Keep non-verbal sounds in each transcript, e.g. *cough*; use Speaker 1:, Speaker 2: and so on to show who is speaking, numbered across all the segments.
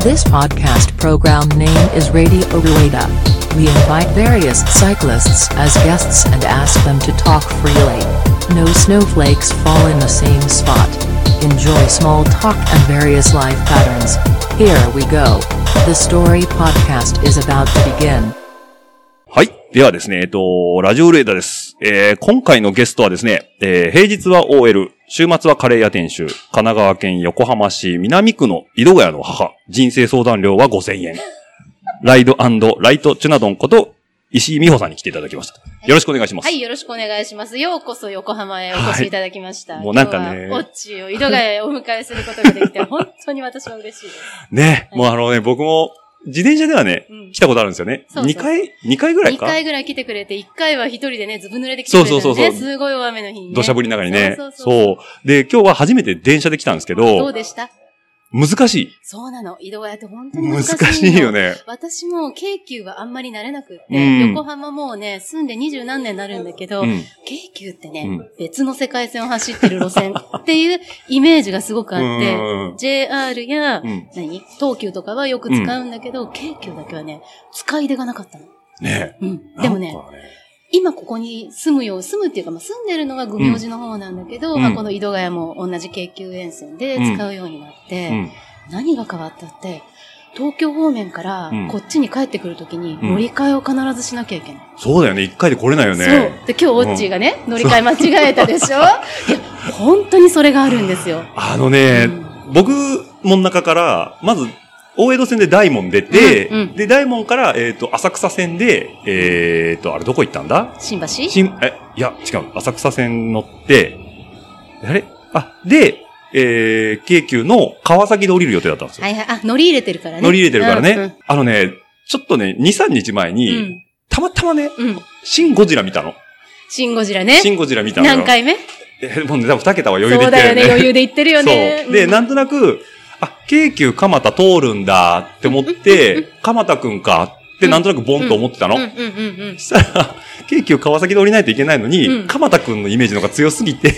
Speaker 1: This podcast program name is Radio Rueda. We invite various cyclists as guests and ask them to talk freely. No snowflakes fall in the same spot. Enjoy small talk and various life patterns. Here we go. The story podcast is about to begin.
Speaker 2: はい。ではですね、えっと、ラジオレーダーです。えー、今回のゲストはですね、えー、平日は OL、週末はカレー屋店主、神奈川県横浜市南区の井戸ヶ谷の母、人生相談料は5000円。ライドライトチュナドンこと、石井美穂さんに来ていただきました。よろしくお願いします。
Speaker 3: はい、よろしくお願いします。ようこそ横浜へお越しいただきました。
Speaker 2: はいもうなんかね
Speaker 3: 今日はオッチーを井戸ヶ谷へお迎えすることがで
Speaker 2: *laughs*
Speaker 3: きて、本当に私は嬉しいです。
Speaker 2: ね、もうあのね、僕も、自転車ではね、
Speaker 3: うん
Speaker 2: 来たことあるんですよね。
Speaker 3: そうそう
Speaker 2: 2回、二回ぐらい
Speaker 3: 2
Speaker 2: か
Speaker 3: 回ぐらい来てくれて、1回は一人でね、ずぶ濡れて来てくれたんで、ね、
Speaker 2: そうそうそうそう
Speaker 3: すごい大雨の日に、ね。
Speaker 2: 土砂降りの中にね。
Speaker 3: そうそうそう
Speaker 2: そう。で、今日は初めて電車で来たんですけ
Speaker 3: どう
Speaker 2: ど、
Speaker 3: でした
Speaker 2: 難しい。
Speaker 3: そうなの。井戸ヶ谷って本当に
Speaker 2: 難
Speaker 3: 難しいの。
Speaker 2: しいよね。
Speaker 3: 私も京急はあんまり慣れなくって、
Speaker 2: うん
Speaker 3: 横浜もうね、住んで二十何年になるんだけど、
Speaker 2: うん。
Speaker 3: 京急ってね、
Speaker 2: うん
Speaker 3: 別の世界線を走ってる路線っていうイメージがすごくあって、
Speaker 2: うん
Speaker 3: JR や、
Speaker 2: うん
Speaker 3: 何東急とかはよく使うんだけど、京急だけはね、使い出がなかったの。
Speaker 2: ね
Speaker 3: うん。
Speaker 2: え
Speaker 3: でもね
Speaker 2: な、んか
Speaker 3: 今ここに住むよう、住むっていうか、まあ、住んでるのが群明寺の方なんだけど、
Speaker 2: うん
Speaker 3: まあ、この井戸ヶ谷も同じ京急沿線で使うようになって、
Speaker 2: うん。
Speaker 3: 何が変わったって、東京方面から
Speaker 2: うん
Speaker 3: こっちに帰ってくるときに
Speaker 2: うん
Speaker 3: 乗り換えを必ずしなきゃいけない。
Speaker 2: そうだよね。一回で来れないよ
Speaker 3: そう。
Speaker 2: ね。
Speaker 3: で、今日、オッチーがね、乗り換え間違えたでしょいや、本当にそれがあるんですよ。
Speaker 2: あのね、僕、もん中から、まず、大江戸線で大門出て、
Speaker 3: うんうん
Speaker 2: で、大門から、えっ、と、浅草線で、えっ、と、あれどこ行ったんだ
Speaker 3: 新橋
Speaker 2: 新、え、いや、違う。浅草線乗って、あれあ、で、えー、京急の川崎で降りる予定だったんですよ。
Speaker 3: はいはい。あ、乗り入れてるからね。
Speaker 2: 乗り入れてるからね。
Speaker 3: うんうん
Speaker 2: あのね、ちょっとね、2、3日前に、たまたまね、
Speaker 3: うん。うん。
Speaker 2: シン・ゴジラ見たの。
Speaker 3: シン・ゴジラね
Speaker 2: シ。ン・ゴジラ見たのよ。
Speaker 3: 何回目
Speaker 2: えもうね、多分2桁は余裕で
Speaker 3: そ
Speaker 2: いうって
Speaker 3: だ
Speaker 2: る
Speaker 3: よ
Speaker 2: よね。
Speaker 3: ね。余裕で言ってるよね。
Speaker 2: そう。で、
Speaker 3: うん
Speaker 2: なんとなく、あ、京急蒲田通るんだって思って、蒲田くんかってなんとなくボンと思ってたの。
Speaker 3: うんうんうんうん。
Speaker 2: したら、京急川崎で降りないといけないのに、
Speaker 3: うん
Speaker 2: 蒲田くんのイメージの方が強すぎて、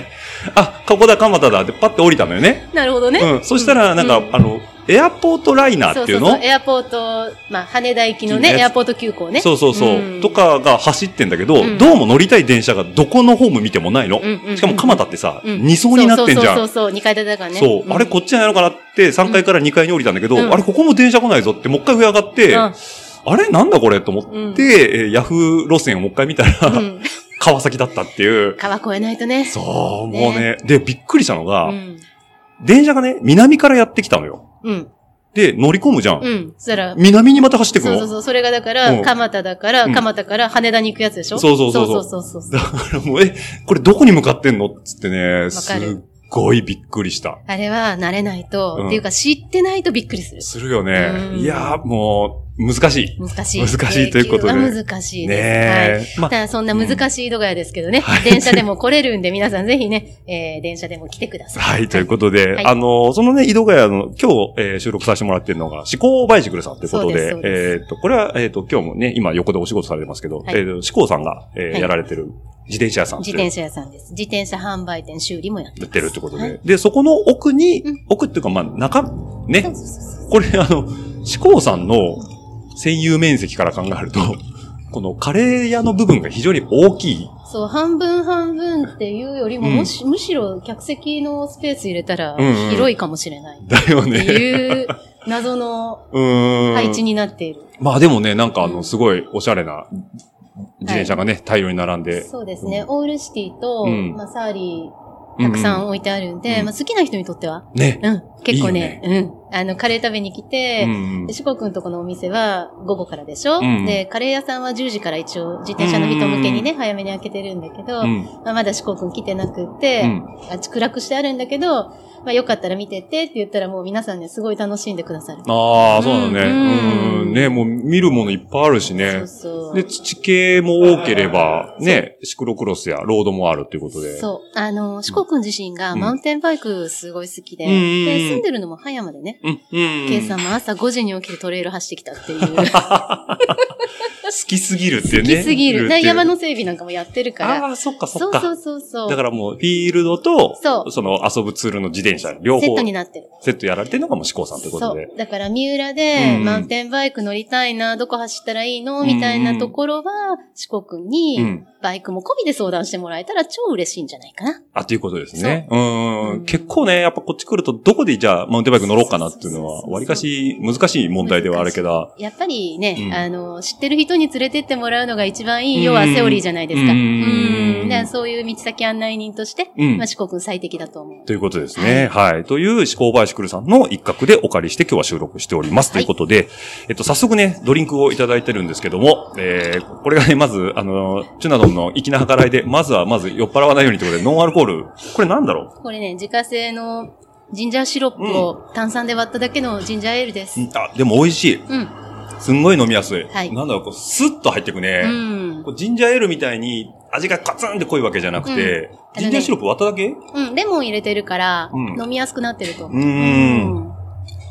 Speaker 2: *laughs* あ、ここだ蒲田だってパッて降りたのよね。
Speaker 3: なるほどね。
Speaker 2: うん。そしたら、なんか、
Speaker 3: うん
Speaker 2: あの、エアポートライナー
Speaker 3: そ
Speaker 2: っ
Speaker 3: う
Speaker 2: てい
Speaker 3: そうう
Speaker 2: の
Speaker 3: そう。エアポート、まあ、羽田行きの
Speaker 2: いい
Speaker 3: ね、
Speaker 2: ね
Speaker 3: エアポート急行ね。
Speaker 2: そうそうそう、
Speaker 3: ん
Speaker 2: と。かが走ってんだけど、
Speaker 3: うん
Speaker 2: どうも乗りたい電車がどこのホーム見てもないの。
Speaker 3: うんうんうん
Speaker 2: しかも蒲田ってさ、
Speaker 3: うん
Speaker 2: 二層になってんじゃん。
Speaker 3: そうそうそうそう、二階建てだからね。
Speaker 2: そう、
Speaker 3: ん
Speaker 2: あれこっちじゃないのかなって3階から2階に降りたんだけど、
Speaker 3: うん
Speaker 2: あれここも電車来ないぞってもう一回上上がって、
Speaker 3: うん
Speaker 2: あれなんだこれと思って、
Speaker 3: うん
Speaker 2: えーヤフー路線をもう一回見たら、
Speaker 3: うん。
Speaker 2: 川崎だったっていう。
Speaker 3: 川越えないとね。
Speaker 2: そう、もうね。で、びっくりしたのが、
Speaker 3: ん。
Speaker 2: 電車がね、南からやってきたのよ。
Speaker 3: うん。
Speaker 2: で、乗り込むじゃん。
Speaker 3: うん。そしたら、
Speaker 2: 南にまた走ってく
Speaker 3: そう
Speaker 2: の
Speaker 3: そうそう、それがだか
Speaker 2: うん
Speaker 3: ら、蒲田だから、
Speaker 2: うん
Speaker 3: 蒲田から羽田に行くやつでしょ
Speaker 2: そうそうそうそ
Speaker 3: そううそうそうそう。
Speaker 2: だから *laughs* もう、え、これどこに向かってんのっつってね、す
Speaker 3: か
Speaker 2: っ
Speaker 3: る
Speaker 2: ごいびっくりした。
Speaker 3: あれは慣れないと、
Speaker 2: うん
Speaker 3: っていうか知ってないとびっくりする。
Speaker 2: するよね。
Speaker 3: うん
Speaker 2: いやー、もう、難し
Speaker 3: 難しい。
Speaker 2: 難しいということで
Speaker 3: 永久が難し
Speaker 2: い。
Speaker 3: い
Speaker 2: ね
Speaker 3: です。
Speaker 2: え。
Speaker 3: はい。
Speaker 2: まあ
Speaker 3: ただそんな難しい井戸ヶ谷ですけどね、
Speaker 2: はい
Speaker 3: 電車でも来れるんで、皆さんぜひね、えー電車でも来てください。
Speaker 2: はい、ということで、
Speaker 3: はい
Speaker 2: あの、そのね、井戸ヶ谷の今日、えー収録させてもらってるのが、思考バイジクルさんということ
Speaker 3: そうで
Speaker 2: で、
Speaker 3: すそうで
Speaker 2: えっと、これは、えっ、と、今日もね、今横でお仕事されてますけど、
Speaker 3: はい
Speaker 2: えっ、と、志功さんが、えー
Speaker 3: はい
Speaker 2: やられてる自転車屋さん
Speaker 3: 自
Speaker 2: で
Speaker 3: 転車屋さんです。自転車販売店修理もやって
Speaker 2: や
Speaker 3: ま
Speaker 2: っ
Speaker 3: す。
Speaker 2: てるってことで、
Speaker 3: はい
Speaker 2: で、そこの奥に、
Speaker 3: うん
Speaker 2: 奥っていうか、まあ、中、
Speaker 3: そう
Speaker 2: ね、
Speaker 3: そうそうそう
Speaker 2: これ、あの、志功さんの占有面積から考えると、このカレー屋の部分が非常に大きい。
Speaker 3: そう、半分半分っていうよりも、
Speaker 2: うん
Speaker 3: もしむしろ客席のスペース入れたら
Speaker 2: うんうん
Speaker 3: 広いかもしれないっ
Speaker 2: だよ
Speaker 3: て
Speaker 2: ね。
Speaker 3: いう謎の
Speaker 2: *laughs* うーん。
Speaker 3: 配置になっている。
Speaker 2: まあでもね、なんかあの、すごいおしゃれな自転車がね、大量に並んで。
Speaker 3: そうですね。オールシティと、
Speaker 2: うん
Speaker 3: まあ、サーリーたくさん置いてあるんで、
Speaker 2: うん
Speaker 3: まあ、好きな人にとっては、
Speaker 2: ね。
Speaker 3: うん、結構ね、うん、あの、カレー食べに来て、
Speaker 2: うん
Speaker 3: で四国のとこのお店は午後からでしょ、
Speaker 2: うん
Speaker 3: で、カレー屋さんは10時から一応自転車の人向けにね、早めに開けてるんだけど、
Speaker 2: うん
Speaker 3: まあ、まだ四国来てなくて、
Speaker 2: うん
Speaker 3: あ暗くしてあるんだけど、まあよかったら見てってって言ったらもう皆さんね、すごい楽しんでくださる。
Speaker 2: ああ、そうだね。う
Speaker 3: うん
Speaker 2: ん。ね、もう見るものいっぱいあるし
Speaker 3: そ
Speaker 2: ね
Speaker 3: う。そう。
Speaker 2: で、土系も多ければ、ね、シクロクロスやロードもあるっていうことで。
Speaker 3: そう。あの、四国自身が
Speaker 2: うん
Speaker 3: マウンテンバイクすごい好きで、
Speaker 2: うんうん
Speaker 3: で住んでるのも葉山でね、
Speaker 2: うん。うん。 *laughs*
Speaker 3: *laughs* ケイさんも朝5時に起きてトレイル走ってきたっていう。
Speaker 2: きすぎるっていうね。
Speaker 3: きすぎる。
Speaker 2: って
Speaker 3: な
Speaker 2: いう
Speaker 3: 山の整備なんかもやってるから。
Speaker 2: ああ、そっかそ
Speaker 3: そ
Speaker 2: っ
Speaker 3: う
Speaker 2: か。
Speaker 3: そうそうそう。
Speaker 2: だからもう、フィールドと、
Speaker 3: そ
Speaker 2: その遊ぶツールの自転車、両方
Speaker 3: セットになってる。
Speaker 2: セットやられてるのがもう志向さんということで。。
Speaker 3: だから、三浦で、
Speaker 2: うん
Speaker 3: マウンテンバイク乗りたいな、どこ走ったらいいのみたいなところは、四国
Speaker 2: う
Speaker 3: に
Speaker 2: ん、
Speaker 3: バイクも込みで相談してもらえたら超嬉しいんじゃないかな。
Speaker 2: あ、ということですね。うー。
Speaker 3: うんん
Speaker 2: 結構ね、やっぱこっち来ると、どこでじゃあ、マウンテンバイク乗ろうかなっていうの
Speaker 3: そうそうそう
Speaker 2: は、
Speaker 3: そう
Speaker 2: わりかし難しい問題ではあるけど。
Speaker 3: やっぱり
Speaker 2: うん
Speaker 3: ね、あの、知ってる人に連れてってもらうのが一番い
Speaker 2: うん
Speaker 3: い、要はセオリーじゃないですか。
Speaker 2: う
Speaker 3: うんん。だからそういう道先案内人として、
Speaker 2: うん
Speaker 3: まあ四国に最適だと思う。
Speaker 2: ということですね。はい。という、思考バイシクルさんの一角でお借りして今日は収録しております。と
Speaker 3: はい
Speaker 2: いうことで、えっと、早速ね、ドリンクをいただいてるんですけども、えー、これがね、まず、あの、チュナドンの粋な計らいで、まずはまず酔っ払わないようにということで、ノンアルコール。これなんだろ
Speaker 3: これね、自家製のジンジャーシロップを炭酸で割っただけのジンジャーエールで
Speaker 2: う
Speaker 3: す。
Speaker 2: んあ、でも美味しい。
Speaker 3: うん。
Speaker 2: すんごい飲みやすい。
Speaker 3: はい
Speaker 2: なんだろう、こう、スッと入ってくね。
Speaker 3: うん
Speaker 2: こ。うジンジャーエールみたいに味がカツンって濃いわけじゃなくて、
Speaker 3: うん
Speaker 2: ジンジャーシロップ割っただけ
Speaker 3: うん、レモン入れてるから、
Speaker 2: うん
Speaker 3: 飲みやすくなってると思
Speaker 2: うん
Speaker 3: う。うん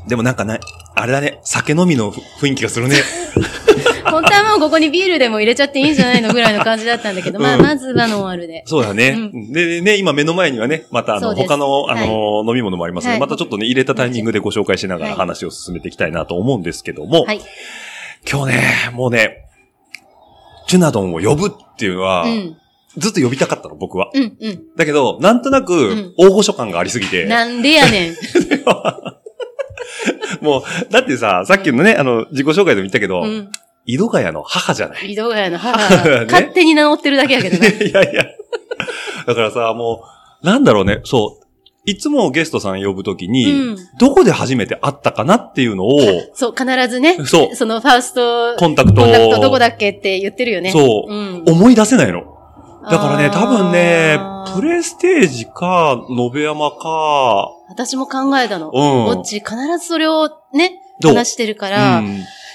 Speaker 2: でもなんかね、あれだね、酒飲みの雰囲気がするね。
Speaker 3: 本当はもうここにビールでも入れちゃっていいんじゃないのぐらいの感じだったんだけど、まあ、
Speaker 2: うん
Speaker 3: まずはノンアルで。
Speaker 2: そうだね、
Speaker 3: う
Speaker 2: で、ね、今目の前にはね、またあ
Speaker 3: そ
Speaker 2: の、
Speaker 3: うです
Speaker 2: 他の、あ
Speaker 3: はい
Speaker 2: の、飲み物もありますので、
Speaker 3: はい
Speaker 2: またちょっとね、入れたタイミングでご紹介しながら
Speaker 3: はい
Speaker 2: 話を進めていきたいなと思うんですけども、
Speaker 3: はい。
Speaker 2: 今日ね、もうね、チュナドンを呼ぶっていうのは、
Speaker 3: うん。
Speaker 2: ずっと呼びたかったの、僕は。
Speaker 3: うん、う
Speaker 2: だけど、なんとなく
Speaker 3: ん、
Speaker 2: 大御所感がありすぎて、
Speaker 3: ん。なんでや
Speaker 2: *laughs*
Speaker 3: ねん。
Speaker 2: もう、だってさ、さっきのね、あの、自己紹介でも言ったけど、
Speaker 3: うん。
Speaker 2: 井戸ヶ谷の母じゃない。
Speaker 3: 井戸ヶ谷の母
Speaker 2: ね
Speaker 3: が勝手に名乗ってるだけやけどね。
Speaker 2: *laughs* いやいや。だからさ、もう、なんだろうね、そう。いつもゲストさん呼ぶときに、
Speaker 3: うん
Speaker 2: どこで初めて会ったかなっていうのを、
Speaker 3: そう、必ずね。
Speaker 2: そう
Speaker 3: そのファースト、
Speaker 2: コンタクトを
Speaker 3: コンタクトどこだっけって言ってるよね。
Speaker 2: そう
Speaker 3: うん。
Speaker 2: 思い出せないの。だからね、
Speaker 3: あー
Speaker 2: 多分ね、プレステージか、野辺山か、
Speaker 3: 私も考えた
Speaker 2: う
Speaker 3: の。
Speaker 2: ん
Speaker 3: ぼっち必ずそれをね、
Speaker 2: どう
Speaker 3: 話してるか
Speaker 2: う
Speaker 3: ら、
Speaker 2: ん、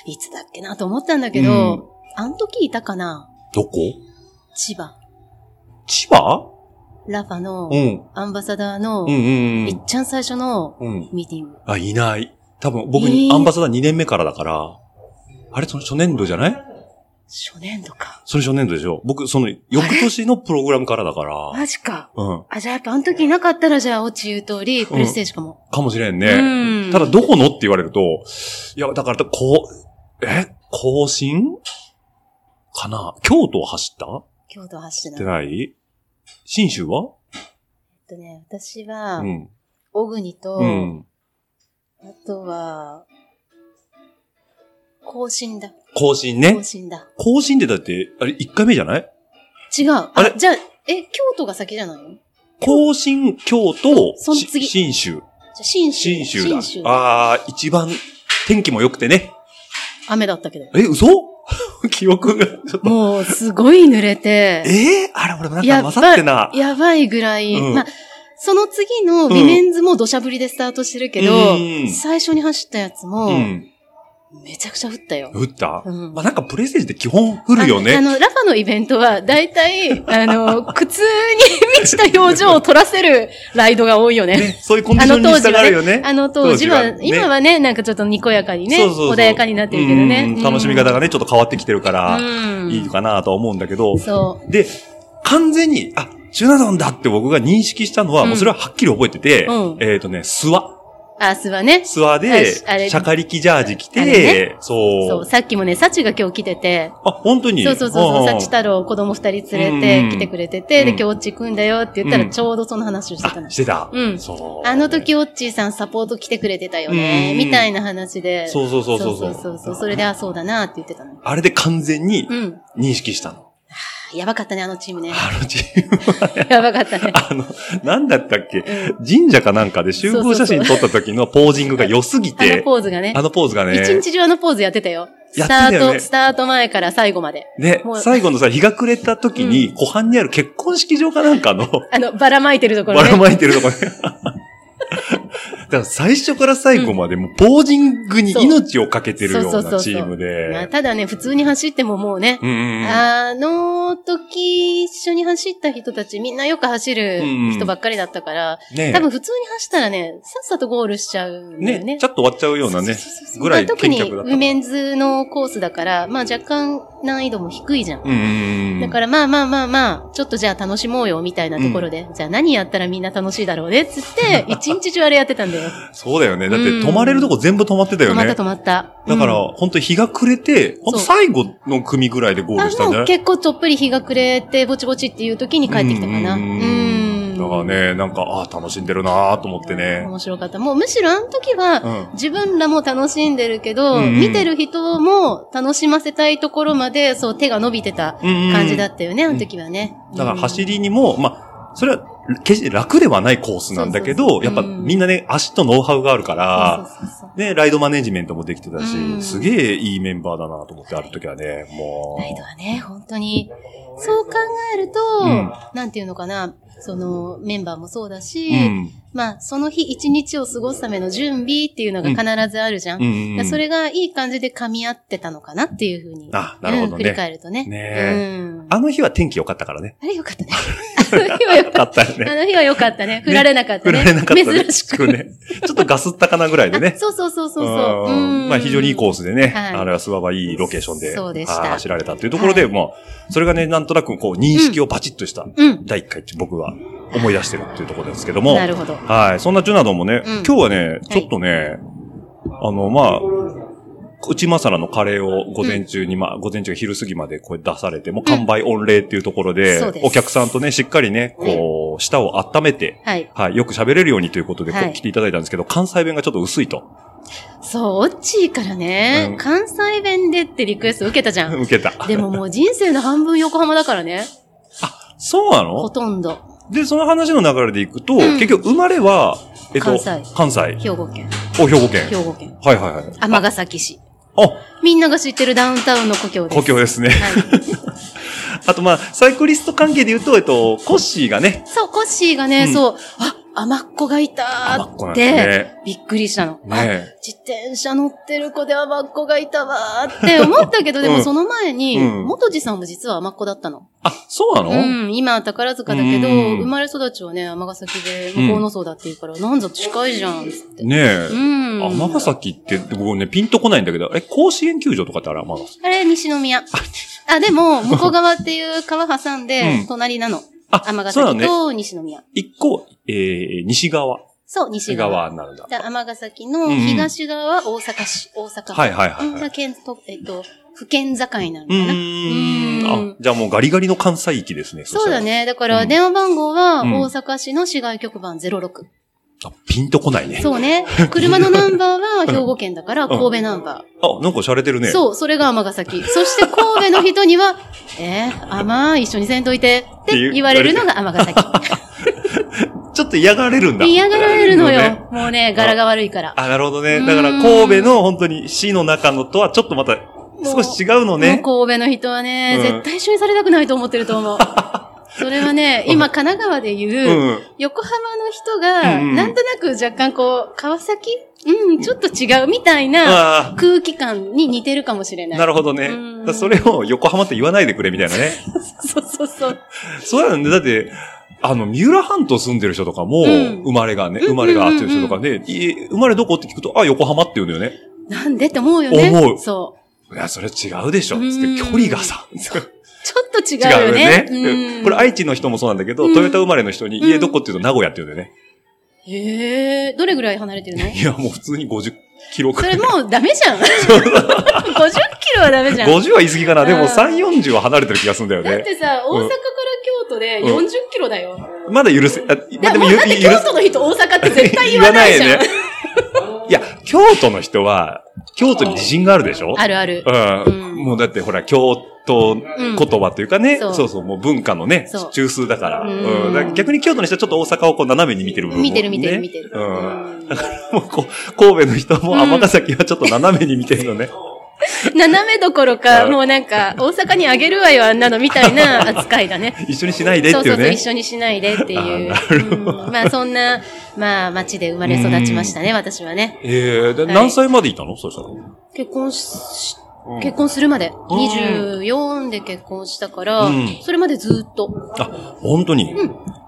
Speaker 3: いつだっけなと思ったんだけど、あの時いたかな
Speaker 2: どこ
Speaker 3: 千葉。
Speaker 2: 千葉
Speaker 3: ラファの
Speaker 2: う、ん。
Speaker 3: アンバサダーの
Speaker 2: うんう、
Speaker 3: い
Speaker 2: ん
Speaker 3: っちゃん最初の
Speaker 2: うん。うん。
Speaker 3: ミーティング。
Speaker 2: あ、いない。多分僕、
Speaker 3: えー
Speaker 2: アンバサダー2年目からだから、あれその初年度じゃない
Speaker 3: 初年度か。
Speaker 2: それ初年度でしょ僕、その、翌年のプログラムからだから、
Speaker 3: マジか。
Speaker 2: うん。
Speaker 3: あ、じゃあやっぱあの時いなかったら、じゃあ、オチ言う通り、プレイステージかも。
Speaker 2: かもしれん
Speaker 3: う
Speaker 2: ね。
Speaker 3: ん
Speaker 2: ただ、どこのって言われると、いや、だから、こう、え更新かな京都を走ったっ
Speaker 3: 京都走って
Speaker 2: て
Speaker 3: ない。
Speaker 2: ない新州は
Speaker 3: えっとね、私は
Speaker 2: う、ん。
Speaker 3: 小国と、
Speaker 2: うん。
Speaker 3: あとは、更新だ。
Speaker 2: 更新
Speaker 3: 更
Speaker 2: ね。
Speaker 3: 新だ。
Speaker 2: 更新でだって、あれ、1回目じゃない
Speaker 3: 違う。あ
Speaker 2: あれ
Speaker 3: じゃあ、え、京都が先じゃないのじ
Speaker 2: 更新、京都、
Speaker 3: その次
Speaker 2: し新州。
Speaker 3: ゃあ、新州。
Speaker 2: 新州だ。
Speaker 3: 州
Speaker 2: ああ、一番天気も良くてね。
Speaker 3: 雨だったけど。
Speaker 2: え、嘘 *laughs* 記憶が、ちょっと。
Speaker 3: もう、すごい濡れて。
Speaker 2: えー、あれ、俺もなん
Speaker 3: や
Speaker 2: か
Speaker 3: ばい
Speaker 2: 混ざってな。
Speaker 3: やばいぐらい、
Speaker 2: うん
Speaker 3: まあ、その次のビメンズも土砂降りでスタートしてるけど、
Speaker 2: うん
Speaker 3: 最初に走ったやつも、
Speaker 2: うん。
Speaker 3: めちゃくちゃ降ったよ。
Speaker 2: 降った、
Speaker 3: うん
Speaker 2: まあ、なんかプレイステージって基本降るよね。
Speaker 3: あの、あのラファのイベントは、だいた
Speaker 2: *laughs*
Speaker 3: い、あの、苦痛に満ちた表情を取らせるライドが多いよね。
Speaker 2: ね、そういうコンディ
Speaker 3: あ
Speaker 2: ショ
Speaker 3: の
Speaker 2: ンに
Speaker 3: 当時
Speaker 2: 従
Speaker 3: は
Speaker 2: うよね
Speaker 3: ね。。あの当時は、
Speaker 2: 当時はね
Speaker 3: 今はね、なんかちょっとにこやかにね、
Speaker 2: そうそうそう
Speaker 3: 穏やかになってるけどね
Speaker 2: う。ん楽しみ方がね、ちょっと変わってきてるか
Speaker 3: う
Speaker 2: ら、
Speaker 3: ん、
Speaker 2: いいかなとは思うんだけど、
Speaker 3: そう。
Speaker 2: で、完全に、あ、チュナドンだって僕が認識したのは、
Speaker 3: うん
Speaker 2: もうそれははっきり覚えてて、
Speaker 3: うん
Speaker 2: えっ、とね、諏訪。
Speaker 3: 明日はね、
Speaker 2: 諏訪
Speaker 3: ああ
Speaker 2: で、
Speaker 3: れ
Speaker 2: シャカリキジャージ着て、
Speaker 3: あれ
Speaker 2: そう。
Speaker 3: そう、さっきもね、サチが今日来てて、
Speaker 2: あ、本当に
Speaker 3: そうそうそうそう、
Speaker 2: ん
Speaker 3: サチ太郎子供二人連
Speaker 2: う
Speaker 3: れ
Speaker 2: ん
Speaker 3: て来てくれてて、
Speaker 2: うん
Speaker 3: で、今日オッチ行くんだよって言った
Speaker 2: うん
Speaker 3: らちょうどその話をしてたの
Speaker 2: あ、。してた。
Speaker 3: うん
Speaker 2: そう。
Speaker 3: あの時オッチーさんサポート来てくれてたよね、
Speaker 2: うん
Speaker 3: みたいな話で。
Speaker 2: そうそうそうそう
Speaker 3: そうそうそうそれで、あ、そうだなって言ってたの。
Speaker 2: あれで完全に
Speaker 3: うん。
Speaker 2: 認識したの。
Speaker 3: やばかったね、あのチームね。
Speaker 2: あのチームはね、
Speaker 3: やばかったね。
Speaker 2: あの、なんだったっけ、
Speaker 3: う
Speaker 2: 神社かなんかで集合写真撮った時のポージングが良すぎ
Speaker 3: あの
Speaker 2: て、
Speaker 3: ポーズがね
Speaker 2: あ。のポーズがね、
Speaker 3: 一日中あのポーズやってたよ。
Speaker 2: やって
Speaker 3: スタ
Speaker 2: た
Speaker 3: ー
Speaker 2: よ
Speaker 3: ト、
Speaker 2: ね
Speaker 3: スタート前から最後まで。
Speaker 2: ね
Speaker 3: も、う
Speaker 2: 最後のさ、日が暮れた時に、湖畔にある結婚式場かなんかの、
Speaker 3: あの、ばらまいてるところ
Speaker 2: ば
Speaker 3: ね
Speaker 2: ら。まいてるとこね。から最初から最後までもうポージングに命をかけてるよ
Speaker 3: そう
Speaker 2: う
Speaker 3: そうそうそ
Speaker 2: な
Speaker 3: う
Speaker 2: チーム
Speaker 3: まあ
Speaker 2: で。
Speaker 3: ただね、普通に走ってももうね、
Speaker 2: うんうんうん。
Speaker 3: あの時、一緒に走った人たち、みんなよく走る
Speaker 2: うん
Speaker 3: 人ばっかりだったから、
Speaker 2: ね
Speaker 3: 多分普通に走ったらね、さっさとゴールしちゃうんだよね。
Speaker 2: ね、ちょっと終わっちゃうようなね
Speaker 3: そうそうそう、
Speaker 2: ぐらい
Speaker 3: まあ特に
Speaker 2: だった。
Speaker 3: ウィメンズのコースだから、まあ若干難易度も低いじゃん。
Speaker 2: うんうんうん。、
Speaker 3: だかららまあまあまあまあ、ちょっとじゃあ楽しもうよみたいなところで、じゃあ何やったらみんな楽しいだろうねっ
Speaker 2: *laughs*
Speaker 3: つって、一日中あれやってたんだよ。
Speaker 2: そうだよね。だって
Speaker 3: うん
Speaker 2: 泊まれるとこ全部泊まってたよ
Speaker 3: 止まっ
Speaker 2: ね。
Speaker 3: た止まった。
Speaker 2: だから、
Speaker 3: うん
Speaker 2: 本当日が暮れて、本当最後の組ぐらいでゴールした
Speaker 3: あ
Speaker 2: んじ
Speaker 3: も
Speaker 2: ゃな
Speaker 3: う
Speaker 2: い
Speaker 3: 結構ちょっぷり日が暮れてぼちぼちっていう時に帰ってきたかな。
Speaker 2: う
Speaker 3: うん
Speaker 2: うん
Speaker 3: ん。
Speaker 2: だからね、なんか、ああ、楽しんでるなーと思ってね。
Speaker 3: 面白かった。もうむしろあの時は、
Speaker 2: うん
Speaker 3: 自分らも楽しんでるけど、
Speaker 2: うんうん
Speaker 3: 見てる人も楽しませたいところまで、そう手が伸びてた感じだったよね、
Speaker 2: ん
Speaker 3: あの時はね。
Speaker 2: だから走
Speaker 3: り、
Speaker 2: りにも、まあ、それは、決して楽ではないコースなんだけど、
Speaker 3: そうそうそう
Speaker 2: やっぱ
Speaker 3: うん
Speaker 2: みんなね、足とノウハウがあるから、
Speaker 3: そうそうそうそう
Speaker 2: ね、ライドマネジメントもできてたし、
Speaker 3: うん
Speaker 2: すげえいいメンバーだなと思って、ある時はね、もう。
Speaker 3: ライドはね、本当に、そう考えると、
Speaker 2: うん
Speaker 3: なんていうのかな、そのメンバーもそうだし、
Speaker 2: うん。
Speaker 3: まあ、その日一日を過ごすための準備っていうのが必ずあるじゃん。
Speaker 2: う
Speaker 3: だか
Speaker 2: ん、う
Speaker 3: ら
Speaker 2: ん。
Speaker 3: それがいい感じで噛み合ってたのかなっていうふうに。
Speaker 2: あなるほどね
Speaker 3: うん振り返るとね。
Speaker 2: ね
Speaker 3: うん、あ
Speaker 2: あの日は天気良かったからね。
Speaker 3: れよかったね。あの日はよか
Speaker 2: だ
Speaker 3: っ
Speaker 2: ったよ
Speaker 3: た。あ
Speaker 2: ね。
Speaker 3: の日はよかったね。振られなかった
Speaker 2: 振
Speaker 3: ね。
Speaker 2: られなかったね。
Speaker 3: 珍しく。
Speaker 2: ね。 *laughs* ちょっとガスったかなぐらいでね
Speaker 3: あ。そうそうそうそうそう。
Speaker 2: ん
Speaker 3: うん
Speaker 2: まあ非常にいいコースでね、
Speaker 3: はい
Speaker 2: あれは諏訪はいいロケーションで、
Speaker 3: そうでした
Speaker 2: あー走られたというところで、
Speaker 3: はい
Speaker 2: まあ、それがね、なんとなくこう認識をバチッとした、
Speaker 3: うん。
Speaker 2: 第1回って僕は思い出してるっていうところですけども、
Speaker 3: なるほど。
Speaker 2: はい、そんなジュナドンもね、
Speaker 3: うん
Speaker 2: 今日はね、ちょっとね、あの、まあ、内まさらのカレーを午前中に、まあ、午前中が昼過ぎまでこう出されて、もう完売御礼っていうところで、
Speaker 3: そうです
Speaker 2: お客さんとね、しっかりね、こう、舌を温めて、
Speaker 3: はい。
Speaker 2: はい、よく喋れるようにということで、こ
Speaker 3: は
Speaker 2: う
Speaker 3: い
Speaker 2: 来ていただいたんですけど、関西弁がちょっと薄いと。
Speaker 3: そう、オッチーからね、
Speaker 2: うん
Speaker 3: 関西弁でってリクエスト受けたじゃん。
Speaker 2: 受けた。
Speaker 3: でももう人生の半分横浜だから
Speaker 2: *laughs*
Speaker 3: ね。
Speaker 2: そうな
Speaker 3: ほ
Speaker 2: の
Speaker 3: とんど。
Speaker 2: で、その話の流れでいくと、
Speaker 3: ん
Speaker 2: 結局生まれは、えっと、
Speaker 3: 関西
Speaker 2: 関西。
Speaker 3: 兵庫県。
Speaker 2: お、兵庫県。
Speaker 3: 兵庫県。
Speaker 2: はいはいはい。
Speaker 3: 尼崎市。
Speaker 2: あ、
Speaker 3: みんなが知ってるダウンタウンの故郷です。
Speaker 2: 故郷ですね。
Speaker 3: はい。
Speaker 2: あとまあ、サイクリスト関係で言うと、えっと、コッシーがね、
Speaker 3: そう、コッシーがね、
Speaker 2: うん
Speaker 3: そう、あ、甘っ子がいた
Speaker 2: 甘っ子
Speaker 3: ー
Speaker 2: なん
Speaker 3: っ
Speaker 2: で
Speaker 3: て、
Speaker 2: すね
Speaker 3: びっくりしたの。あ
Speaker 2: ね
Speaker 3: 自転車乗ってる子で甘っ子がいたわーって思った
Speaker 2: *laughs*
Speaker 3: けど、で
Speaker 2: う
Speaker 3: も
Speaker 2: ん
Speaker 3: その前に、
Speaker 2: うん
Speaker 3: 元次さんも実は甘っ子だったの。
Speaker 2: あ、そうなの、
Speaker 3: うん、今は宝塚だけど、
Speaker 2: うん
Speaker 3: 生まれ育ちはね、尼崎で、向こうの層だっていうから、なんぞ近いじゃん、つって。
Speaker 2: ねえ。
Speaker 3: うん。
Speaker 2: 尼崎って、僕ね、ピンとこないんだけど、え、甲子園球場とかってあれ、尼崎。
Speaker 3: あれ、西宮。あ、
Speaker 2: *laughs*
Speaker 3: でも、向こう側っていう川挟ん
Speaker 2: う
Speaker 3: で
Speaker 2: ん、
Speaker 3: 隣なの。
Speaker 2: あ
Speaker 3: 尼
Speaker 2: そうだ
Speaker 3: 崎
Speaker 2: ね
Speaker 3: と西宮。
Speaker 2: 一個、えー、西側。
Speaker 3: そう、
Speaker 2: 西
Speaker 3: 西側。
Speaker 2: 側になるんだ。
Speaker 3: で尼崎の東側は大阪市、大阪府。
Speaker 2: はいはいはい
Speaker 3: うん
Speaker 2: は
Speaker 3: が
Speaker 2: い。
Speaker 3: 県と、えっと、府県境になる
Speaker 2: う
Speaker 3: のかな。
Speaker 2: ー。
Speaker 3: うん
Speaker 2: あ、じゃあもうガリガリの関西域ですね。
Speaker 3: そうだね。だか
Speaker 2: う
Speaker 3: ら、
Speaker 2: ん
Speaker 3: 電話番号は、
Speaker 2: うん
Speaker 3: 大阪市の市外局番06。
Speaker 2: そしたら。あピンとこないね。
Speaker 3: そうね。車のナンバーは兵庫県だから、神戸ナンバ
Speaker 2: あ、なんか洒落てる
Speaker 3: ー。
Speaker 2: ね。
Speaker 3: そう、それが尼崎。そして神戸の人には、えー、甘い一緒にせんといて、っ
Speaker 2: って言
Speaker 3: て
Speaker 2: う
Speaker 3: 言われるのが尼崎。
Speaker 2: ちょっと嫌がられるんだ。
Speaker 3: 嫌がられるの
Speaker 2: ね
Speaker 3: よ。もうね、柄が悪いから。
Speaker 2: あ、なるほどね。
Speaker 3: うん
Speaker 2: だから神戸の本当に市の中のとはちょっとまた少し違うのね。
Speaker 3: もう神戸の人はね、
Speaker 2: うん
Speaker 3: 絶対一緒にされたくないと思ってる
Speaker 2: *laughs*
Speaker 3: と思う。それはね、今神奈川で
Speaker 2: う
Speaker 3: 言う、
Speaker 2: ん。
Speaker 3: 横浜の人が、
Speaker 2: うんうん
Speaker 3: なんとなく若干こう、川崎うん、ちょっと違うみたい *laughs* な
Speaker 2: あ
Speaker 3: 空気感に似てるかもしれ
Speaker 2: あ、
Speaker 3: ない。
Speaker 2: なるほどね。
Speaker 3: うん
Speaker 2: だからそれを横浜って言わないでくれみたいなね。
Speaker 3: そうそうそう。
Speaker 2: そうなんだ。だって、あの、三浦半島住んでる人とかも、
Speaker 3: うん
Speaker 2: 生まれがね、
Speaker 3: うん
Speaker 2: 生まれがあっていう人とかね、い生まれどこって聞くと、あ、横浜って言うんだよね。
Speaker 3: なんでって思うよね。
Speaker 2: 思う
Speaker 3: そう。
Speaker 2: いや、それ違うでしょ。つって
Speaker 3: うん
Speaker 2: 距離が
Speaker 3: *laughs*
Speaker 2: さ。
Speaker 3: ちょっと
Speaker 2: 違
Speaker 3: 違
Speaker 2: う
Speaker 3: うよ
Speaker 2: よ
Speaker 3: ね
Speaker 2: ね。。*laughs*
Speaker 3: うん
Speaker 2: これ愛知の人もそうなんだけど、
Speaker 3: うん
Speaker 2: トヨタ生まれの人に
Speaker 3: うん
Speaker 2: 家どこって言うと名古屋って言うんだよね。
Speaker 3: へえ、どれぐらい離れてるの
Speaker 2: いや、もう普通に50キロ
Speaker 3: そ
Speaker 2: くら
Speaker 3: れ *laughs*
Speaker 2: い。
Speaker 3: もうダメじゃん。50キロはダメじゃん。
Speaker 2: 50は言い過ぎかな。で
Speaker 3: う
Speaker 2: も
Speaker 3: ん
Speaker 2: 3、40は離れてる気がするんだよ
Speaker 3: だっ
Speaker 2: ね。
Speaker 3: てさ、大阪
Speaker 2: うん
Speaker 3: から京都で
Speaker 2: うん
Speaker 3: 40キロだよ。
Speaker 2: まだ許せ、あ
Speaker 3: いや、もうだって京都の人大阪って絶対言わないじゃん。
Speaker 2: ね。いや、京都の人は、京都に自信があるでしょ
Speaker 3: あるある。
Speaker 2: う
Speaker 3: うん
Speaker 2: ん。もうだってほら、京都言葉というかね、
Speaker 3: うんそう
Speaker 2: そうそう、もう文化のね
Speaker 3: そう、
Speaker 2: 中枢だから。
Speaker 3: うん
Speaker 2: うん。だから逆に京都の人はちょっと大阪をこう斜めに見てる部分もね。
Speaker 3: 見てる見てる見てる。
Speaker 2: うん。
Speaker 3: うん
Speaker 2: だからもうこう、神戸の人も
Speaker 3: うん
Speaker 2: 尼崎はちょっと斜めに見てるのね。
Speaker 3: 斜めどころ
Speaker 2: は
Speaker 3: か、
Speaker 2: い
Speaker 3: もうなんか、大阪にあげるわよ、あんなの、みたいな扱いだね。
Speaker 2: 一緒にしないでっていうね。
Speaker 3: そうそうそう、一緒にしないでっていう。うんまあそんな、まあ町で生まれ育ちましたね、私はね。
Speaker 2: ええで、
Speaker 3: はい
Speaker 2: 何歳までいたのそしたら。
Speaker 3: 結婚し
Speaker 2: うん、
Speaker 3: 結婚するまで、
Speaker 2: ん
Speaker 3: 24で結婚したから
Speaker 2: うん、
Speaker 3: それまでずっと。
Speaker 2: あ、本当に、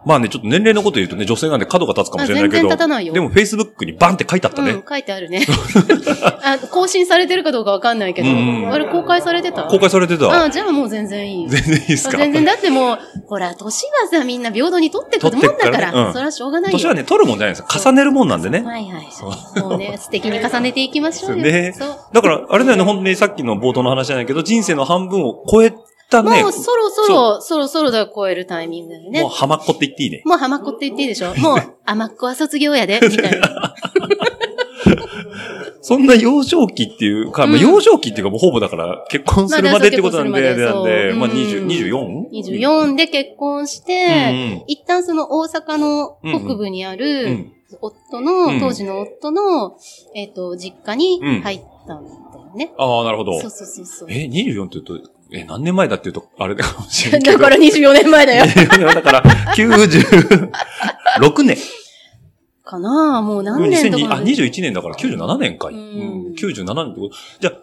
Speaker 2: まあね、ちょっと年齢のこと言うとね、女性なんで角が立つかもしれないけど。
Speaker 3: あ全然立たないよ
Speaker 2: でも、Facebook にバンって書いてあったね。
Speaker 3: うん、書いてあるね。 *laughs* あ更新されてるかどうかわかんないけど、
Speaker 2: うん
Speaker 3: あれ公開されてた
Speaker 2: 公開されてた。
Speaker 3: あじゃあもう全然いい。
Speaker 2: 全然いいっすか
Speaker 3: 全然、だってもう、ほら、年はさ、みんな平等に取ってくるもん
Speaker 2: 取
Speaker 3: だから、
Speaker 2: ってっからねうん
Speaker 3: それはしょうがないよ。
Speaker 2: 年はね、取るもんじゃないですか。重ねるもんなんでね。
Speaker 3: はいはい。もうね、素敵に重ねていきましょうよ。
Speaker 2: ね
Speaker 3: そう。
Speaker 2: だから、あれだよね、本当にさっきの冒頭の話じゃないけど、人生の半分を超えたね。
Speaker 3: もうそろそろ、そろそろだ、超えるタイミングだよね
Speaker 2: もう。浜っ子って言っていいね。
Speaker 3: もう浜っ子って言っていいでしょもう、甘っ子は卒業やで、みた
Speaker 2: *laughs*
Speaker 3: いな。
Speaker 2: そんな幼少期っていうか、まあ、
Speaker 3: うん
Speaker 2: 幼少期っていうか、もうほぼだから、結婚するまでってことなんで、
Speaker 3: まあ
Speaker 2: なん
Speaker 3: そう
Speaker 2: で、
Speaker 3: 結
Speaker 2: まあ、
Speaker 3: 婚す
Speaker 2: 20
Speaker 3: るまでそう
Speaker 2: 24?
Speaker 3: 24で結婚し
Speaker 2: うんう
Speaker 3: て
Speaker 2: ん、
Speaker 3: 一旦その大阪の北部にあ
Speaker 2: う
Speaker 3: る
Speaker 2: ん、
Speaker 3: 夫
Speaker 2: うん
Speaker 3: の、当時の夫の、えっと、実家に入ったんだよね。
Speaker 2: ああ、なるほど。
Speaker 3: そうそうそうそう。
Speaker 2: え、24って言うと、え、何年前だって言うと、あれかもしれないけ
Speaker 3: *laughs* だ
Speaker 2: ど。
Speaker 3: から24年前だよ。
Speaker 2: *laughs* だから、96年。
Speaker 3: かなあもう何年と
Speaker 2: 2002
Speaker 3: か
Speaker 2: あ、。21年だから97年かい。う
Speaker 3: うんん、
Speaker 2: 97年ってこと。じゃあ、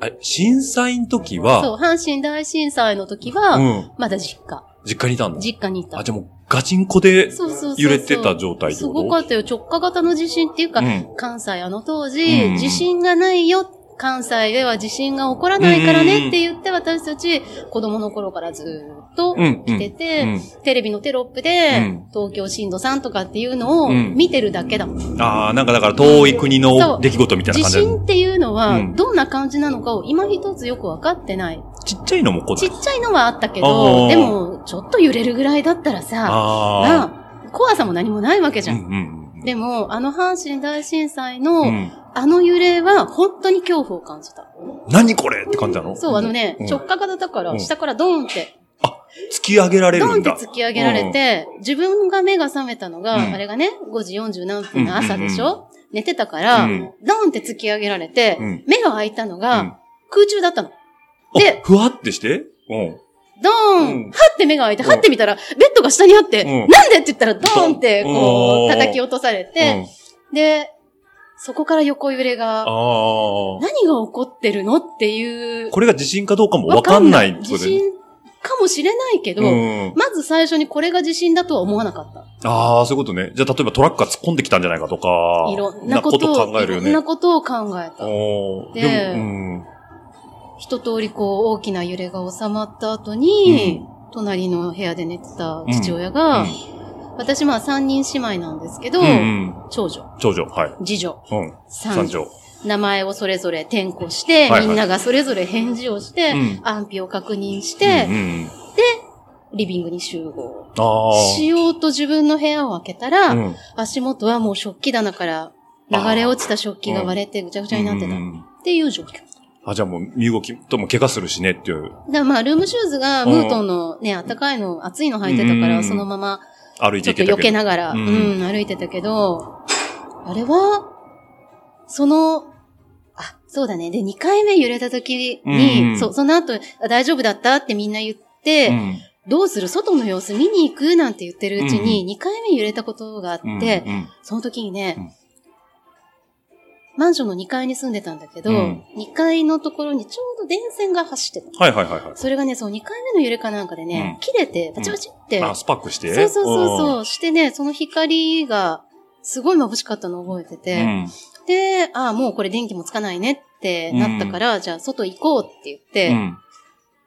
Speaker 2: あれ震災の時
Speaker 3: そ
Speaker 2: は、
Speaker 3: う、阪神大震災の時は、
Speaker 2: うん
Speaker 3: まだ実家。
Speaker 2: 実家にいたんだ。
Speaker 3: 実家にいた。
Speaker 2: あ、じゃあもうガチンコで、
Speaker 3: そうそうそうそう
Speaker 2: 揺れてた状態って
Speaker 3: す
Speaker 2: こと
Speaker 3: ごかったよ。直下型の地震っていうか、
Speaker 2: うん
Speaker 3: 関西あの
Speaker 2: う
Speaker 3: 当
Speaker 2: んうん
Speaker 3: 時、地震がないよ。関西では地震が起こらないから
Speaker 2: うんうん
Speaker 3: ねって言って私たち子供の頃からずっと
Speaker 2: うん
Speaker 3: 来てて、
Speaker 2: うん
Speaker 3: テレビのテロップ
Speaker 2: う
Speaker 3: で
Speaker 2: ん
Speaker 3: 東京震度3とかっていうのを
Speaker 2: うん
Speaker 3: 見てるだけだもん。
Speaker 2: ああ、なんかだから遠い国
Speaker 3: そ
Speaker 2: の
Speaker 3: う
Speaker 2: 出来事みたいな
Speaker 3: 地
Speaker 2: 感じだね
Speaker 3: 震っていうの
Speaker 2: う
Speaker 3: は
Speaker 2: ん
Speaker 3: どんな感じなのかを今一つよくわかってない。
Speaker 2: ちっちゃいのもこ
Speaker 3: ち
Speaker 2: だ
Speaker 3: っ。ちゃいのはあったけ
Speaker 2: あー
Speaker 3: ど、でもちょっと揺れるぐらいだったらさ、
Speaker 2: ああ。
Speaker 3: なあ怖さも何もないわけじゃん
Speaker 2: うんうんうん
Speaker 3: でも、あの阪神大震災
Speaker 2: う
Speaker 3: の、
Speaker 2: ん。
Speaker 3: あの揺れは、本当に恐怖を感じた。
Speaker 2: 何これって感じなの
Speaker 3: そう、あのね
Speaker 2: うん、
Speaker 3: 直下型だか
Speaker 2: うん
Speaker 3: ら、下からドーンって、
Speaker 2: 突き上げられ
Speaker 3: ド
Speaker 2: る
Speaker 3: ーン
Speaker 2: ん
Speaker 3: って
Speaker 2: だ。
Speaker 3: 突き上げられて、自分が目が覚めたのが、
Speaker 2: うん
Speaker 3: あれがね、5時40何分の朝でし
Speaker 2: うん
Speaker 3: ょ寝てたから、
Speaker 2: う
Speaker 3: ド
Speaker 2: ん
Speaker 3: ーンって突き上げられて
Speaker 2: うん、
Speaker 3: 目が開いた
Speaker 2: う
Speaker 3: の
Speaker 2: ん
Speaker 3: が、空中だったの。
Speaker 2: あ
Speaker 3: で
Speaker 2: ふわってしてうん。
Speaker 3: ドー
Speaker 2: うん
Speaker 3: ンはって目が開いて、はってみたら、ベッドが下にあって、
Speaker 2: うん
Speaker 3: なんでって言ったら、ドーンって、こ
Speaker 2: うん
Speaker 3: う、叩き落とされ
Speaker 2: うん
Speaker 3: て、で、そこから横揺れが
Speaker 2: ああ。
Speaker 3: 何が起こってるのっていう。
Speaker 2: これが地震かどうかもわかんないってこと
Speaker 3: 地
Speaker 2: だよね
Speaker 3: 震かもしれないけど、
Speaker 2: うん。
Speaker 3: まず最初にこれが地震だとは思わなかった。
Speaker 2: ああ、そういうことね。じゃあ、例えばトラックが突っ込んできたんじゃないかとか。
Speaker 3: いろんなことを、
Speaker 2: 考えるよ
Speaker 3: いろん
Speaker 2: ね
Speaker 3: な。ことを考えた。
Speaker 2: おー
Speaker 3: で
Speaker 2: でも、
Speaker 3: 一通りこう大きな揺れが収まった後に、隣の部屋で寝てた父親が、
Speaker 2: うん
Speaker 3: 私まあ三人姉妹なんですけど、
Speaker 2: うん。うんうん。
Speaker 3: 長女、
Speaker 2: 長女、はい。
Speaker 3: 次女、
Speaker 2: うん。
Speaker 3: 三
Speaker 2: 三
Speaker 3: 女。
Speaker 2: 女。
Speaker 3: 名前をそれぞれ転校して、
Speaker 2: はいはい
Speaker 3: みんながそれぞれ返事をして、
Speaker 2: うん
Speaker 3: 安否を確認し
Speaker 2: う
Speaker 3: て、
Speaker 2: んうん、
Speaker 3: リビングに集合。
Speaker 2: あ
Speaker 3: しようと自分の部屋を開けたら、
Speaker 2: あ。うん
Speaker 3: 足元はもう食器棚から流れ落ちた食器が割れてぐちゃぐちゃになってた
Speaker 2: う
Speaker 3: っ
Speaker 2: んうん
Speaker 3: ていう状況。
Speaker 2: あ、じゃあもう身動きとも怪我するしねっていう、
Speaker 3: だからまあ、ルームシューズが
Speaker 2: うん
Speaker 3: ムートンのね、暖かいの、暑いの履いてたか
Speaker 2: うん
Speaker 3: ら、そのまま
Speaker 2: 歩い
Speaker 3: ち
Speaker 2: て
Speaker 3: ょ
Speaker 2: い
Speaker 3: っ
Speaker 2: けた
Speaker 3: と避
Speaker 2: け
Speaker 3: け
Speaker 2: ど。
Speaker 3: ながら、
Speaker 2: う
Speaker 3: うんん、歩いてたけど、あれは、その、あ、そうだね。で、2回目揺れた時
Speaker 2: うん
Speaker 3: に、そ、その後、あ大丈夫だったってみんな言って、
Speaker 2: うん
Speaker 3: どうする外の様子見に行くなんて言ってるうち
Speaker 2: う
Speaker 3: に、2回目揺れたことがあって、
Speaker 2: うんうん
Speaker 3: その時に
Speaker 2: うん
Speaker 3: ね、マンションの2階に住んでたんだけど、
Speaker 2: うん
Speaker 3: 2階のところにちょうど電線が走ってた。
Speaker 2: はいはいはいは
Speaker 3: それがね、その2回目の揺れかなんかで
Speaker 2: う
Speaker 3: ね、
Speaker 2: ん
Speaker 3: 切れて、パチパチって、
Speaker 2: い。あ、スパックして。
Speaker 3: そうそうそう
Speaker 2: う。
Speaker 3: そう、してね、その光がすごい眩しかったのを覚えて
Speaker 2: う
Speaker 3: て、
Speaker 2: ん。
Speaker 3: で、ああ、もうこれ電気もつかないねってなったから、じゃあ外行こうって言って、
Speaker 2: うん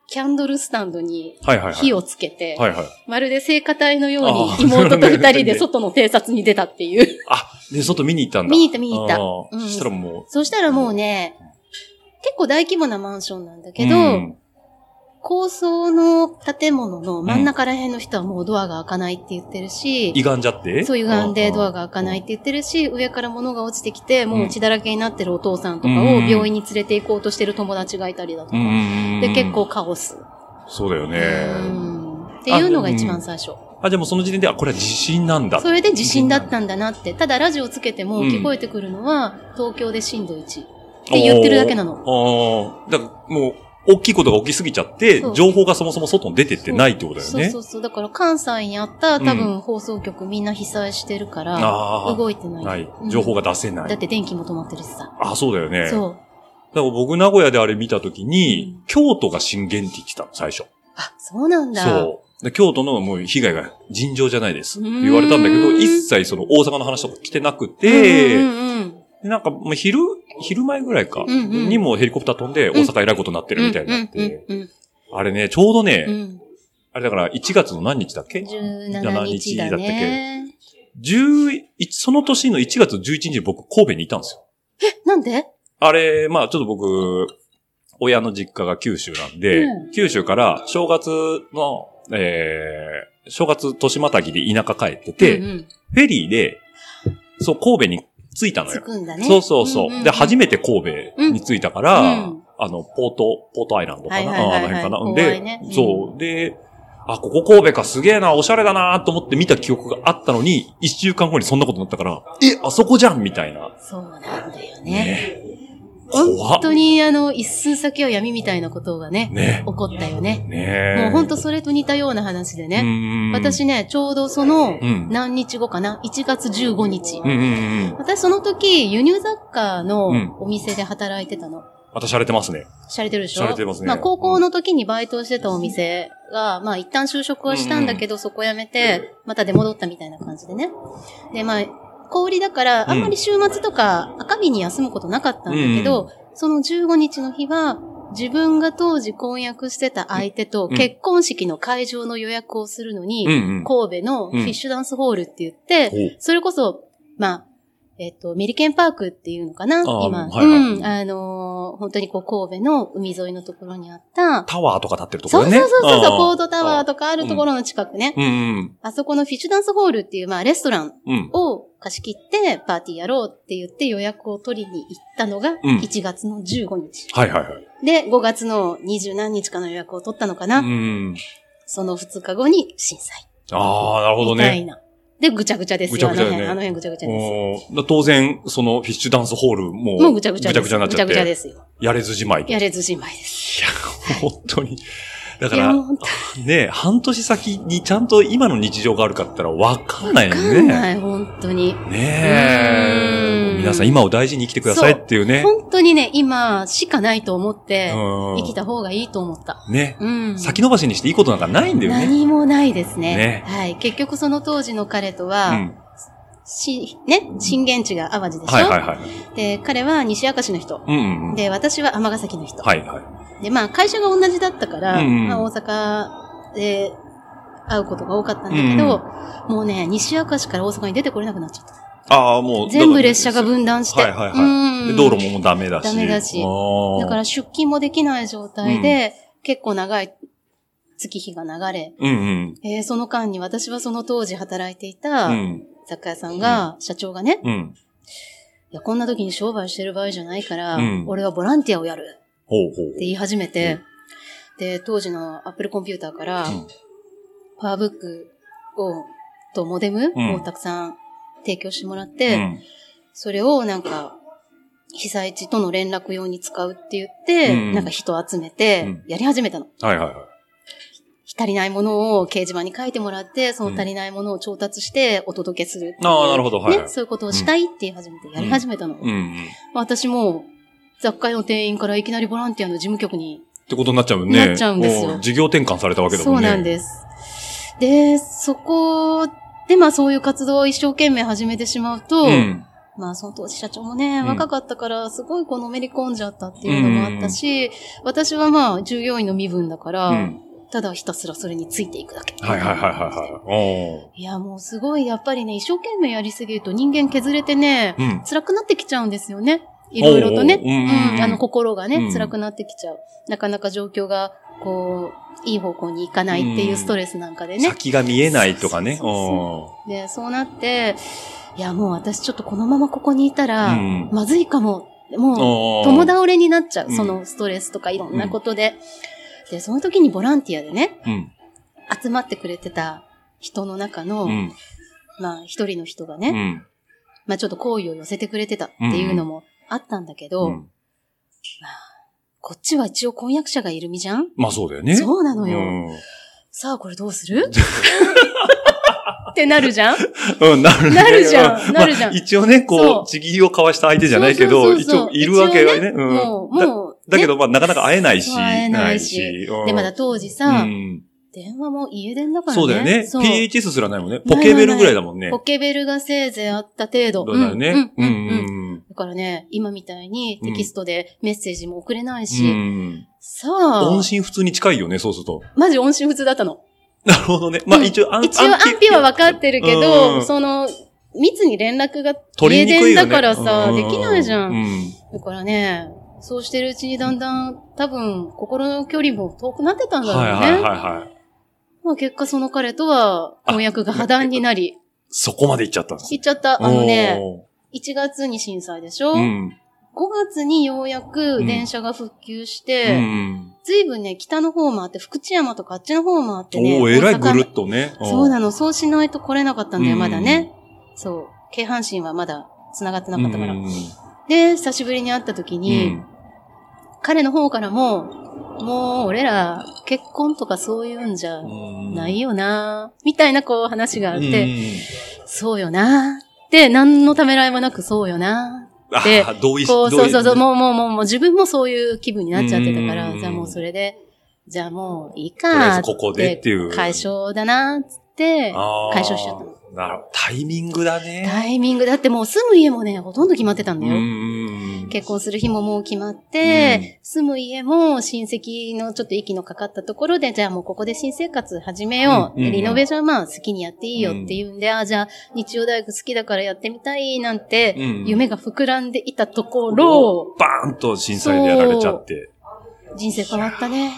Speaker 3: キャンドルスタンドに
Speaker 2: はいはいはい。
Speaker 3: 火をつけて、
Speaker 2: はいはい。
Speaker 3: まるで聖火隊のよう
Speaker 2: ああ
Speaker 3: に妹
Speaker 2: *laughs*
Speaker 3: と二人で外の偵察に出たっていう。
Speaker 2: あ、で、外見に行ったんだ。
Speaker 3: 見に行った見に行った
Speaker 2: あー
Speaker 3: うん
Speaker 2: そしたらも
Speaker 3: そしたらもうね、結構大規模なマンションなんだ
Speaker 2: う。
Speaker 3: けど、
Speaker 2: うん
Speaker 3: 高層の建物の真ん中ら辺の人はもうドアが開かないって言ってるし、
Speaker 2: 歪んじゃって
Speaker 3: そう歪んでドア
Speaker 2: が。
Speaker 3: が開かないって言ってるし、上から物が落ちてきて、
Speaker 2: う
Speaker 3: も
Speaker 2: ん
Speaker 3: う血だらけになってるお父さんとか
Speaker 2: う
Speaker 3: を
Speaker 2: ん
Speaker 3: 病院に連れて行こうとしてる友達がいたりだと
Speaker 2: う
Speaker 3: か。
Speaker 2: んうんうん。
Speaker 3: で、結構。カオス。
Speaker 2: そうだよ
Speaker 3: う
Speaker 2: ね。
Speaker 3: んっていうのが一番最初。
Speaker 2: あ、じゃあもうその時点で、あ、これは地震なんだ。
Speaker 3: それで地震だったんだなって。ただラジオつけても
Speaker 2: うん
Speaker 3: 聞こえてくるのは、東京で震度1。って言ってるだけなの。
Speaker 2: ああ。だからもう、大きいことが起きすぎちゃって
Speaker 3: そ、う
Speaker 2: 情報がそもそも外に出てってないってことだよね。
Speaker 3: そうそうそう。だから関西にあった多
Speaker 2: う
Speaker 3: 分放送局みんな被災してるから、
Speaker 2: ああ。
Speaker 3: 動いてない。
Speaker 2: ない
Speaker 3: うん。
Speaker 2: 情報が出せない。
Speaker 3: だって電気も止まってるしさ。
Speaker 2: あ、そうだよね。
Speaker 3: そう。
Speaker 2: だから僕、名古屋であれ見たときに、
Speaker 3: うん
Speaker 2: 京都が震源って言ってたの、最初。
Speaker 3: あ、そうなんだ。
Speaker 2: そう。で京都のもう被害が尋常じゃないです。
Speaker 3: うーん
Speaker 2: 言われたんだけど、一切その大阪の話とか来てなく
Speaker 3: うん
Speaker 2: て、
Speaker 3: うんうん
Speaker 2: でなんかもう昼、昼前ぐらいか、
Speaker 3: うんうん
Speaker 2: にもヘリコプター飛んで大阪偉いことになってるみたいになって、
Speaker 3: うんうん
Speaker 2: あれね、ちょうどね、
Speaker 3: うんうん。
Speaker 2: あれだから1月の何日だっけ
Speaker 3: 17日だ
Speaker 2: だったっ
Speaker 3: ね。
Speaker 2: ?11、その年の1月11日に僕神戸にいたんですよ。
Speaker 3: なんで
Speaker 2: あれ、まあちょっと僕、親の実家が九州なんで、
Speaker 3: う
Speaker 2: 九州から正月の、えー、正月年またぎで田舎帰ってて、
Speaker 3: うんうん
Speaker 2: フェリーで、そう、神戸に着いたの
Speaker 3: 着
Speaker 2: よ。
Speaker 3: くんだね。
Speaker 2: そうそうそう。で、初
Speaker 3: め
Speaker 2: めて神戸に着いたから、
Speaker 3: うん
Speaker 2: あの、ポート、ポートアイランドかな、
Speaker 3: はいはいはいはい
Speaker 2: ああの辺
Speaker 3: 怖
Speaker 2: かな。
Speaker 3: いね
Speaker 2: で、
Speaker 3: うん
Speaker 2: そう。で、あ、ここ神戸かすげえな、おしゃれだなと思って見た記憶があったのに、一週間後にそんなことになったから、え、あそこじゃんみたいな。
Speaker 3: そうなんだよね。
Speaker 2: 怖
Speaker 3: 本
Speaker 2: っ。
Speaker 3: 当にあの、一寸先は闇みたいなことがね、
Speaker 2: ね
Speaker 3: 起こったよね。
Speaker 2: ねえ。
Speaker 3: もう本当それと似たような話で
Speaker 2: う
Speaker 3: ね。
Speaker 2: ん
Speaker 3: 私ね、ちょうどその
Speaker 2: うん、
Speaker 3: 何日後かな ?1 月15日。
Speaker 2: うんうんうん。
Speaker 3: 私その時、輸入雑貨
Speaker 2: うん
Speaker 3: のお店で働いてたの。
Speaker 2: 私洒れてますね。
Speaker 3: しゃれてるでしょ
Speaker 2: 洒落てますね
Speaker 3: まあ高校の時にバイトしてたお店が、まあ一旦就職はしたんだけど、そこ辞めて、また出戻ったみたいな感じでね。で、まあ、小売りだから、
Speaker 2: うん
Speaker 3: あんまり週末とか赤日に休むことなかったんだけど、その15日の日は、自分が当時婚約してた相手と
Speaker 2: うん
Speaker 3: 結婚式の会場の予約をするのに、
Speaker 2: うんうん。
Speaker 3: 神戸のフィッシュダンスホールって言って、
Speaker 2: ほう
Speaker 3: それこそ、まあ、えっ、と、メリケンパークっていうのかな
Speaker 2: あー
Speaker 3: 今、
Speaker 2: はいはい
Speaker 3: うん。あのー本当にこう、神戸の海沿いのところにあった、
Speaker 2: タワーとか立ってるとこ
Speaker 3: そう
Speaker 2: ろ
Speaker 3: そ
Speaker 2: ね。
Speaker 3: うそうそうそう、ポー
Speaker 2: ん
Speaker 3: トタワーとかあるところの近くね。
Speaker 2: うんうん。
Speaker 3: あそこのフィッシュダンスホールっていう、まあ、レストラン
Speaker 2: うん。
Speaker 3: を貸し切って、パーティーやろうって言って予約を取りに行ったのが、
Speaker 2: うん
Speaker 3: 1月の15日。
Speaker 2: はいはいはい。
Speaker 3: で、5月の20何日かの予約を取ったのかな、
Speaker 2: うん。
Speaker 3: その2日後に震災。
Speaker 2: ああ、なるほど
Speaker 3: みたい
Speaker 2: ね。
Speaker 3: な。で、ぐちゃぐちゃですよ。
Speaker 2: ぐちゃぐちゃだね
Speaker 3: あの辺、あの辺ぐちゃぐちゃです。
Speaker 2: おーだ当然、そのフィッシュダンスホールも、
Speaker 3: もうぐちゃぐちゃです。
Speaker 2: になっちゃっ
Speaker 3: ぐちゃぐちゃで
Speaker 2: て、
Speaker 3: すよ。
Speaker 2: やれずじまい。い
Speaker 3: やれずじまいです。
Speaker 2: や、本当に。だか
Speaker 3: いや、
Speaker 2: ら、
Speaker 3: もう本当
Speaker 2: *laughs* ね、半年先にちゃんと今の日常があるかって言ったら分かんないよ
Speaker 3: わかん
Speaker 2: ね。
Speaker 3: ない、本当に。
Speaker 2: ねえ
Speaker 3: う。ん
Speaker 2: 皆さん今を大事に生きてくださいっていうね。
Speaker 3: 本当にね、今しかないと思って、
Speaker 2: うん
Speaker 3: 生きた方がいいと思った。
Speaker 2: ね。
Speaker 3: うん。
Speaker 2: 先延ばしにしていいことなんかないんだよね。
Speaker 3: 何もないですね。
Speaker 2: ね
Speaker 3: はい。結局その当時の彼と
Speaker 2: う
Speaker 3: は、
Speaker 2: ん。
Speaker 3: し、ね、震源地が淡路でしょ、
Speaker 2: はいはいはい。
Speaker 3: で、彼は西明石の人。
Speaker 2: うんうんうん。
Speaker 3: で、私は尼崎の人。
Speaker 2: はいはい。
Speaker 3: で、まあ、会社が同じだったから、
Speaker 2: うんうん
Speaker 3: まあ、大阪で会うことが多かったんだけど、もうね、西明石から大阪に出てこれなくなっちゃった。
Speaker 2: ああ、もう。
Speaker 3: 全部列車が分断して。
Speaker 2: はいはいはい
Speaker 3: うん
Speaker 2: で道路ももうダメだし。
Speaker 3: ダメだし
Speaker 2: あー
Speaker 3: だから出勤もできない状態で、結構長い月日が流れ、
Speaker 2: うんうん。
Speaker 3: えーその間に私はその当時働いていた
Speaker 2: うん。
Speaker 3: 雑貨屋さんが、社長がね、
Speaker 2: うん。
Speaker 3: いや、こんな時に商売してる場合じゃないから、
Speaker 2: うん
Speaker 3: 俺はボランティアをやる
Speaker 2: ほうほう
Speaker 3: って言い始めて、で、当時のアップルコンピューターから、
Speaker 2: うん
Speaker 3: パワーブックを、とモデム
Speaker 2: うん
Speaker 3: をたくさん提供してもらっ
Speaker 2: ほう。
Speaker 3: て、
Speaker 2: うん
Speaker 3: それをなんか、被災地との連絡用に使うって言って、
Speaker 2: うん
Speaker 3: なんか人集め
Speaker 2: う
Speaker 3: て
Speaker 2: ん、
Speaker 3: やり始めたの。
Speaker 2: はいはいはい。
Speaker 3: 足りないものを掲示板に書いてもらって、その足りないものを調達してお届けするっていう
Speaker 2: ああ、なるほど。はい、はい
Speaker 3: ね、そういうことをしたいって言い始めて、やり始めたの。
Speaker 2: うんうん。っ
Speaker 3: 私も、雑貨屋の店員からいきなりボランティアの事務局に、
Speaker 2: てことになっちゃうよね。
Speaker 3: なっちゃうんですよ
Speaker 2: も事業転換されたわけだ
Speaker 3: そ
Speaker 2: も
Speaker 3: うん
Speaker 2: ね。
Speaker 3: なんです。で、そこで、まあそういう活動を一生懸命始めてしまうと、
Speaker 2: うん。
Speaker 3: まあその当時社長もね、
Speaker 2: うん
Speaker 3: 若かったから、すごいこうのめり込んじゃったっていうのもあったし、私はまあ従業員の身分だから、
Speaker 2: うん。
Speaker 3: ただひたすらそれについていくだけ。
Speaker 2: はいはいはいはいはい。お
Speaker 3: いや、もうすごい、やっぱりね、一生懸命やりすぎると人間削れてね、
Speaker 2: ーうん。
Speaker 3: 辛くなってきちゃうんですよね。いろいろとね。
Speaker 2: おうおううんうんうん
Speaker 3: うんあの、心がね、
Speaker 2: うん
Speaker 3: 辛くなってきちゃう。なかなか状況が、こう、いい方向に行かないっていうストレスなんかでね。
Speaker 2: 先が見えないとかね。
Speaker 3: そうそう
Speaker 2: お
Speaker 3: で、そうなって、いや、もう私ちょっとこのままここにいたら、
Speaker 2: うん
Speaker 3: まずいかも。
Speaker 2: ー
Speaker 3: もう、
Speaker 2: おー
Speaker 3: 友倒れになっちゃ
Speaker 2: う
Speaker 3: う。
Speaker 2: ん
Speaker 3: そのストレスとかいろんなことで。で、その時にボランティアでね、
Speaker 2: うん。
Speaker 3: 集まってくれてた人の中の、
Speaker 2: うん。
Speaker 3: まあ、一人の人が
Speaker 2: う
Speaker 3: ね、
Speaker 2: ん。
Speaker 3: まあちょっと好意を寄せてくれてたっていうのもあったんだけど、
Speaker 2: うん
Speaker 3: こっちは一応婚約者がいる身じゃん
Speaker 2: まあそうだよね。
Speaker 3: そうなのよ。
Speaker 2: うん
Speaker 3: さあ、これどうす
Speaker 2: *laughs*
Speaker 3: るってなるじゃん
Speaker 2: うん、なるね
Speaker 3: なるじゃん
Speaker 2: まあ
Speaker 3: なるじゃん
Speaker 2: まあ一応ね、
Speaker 3: そ
Speaker 2: こ
Speaker 3: う
Speaker 2: う、ちぎりを交わした相手じゃないけど、
Speaker 3: そうそう
Speaker 2: 一
Speaker 3: そうそ
Speaker 2: 応
Speaker 3: う
Speaker 2: いるわけはね。うん
Speaker 3: もう、
Speaker 2: だ
Speaker 3: もう、
Speaker 2: だけど、
Speaker 3: ね、
Speaker 2: まあ、なかなか会えないし。
Speaker 3: そう会えないし
Speaker 2: うん
Speaker 3: で、まだ当時さ、
Speaker 2: うん
Speaker 3: 電話も家電だからね。
Speaker 2: そうだよね。
Speaker 3: そう
Speaker 2: PHS すらないもんね。ポケベルぐらいだもんね。
Speaker 3: ポケベルがせいぜいあった程度。
Speaker 2: どうだよね。
Speaker 3: うん、うん、うん。
Speaker 2: うん
Speaker 3: だからね、今みたいにテキストでメッセージも送れないし、
Speaker 2: うん。
Speaker 3: さあ、
Speaker 2: 音信不通に近いよね、そうすると。
Speaker 3: マジ音信不通だったの。
Speaker 2: なるほどね。まあ、一応、安
Speaker 3: 一応安否は分かってるけど、
Speaker 2: うん
Speaker 3: その、密に連絡が
Speaker 2: 取り
Speaker 3: 家
Speaker 2: にくい
Speaker 3: 電
Speaker 2: よね
Speaker 3: だからさ、
Speaker 2: う
Speaker 3: できないじゃ。
Speaker 2: うんん。
Speaker 3: だからね、そうしてるうちにだんだん、多分、心の距離も遠くなってたんだろう
Speaker 2: はい
Speaker 3: ね。
Speaker 2: はいはいはい。
Speaker 3: まあ結果その彼とは婚約が破談にな
Speaker 2: *laughs*
Speaker 3: り、
Speaker 2: そこまで行っちゃったんです
Speaker 3: 行っちゃった。あのね、
Speaker 2: お
Speaker 3: 1月に震災でし
Speaker 2: ー
Speaker 3: ょ、
Speaker 2: う
Speaker 3: ?5
Speaker 2: ん。
Speaker 3: 月にようやく電車が復旧し
Speaker 2: う
Speaker 3: て、
Speaker 2: ん。
Speaker 3: ずいぶんね、北の方もあって、福知山とかあっちの方もあってね。
Speaker 2: おーえらい
Speaker 3: 大
Speaker 2: ぐ
Speaker 3: 阪
Speaker 2: るっとね。
Speaker 3: そうな
Speaker 2: の。
Speaker 3: の、そうしないと来れなかったんだよ、
Speaker 2: うん
Speaker 3: まだね。そう。京阪神はまだ繋がってなかったから。
Speaker 2: うん
Speaker 3: で、久しぶりに会った時に、彼の方からも、もう俺ら結婚とかそういうんじゃ
Speaker 2: うん
Speaker 3: ないよなみたいなこう話があって、
Speaker 2: うん
Speaker 3: そうよなって、何のためらいもなくそうよな
Speaker 2: あ
Speaker 3: で
Speaker 2: ー同意し
Speaker 3: こう、
Speaker 2: 同意
Speaker 3: そうそうそう、もうもうもうもう自分もそういう気分になっちゃってたか
Speaker 2: う
Speaker 3: ら、
Speaker 2: ん
Speaker 3: じゃあもうそれで、じゃあもういい
Speaker 2: とりあえ
Speaker 3: か
Speaker 2: ず
Speaker 3: って
Speaker 2: ここでっていう。
Speaker 3: 解消だなっつって、
Speaker 2: あー
Speaker 3: 解消しちゃったの。
Speaker 2: なるほどタイミングだね。
Speaker 3: タイミング、だってもう住む家もね、ほとんど決まってたんだ
Speaker 2: う
Speaker 3: よ。
Speaker 2: ん
Speaker 3: 結婚する日ももう決まって、住む家も親戚のちょっと息のかかったところで、じゃあもうここで新生活始めよう。
Speaker 2: うんうん
Speaker 3: でリノベーションはまあ好きにやっていいよって言うんで、あーじゃあ日曜大学好きだからやってみたいなんて、
Speaker 2: うん
Speaker 3: 夢が膨らんでいたところ、
Speaker 2: バーンと震災でやられちゃって。
Speaker 3: 人生変わったね。
Speaker 2: 変わっ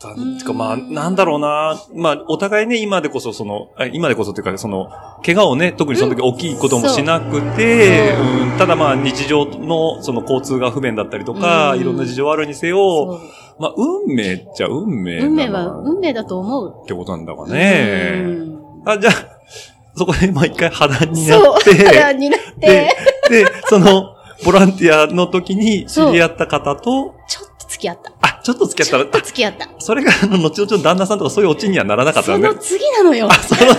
Speaker 2: た
Speaker 3: うん
Speaker 2: ね。てかまあ、なんだろうな。まあ、お互いね、今でこそその、あ今でこそっていうか、その、怪我をね、特にその時大きいこともしなくて、
Speaker 3: そう
Speaker 2: うんただまあ、日常のその交通が不便だったりとか、
Speaker 3: うん
Speaker 2: いろんな事情あるにせよ、
Speaker 3: そう
Speaker 2: まあ、運命っちゃ運命なの
Speaker 3: 運命は運命だと思う。
Speaker 2: ってことなんだか
Speaker 3: う
Speaker 2: ね。
Speaker 3: ん
Speaker 2: あ、じゃあ、そこでまあ一回破談にな
Speaker 3: そう
Speaker 2: っ、て、
Speaker 3: 肌
Speaker 2: *laughs*
Speaker 3: になって
Speaker 2: で、、で、その、ボランティアの時に知り合った方と、
Speaker 3: ちょっと付き合った。
Speaker 2: あ、ちょっと付き
Speaker 3: ちょ
Speaker 2: 合っ
Speaker 3: っ
Speaker 2: た
Speaker 3: と
Speaker 2: ら、
Speaker 3: 付き合った。
Speaker 2: それが、あの、後々の旦那さんとかそういうオチにはならなかった
Speaker 3: そ
Speaker 2: よ
Speaker 3: の
Speaker 2: ね。
Speaker 3: 次なのよ。
Speaker 2: その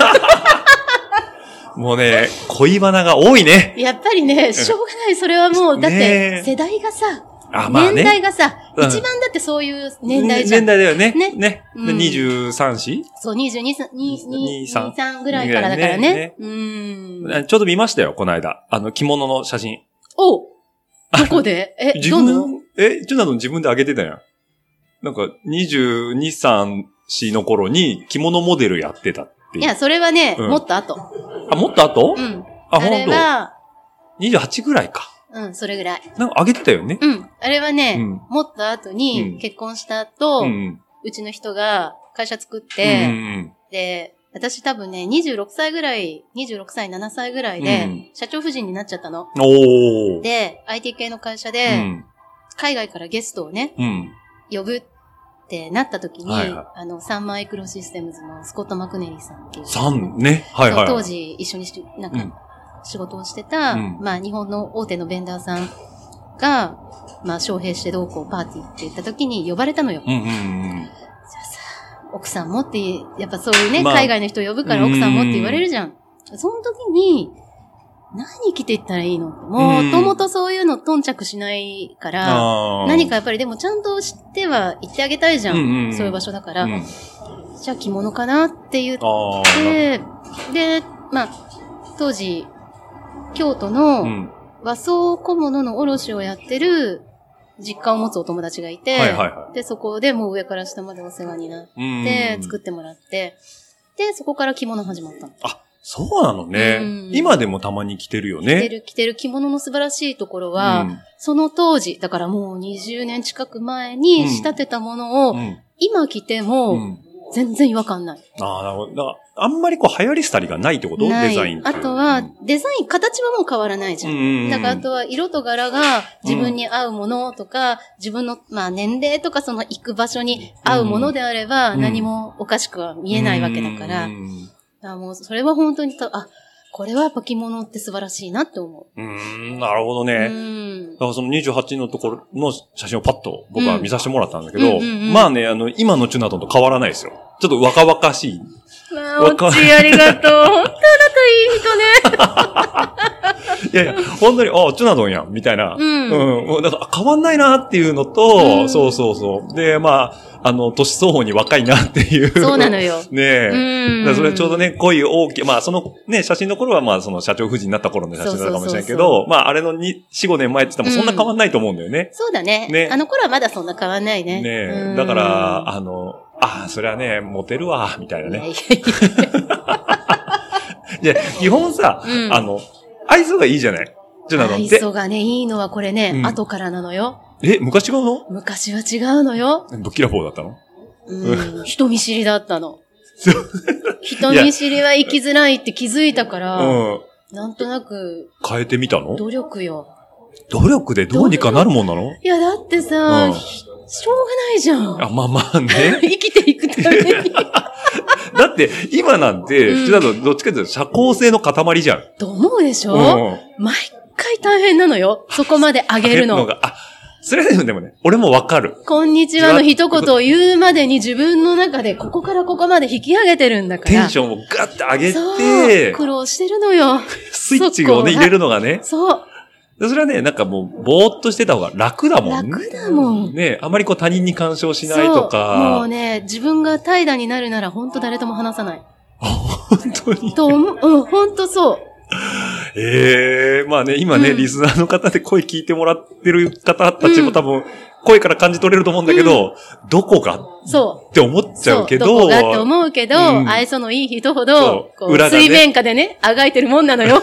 Speaker 2: もうね、恋バナが多いね。
Speaker 3: やっぱりね、しょうがない。それはもう、だっ
Speaker 2: ね
Speaker 3: て
Speaker 2: え、
Speaker 3: 世代がさ、
Speaker 2: あ、まあ
Speaker 3: 年代
Speaker 2: ね。
Speaker 3: がさ、
Speaker 2: うん
Speaker 3: 一番だってそういう年代じゃ
Speaker 2: ね年
Speaker 3: ん。
Speaker 2: 代だよね。
Speaker 3: ね
Speaker 2: ね。
Speaker 3: うん
Speaker 2: で23子
Speaker 3: そう、22、22
Speaker 2: 23
Speaker 3: 23ぐらいからだからね。うーん。
Speaker 2: ちょうど見ましたよ、この間。あの、着物の写真。
Speaker 3: おどこでえ、
Speaker 2: *laughs* 自
Speaker 3: どの
Speaker 2: 分、え、ジョナの自分で上げてたやん。なんか、22、3、4の頃に着物モデルやってたっていう。
Speaker 3: いや、それはね、
Speaker 2: うん
Speaker 3: もっと後。
Speaker 2: あ、もっと後、
Speaker 3: うん。
Speaker 2: あ、
Speaker 3: あ
Speaker 2: ほ
Speaker 3: れ
Speaker 2: んと。
Speaker 3: は、
Speaker 2: 28ぐらいか。
Speaker 3: うん、それぐらい。
Speaker 2: なんか上げてたよね。
Speaker 3: うん。あれはね、
Speaker 2: うん
Speaker 3: もっと後
Speaker 2: う
Speaker 3: に
Speaker 2: ん
Speaker 3: 結婚した後、
Speaker 2: う。
Speaker 3: うんちの人が会社作っ
Speaker 2: うん
Speaker 3: て、
Speaker 2: うん
Speaker 3: で、私多分ね、26歳ぐらい、26歳、7歳ぐらいで、
Speaker 2: うん
Speaker 3: 社長夫人になっちゃったの。
Speaker 2: うん、おー。
Speaker 3: で、IT 系の会社
Speaker 2: う
Speaker 3: で、
Speaker 2: ん。
Speaker 3: 海外からゲストをね、
Speaker 2: うん。
Speaker 3: 呼ぶってなった時に、
Speaker 2: はいはい
Speaker 3: あの、サンマイクロシステムズのスコット・マクネリーさんっていう。
Speaker 2: 3ね。はいはい。
Speaker 3: そう当時一緒にし、なん
Speaker 2: うん
Speaker 3: か、仕事をしてた、
Speaker 2: うん
Speaker 3: まあ、日本の大手のベンダーさんが、まあ、招聘してどうこうパーティーって言った時に呼ばれたのよ。
Speaker 2: うんうんうん。
Speaker 3: じゃあさ、奥さんもって、やっぱそういうね、
Speaker 2: まあ
Speaker 3: 海外の人呼ぶから奥さんもって言われるじゃん。その時に、何着ていったらいいのってもう、
Speaker 2: うん
Speaker 3: もともとそういうの頓着しないから、
Speaker 2: あー
Speaker 3: 何かやっぱりでもちゃんと知っては言ってあげたいじゃん。
Speaker 2: うんうんうん
Speaker 3: そういう場所だから、
Speaker 2: うん、あ
Speaker 3: じゃあ着物かなって言っ
Speaker 2: あー。
Speaker 3: て、で、まあ、当時、京都の、
Speaker 2: うん。
Speaker 3: 和装小物の卸をやってる実家を持つお友達がいて、
Speaker 2: はいはいは
Speaker 3: で、そこでもう上から下までお世話になっ
Speaker 2: うん。
Speaker 3: て、作ってもらって、で、そこから着物始まったの。
Speaker 2: あ、そうなのね
Speaker 3: うん。
Speaker 2: 今でもたまに着てるよ
Speaker 3: 着て
Speaker 2: ね。
Speaker 3: る着てる着物の素晴らしいところ
Speaker 2: う
Speaker 3: は、
Speaker 2: ん
Speaker 3: その当時、だからもう20年近く前に仕立てたものを、
Speaker 2: うん。
Speaker 3: 今着て
Speaker 2: う
Speaker 3: も
Speaker 2: ん。
Speaker 3: 全然違和感ない。
Speaker 2: ああ、なるほど。だからあんまりこう流行り廃りがないってこと
Speaker 3: ない
Speaker 2: デザインってい
Speaker 3: あ
Speaker 2: う
Speaker 3: と
Speaker 2: う
Speaker 3: は
Speaker 2: ん、
Speaker 3: デザイン、形はもう変わらないじゃん。
Speaker 2: うん。
Speaker 3: だからあと
Speaker 2: は、
Speaker 3: は色と柄が自分に合うものとか、自分の、まあ、年齢とかその行く場所に合うものであれば
Speaker 2: うん
Speaker 3: 何もおかしくは見えないわけだから、
Speaker 2: う
Speaker 3: だか
Speaker 2: ん
Speaker 3: らもうそれは本当にと、あ、これはやっぱ着物って素晴らしいなって思う。
Speaker 2: うーん、なるほど
Speaker 3: う
Speaker 2: ね。
Speaker 3: ん。うん。
Speaker 2: からその28のところの写真をパッと僕は見させてもらったんだけど、
Speaker 3: うんうんうんうん
Speaker 2: まあね、あの、今のチュナトンと変わらないですよ。ちょっと若々しい。
Speaker 3: まあ、
Speaker 2: わ
Speaker 3: おっ
Speaker 2: か
Speaker 3: ちありがとう。
Speaker 2: *laughs*
Speaker 3: 本当あなたいい人ね。
Speaker 2: いやいや、本当に、あ、チュナドンやん、みたいな。
Speaker 3: うん
Speaker 2: うん。だから、変わんないなっていうのと、
Speaker 3: うん
Speaker 2: そうそうそう。で、まあ、あの、年相応に若いなっていう。
Speaker 3: そうなのよ。
Speaker 2: *laughs* ねえ。
Speaker 3: うん
Speaker 2: だからそれはちょうどね、恋大きい、まあそのね、写真の頃はまあその社長夫人になった頃の写真だったかもしれないけ
Speaker 3: そうそうそ
Speaker 2: ど、
Speaker 3: う
Speaker 2: まああれのに4、5年前って言ってもそんな変わんないと思うんだよね。
Speaker 3: そうだね。
Speaker 2: ね
Speaker 3: あの頃はまだそんな変わんない
Speaker 2: ね
Speaker 3: ね。う
Speaker 2: え。
Speaker 3: ん
Speaker 2: だから、、あの、ああ、それはね、モテるわ、みたいない
Speaker 3: やい
Speaker 2: ね。
Speaker 3: やいや
Speaker 2: いや、基本さ、
Speaker 3: うん
Speaker 2: あの、愛想がいいじゃない。じゃなの
Speaker 3: 愛
Speaker 2: で、
Speaker 3: 想がね、いいのはこれね、
Speaker 2: うん
Speaker 3: 後からなのよ。
Speaker 2: え、昔違うの
Speaker 3: 昔は違うのよ。
Speaker 2: ぶっきらぼうだったの
Speaker 3: うん、人見知りだったの
Speaker 2: そ。
Speaker 3: 人見知りは生きづらいって気づいたから、
Speaker 2: うん。
Speaker 3: なんとなく
Speaker 2: 変えてみたの
Speaker 3: 努力よ。
Speaker 2: 努力でどうにかなるもんなの
Speaker 3: いや、だってさ、
Speaker 2: うん
Speaker 3: ひしょうがないじゃん。 *laughs*
Speaker 2: あ、まあまあね。 *laughs*
Speaker 3: 生きていくために。
Speaker 2: だって、今なんて、
Speaker 3: うん
Speaker 2: うちだとどっちかっていうと社交性の塊じゃん。
Speaker 3: と思うでしょ、
Speaker 2: うん。
Speaker 3: 毎回大変なのよ。そこまで上げるの。
Speaker 2: が。あ、それはでもね、俺もわかる。
Speaker 3: こんにちはの一言を言うまでに自分の中でここからここまで引き上げてるんだから。
Speaker 2: テンシ
Speaker 3: ョ
Speaker 2: ョ
Speaker 3: ン
Speaker 2: ンをガッて上げて
Speaker 3: そう。、苦労してるのよ。
Speaker 2: スイッチをね、
Speaker 3: そこが
Speaker 2: 入れるのがね。
Speaker 3: そう。
Speaker 2: それはね、なんかもう、ぼーっとしてた方が楽だもんね。
Speaker 3: 楽だもん
Speaker 2: ね、あまりこう他人に干渉しないと
Speaker 3: そうもう
Speaker 2: か。
Speaker 3: ね、自分が怠惰になるなら本当誰とも話さない。
Speaker 2: 本当に。
Speaker 3: と思う、うん、本当そう。
Speaker 2: ええまあね、今ね、
Speaker 3: うん
Speaker 2: リスナーの方で声聞いてもらってる方たちも多分、声から感じ取れると思うんだけど、どこがっ
Speaker 3: そう。
Speaker 2: て思っちゃ
Speaker 3: そう
Speaker 2: け
Speaker 3: う、
Speaker 2: ど、
Speaker 3: どこがって思うけど、
Speaker 2: うん
Speaker 3: 愛想のいい人ほ
Speaker 2: そ
Speaker 3: ど、
Speaker 2: う
Speaker 3: こう、
Speaker 2: 裏がね
Speaker 3: 水面下でね、あがいてるもんなのよ。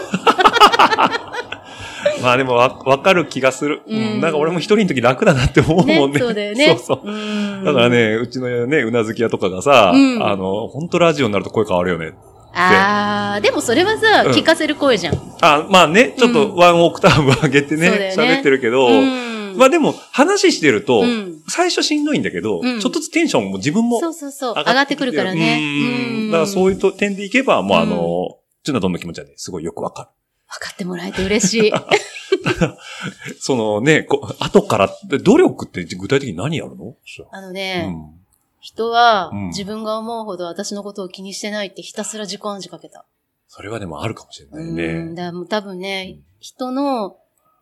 Speaker 2: まあでもわ、わかる気がする。う
Speaker 3: うんん
Speaker 2: なんか俺も一人の時楽だなって *laughs* 思うもんね。
Speaker 3: ね、そうだよね。
Speaker 2: *laughs* そうそう。
Speaker 3: うん
Speaker 2: だから、ね、うちのね、うなずき屋とかがさ、
Speaker 3: うん
Speaker 2: あの、本当ラジオになると声変わるよね。
Speaker 3: あー、でもそれはさ、
Speaker 2: うん
Speaker 3: 聞かせる声じゃん。
Speaker 2: あ、まあね、ちょっとワンオクターブ上げて
Speaker 3: そうだ
Speaker 2: ね、
Speaker 3: よ
Speaker 2: 喋、
Speaker 3: ね
Speaker 2: ってるけど、
Speaker 3: うん
Speaker 2: まあでも、話してると、
Speaker 3: うん
Speaker 2: 最初しんどいんだけど、
Speaker 3: うん
Speaker 2: ちょっとずつテンションも自分も
Speaker 3: そうそうそう、上がってくるからね。
Speaker 2: うんだからそう
Speaker 3: う。
Speaker 2: いうと点でいけば、もうあの、
Speaker 3: うん
Speaker 2: ちゅなどんの気持ちはね、すごいよくわか
Speaker 3: 分かってもらえて嬉し
Speaker 2: *laughs*
Speaker 3: い。
Speaker 2: る。そのね、こう後からって、努力って具体的に何やるの、
Speaker 3: あのね、
Speaker 2: うん
Speaker 3: 人は
Speaker 2: うん
Speaker 3: 自分が思うほど私のことを気にしてないってひたすら自己暗示かけた。
Speaker 2: それはでもあるかもしれないうね
Speaker 3: ん。。だからもう多分
Speaker 2: う
Speaker 3: ね
Speaker 2: ん、
Speaker 3: 人の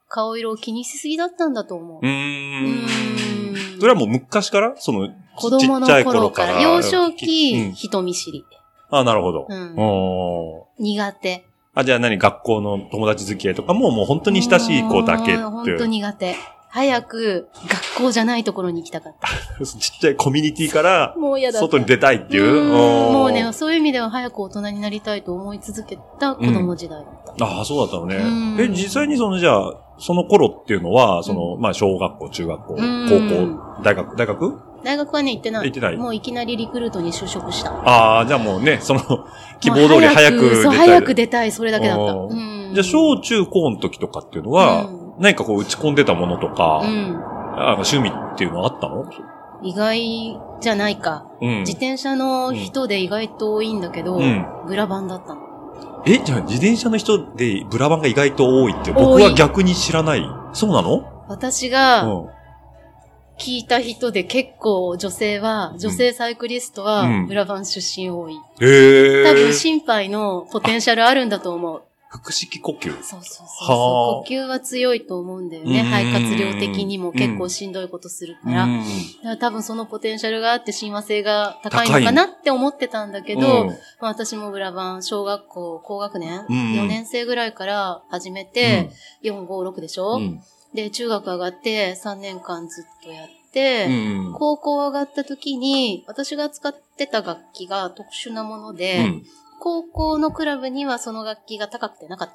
Speaker 3: 顔色を気にしすぎだったんだと思う
Speaker 2: う。ーん
Speaker 3: うん
Speaker 2: それはもう昔からその、
Speaker 3: 子供
Speaker 2: ちっちゃ
Speaker 3: の
Speaker 2: い頃
Speaker 3: 頃
Speaker 2: か
Speaker 3: からら。幼少
Speaker 2: うん
Speaker 3: 期、人見知り。
Speaker 2: あ、なるほど。
Speaker 3: うん
Speaker 2: おー
Speaker 3: 苦手。
Speaker 2: あ、じゃあ何学校の友達付き合いとかももう本当に親しい子だけって。
Speaker 3: もう本当苦手。早く学校じゃないところに行きたかった。
Speaker 2: ちっちゃいコミュニティから
Speaker 3: もう嫌だった。
Speaker 2: 外に出たいっていう。
Speaker 3: うん
Speaker 2: おー
Speaker 3: もうね、そういう意味では早く大人になりたいと思い続けた子供時代だった。
Speaker 2: ああ、そうだったのね。
Speaker 3: うん
Speaker 2: え、実際にその、じゃあ、その頃っていうのは、その、まあ、小学校、中学校、高
Speaker 3: うん
Speaker 2: 校、大学、大学
Speaker 3: 大学はね、行ってない。
Speaker 2: 行ってない
Speaker 3: もういきなりリクルートに就職した。
Speaker 2: ああ、じゃあもうね、その、
Speaker 3: *laughs*
Speaker 2: 希望通り早く出
Speaker 3: そう、
Speaker 2: たい
Speaker 3: 早く出たい、それだけだった。
Speaker 2: お
Speaker 3: う
Speaker 2: ー
Speaker 3: ん。
Speaker 2: じゃあ、小中高の時とかっていうのは、
Speaker 3: う
Speaker 2: 何かこう打ち込んでたものとか、
Speaker 3: うん。
Speaker 2: あの趣味っていうのはあったの
Speaker 3: 意外じゃないか。
Speaker 2: うん
Speaker 3: 自。転車の人で意外と多いんだけど、
Speaker 2: うん
Speaker 3: ブラバンだったの。
Speaker 2: え、じゃあ自転車の人でブラバンが意外と多いって、
Speaker 3: 多
Speaker 2: 僕
Speaker 3: い
Speaker 2: は逆に知らない。そうなの
Speaker 3: 私が
Speaker 2: うん。
Speaker 3: 聞いた人で結構女性は、女性サイクリストは
Speaker 2: うん
Speaker 3: ブラバン出身多い。
Speaker 2: へえ。
Speaker 3: 多分心肺のポテンシャルあるんだと思う。
Speaker 2: 腹式呼吸。
Speaker 3: そうそうそう
Speaker 2: はあ
Speaker 3: そう。呼吸は強いと思うんだよね。
Speaker 2: うん
Speaker 3: 肺活量的にも結構しんどいことするから。
Speaker 2: うん
Speaker 3: だから多分そのポテンシャルがあって親和性が高いのかなって思ってたんだけど、
Speaker 2: うん
Speaker 3: まあ、私も裏番、小学校、高学年、
Speaker 2: うんうん
Speaker 3: 4年生ぐらいから始めて、4、5、6でしょ、
Speaker 2: うん
Speaker 3: で、中学上がって3年間ずっとやっ
Speaker 2: う
Speaker 3: て、
Speaker 2: ん
Speaker 3: 高校上がった時に、私が使ってた楽器が特殊なもので、
Speaker 2: うん
Speaker 3: 高校のクラブにはその楽器が高くてなかっ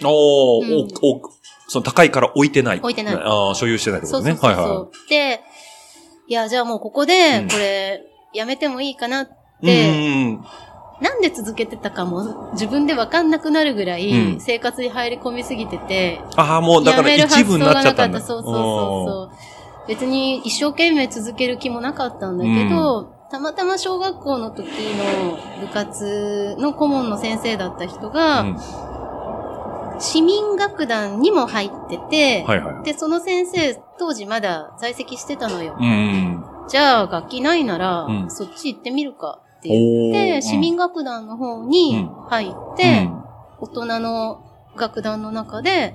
Speaker 3: た。
Speaker 2: お
Speaker 3: う
Speaker 2: ー
Speaker 3: ん
Speaker 2: おおその高いから置いてない。
Speaker 3: 置いてない
Speaker 2: ああ、所有してないってこ
Speaker 3: そ
Speaker 2: と
Speaker 3: うそ
Speaker 2: ね。
Speaker 3: うそうそう、
Speaker 2: は
Speaker 3: で、いや、じゃあもうここ
Speaker 2: う
Speaker 3: で
Speaker 2: ん、
Speaker 3: これ、やめてもいいかな、
Speaker 2: いはい。
Speaker 3: で
Speaker 2: うんうん
Speaker 3: なんで続けてたかも、自分でわかんなくなるぐら
Speaker 2: う
Speaker 3: い
Speaker 2: ん、
Speaker 3: 生活に入り込みすぎてて、
Speaker 2: ああ、もうだ
Speaker 3: や
Speaker 2: から
Speaker 3: める
Speaker 2: 一
Speaker 3: 発
Speaker 2: 部
Speaker 3: 想
Speaker 2: にな
Speaker 3: が
Speaker 2: っちゃ
Speaker 3: な
Speaker 2: った
Speaker 3: か
Speaker 2: ん
Speaker 3: っ
Speaker 2: だ。
Speaker 3: た。そうそうそうそう。別に一生懸命続ける気もなかったんだけど、たまたま小学校の時の部活の顧問の先生だった人が、
Speaker 2: うんうん
Speaker 3: 市民楽団にも入ってて、
Speaker 2: はいはい。
Speaker 3: で、その先生、当時まだ在籍してたのよ。
Speaker 2: うん。
Speaker 3: じゃあ、楽器ないなら、
Speaker 2: うん
Speaker 3: そっち行ってみるかって言っ
Speaker 2: お
Speaker 3: て、
Speaker 2: ー。
Speaker 3: 市民楽団の方に入って、
Speaker 2: うん
Speaker 3: 大人の楽団の中で、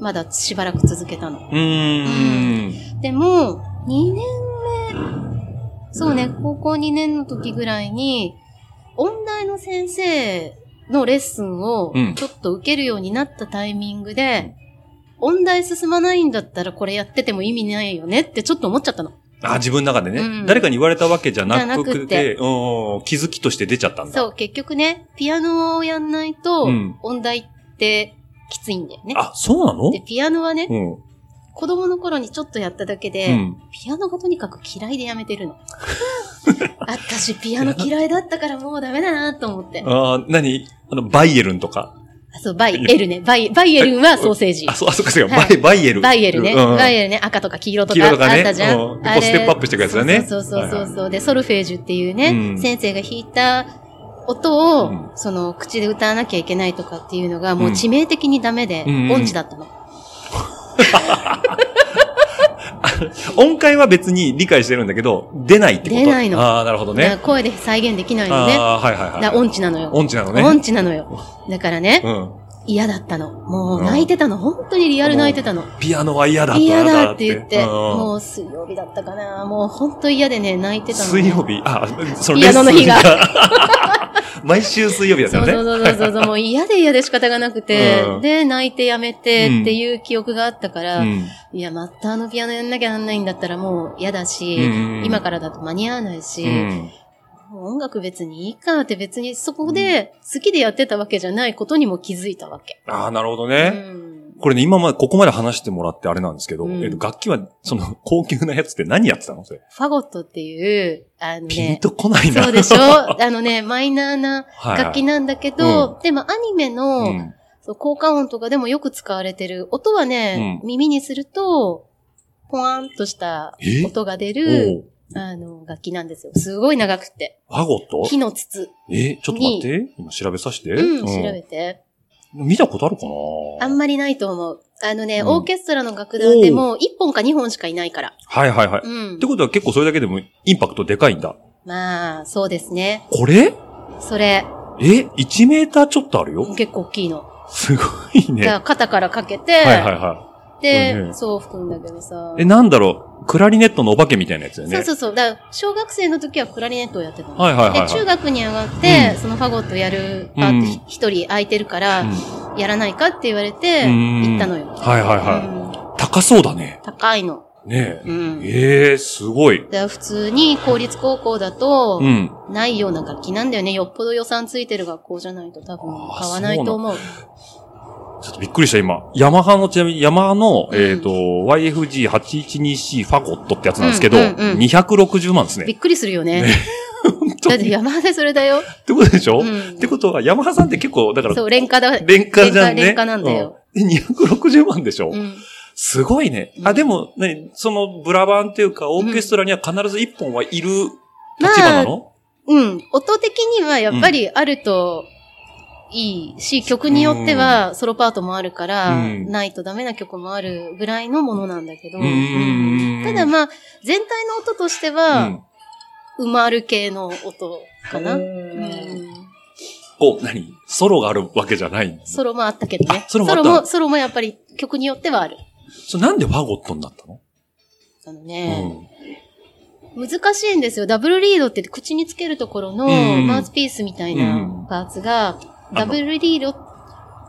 Speaker 3: まだしばらく続けたの。
Speaker 2: うーん。
Speaker 3: でも、2年目、そうね、高校2年の時ぐらいに、音大の先生のレッスンを
Speaker 2: うん
Speaker 3: ちょっと受けるようになったタイミングで、音大進まないんだったらこれやってても意味ないよねってちょっと思っちゃったの。
Speaker 2: あ、自分の中でね、
Speaker 3: うん
Speaker 2: 誰かに言われたわけじゃなくて、
Speaker 3: じゃなくて
Speaker 2: うん気づきとして出ちゃったんだ。
Speaker 3: そう、結局ね、ピアノをやんないと
Speaker 2: うん、
Speaker 3: 音大ってきついんだよね。
Speaker 2: あ、そうなの
Speaker 3: で、ピアノはね、
Speaker 2: うん。
Speaker 3: 子供の頃にちょっとやっただけで、
Speaker 2: うん。
Speaker 3: ピアノがとにかく嫌いでやめて
Speaker 2: *laughs*
Speaker 3: るの。あったし、ピアノ嫌いだったからもうダメだなと思って。
Speaker 2: あー何あの、バイエルンとか。
Speaker 3: あそう、バイエルね。バイ、バイエルンはソーセージ
Speaker 2: あ、。そう、あ、そうか、そうか、
Speaker 3: はい
Speaker 2: バイ、バイエル。
Speaker 3: バイエルね。
Speaker 2: うん
Speaker 3: バイエルね。赤とか黄色と
Speaker 2: 黄
Speaker 3: かあ
Speaker 2: 色とかね
Speaker 3: ったじゃん。
Speaker 2: うんでこう
Speaker 3: あれ
Speaker 2: ステップアップしていくやつだね
Speaker 3: そうそうそうそう
Speaker 2: はい
Speaker 3: そう。で、ソルフェージュっていうね、
Speaker 2: うん
Speaker 3: 先生が弾いた音を、
Speaker 2: うん
Speaker 3: その、口で歌わなきゃいけないとかっていうのが、もう致命的にダメで、
Speaker 2: うん
Speaker 3: 音痴だったの。
Speaker 2: 音階は別に理解してるんだけど、出ないってこと
Speaker 3: 出ないの
Speaker 2: ああ、なるほど
Speaker 3: だから
Speaker 2: ね。
Speaker 3: 声で再現できないのね。
Speaker 2: ああー、はいはい
Speaker 3: だ
Speaker 2: は
Speaker 3: か
Speaker 2: い。
Speaker 3: ら音痴なのよ。
Speaker 2: 音痴なのね。
Speaker 3: 音痴なのよ。だからね、
Speaker 2: う
Speaker 3: 嫌だったの。も
Speaker 2: う
Speaker 3: うん泣いてたの。本当にリアル泣いてたの。
Speaker 2: ん。ピアノは嫌だ
Speaker 3: 嫌だって言って、
Speaker 2: うん
Speaker 3: もう水曜日だったかな。もう本当嫌でね、泣いてたの。
Speaker 2: 水曜日あ、その
Speaker 3: ピアノの日が
Speaker 2: レッスンが *laughs* 毎週水曜日だった
Speaker 3: そ
Speaker 2: よ
Speaker 3: う
Speaker 2: ね。
Speaker 3: そうそうそう
Speaker 2: *laughs*
Speaker 3: そう、もう嫌で嫌で仕方がなくて、
Speaker 2: うん
Speaker 3: で、泣いてやめてっていう記憶があったから、
Speaker 2: うん
Speaker 3: いや、またあのピアノやんなきゃなんないんだったらもう嫌だし、
Speaker 2: うん
Speaker 3: 今からだと間に合わないし、
Speaker 2: うん。
Speaker 3: もう音楽別にいいかって別にそこで好きでやってたわけじゃないことにも気づいたわけ。
Speaker 2: ああ、なるほど
Speaker 3: う
Speaker 2: ね。
Speaker 3: ん
Speaker 2: これね、今まで、ここまで話してもらってあれなんですけど、
Speaker 3: うん
Speaker 2: えっと、楽器は、その、高級なやつって何やってたのそれ。
Speaker 3: ファゴットっていう、あの
Speaker 2: ピン
Speaker 3: ね、
Speaker 2: とこないな。
Speaker 3: そ
Speaker 2: *laughs*
Speaker 3: うでしょあのね、マイナーな
Speaker 2: はい
Speaker 3: 楽器なんだけど、
Speaker 2: は
Speaker 3: でもアニメの、
Speaker 2: うん
Speaker 3: そう効果音とかでもよく使われてる。音はね、
Speaker 2: う
Speaker 3: 耳にすると、ポワンとした
Speaker 2: え
Speaker 3: 音が出
Speaker 2: お
Speaker 3: る、
Speaker 2: う
Speaker 3: あの、楽器なんですよ。すごい長くて。
Speaker 2: ファゴット
Speaker 3: 木の筒。
Speaker 2: え、ちょっと待って。今調べさせて。
Speaker 3: うん、調べて。
Speaker 2: 見たことあるか
Speaker 3: あ
Speaker 2: なん
Speaker 3: まりないと思う。あのね、
Speaker 2: うん
Speaker 3: オーケストラの楽団でも、1本か2本しかいないから。
Speaker 2: はいはいはい。っ
Speaker 3: うん
Speaker 2: て。ことは結構それだけでもインパクトでかいんだ。
Speaker 3: まあ、そうですね。
Speaker 2: これ
Speaker 3: それ、
Speaker 2: え、1メーターちょっとあるよ。
Speaker 3: 結構大きいの。
Speaker 2: すごいね。
Speaker 3: だから肩からかけて、
Speaker 2: はいはいは
Speaker 3: で、
Speaker 2: うんね
Speaker 3: そう吹くんだけどさ。
Speaker 2: い。え、なんだろう。クラリネットのお化けみたいなやつだよね。
Speaker 3: そうそうそう。だから、小学生の時はクラリネットをやってたの。
Speaker 2: はいはいはいはい
Speaker 3: で、中学に上がって、
Speaker 2: うん
Speaker 3: そのファゴットやる
Speaker 2: うん
Speaker 3: パーって一人空いてるから、
Speaker 2: うん
Speaker 3: やらないかって言われて、
Speaker 2: うん
Speaker 3: 行ったのよ。
Speaker 2: はいはいはい。
Speaker 3: うん
Speaker 2: 高そうだね。
Speaker 3: 高いの。
Speaker 2: ねえ。
Speaker 3: うん。だか
Speaker 2: ええすごい。
Speaker 3: ら普通に公立高校だと
Speaker 2: う、ん。
Speaker 3: ないような楽器なんだよね。よっぽど予算ついてる学校じゃないと多分買わないと思う。
Speaker 2: ちょっとびっくりした、今。ヤマハの、ちなみにヤマハの、
Speaker 3: うん
Speaker 2: えっ、と、YFG812C ファゴットってやつなんですけど、
Speaker 3: うんうんうん
Speaker 2: 260万です
Speaker 3: び
Speaker 2: ね。
Speaker 3: っくりするよね。
Speaker 2: 本当
Speaker 3: だっ
Speaker 2: に
Speaker 3: て山でそれだよ。
Speaker 2: ってことでしょ、
Speaker 3: うん
Speaker 2: ってことは、ヤマハさんって結構、だから、
Speaker 3: そう、廉価だ。
Speaker 2: 廉価じゃんね。
Speaker 3: 廉価廉価なんだよ。
Speaker 2: うんで、260万でしょ、
Speaker 3: うん。
Speaker 2: すごいね。
Speaker 3: う
Speaker 2: あ、
Speaker 3: ん
Speaker 2: でも、ね、そのブラバンっていうか、オーケストラには必ず1本はいる立場なの、
Speaker 3: うん。音的にはやっぱりあるといいし、曲によってはソロパートもあるから、
Speaker 2: うん
Speaker 3: ないとダメな曲もあるぐらいのものなんだけど、
Speaker 2: うんうん
Speaker 3: ただまあ、全体の音としては、埋まる系の音かな。うん
Speaker 2: こう、何ソロがあるわけじゃないんです。
Speaker 3: ソロもあったけどね
Speaker 2: あ。ソロもあった
Speaker 3: ソロも、ソロもやっぱり曲によってはある。
Speaker 2: それなんでファゴットになったの、
Speaker 3: あのね、難しいんですよ。ダブルリードって口につけるところの
Speaker 2: うん
Speaker 3: マウスピースみたいうなんパーツが、
Speaker 2: の
Speaker 3: ダブルリード、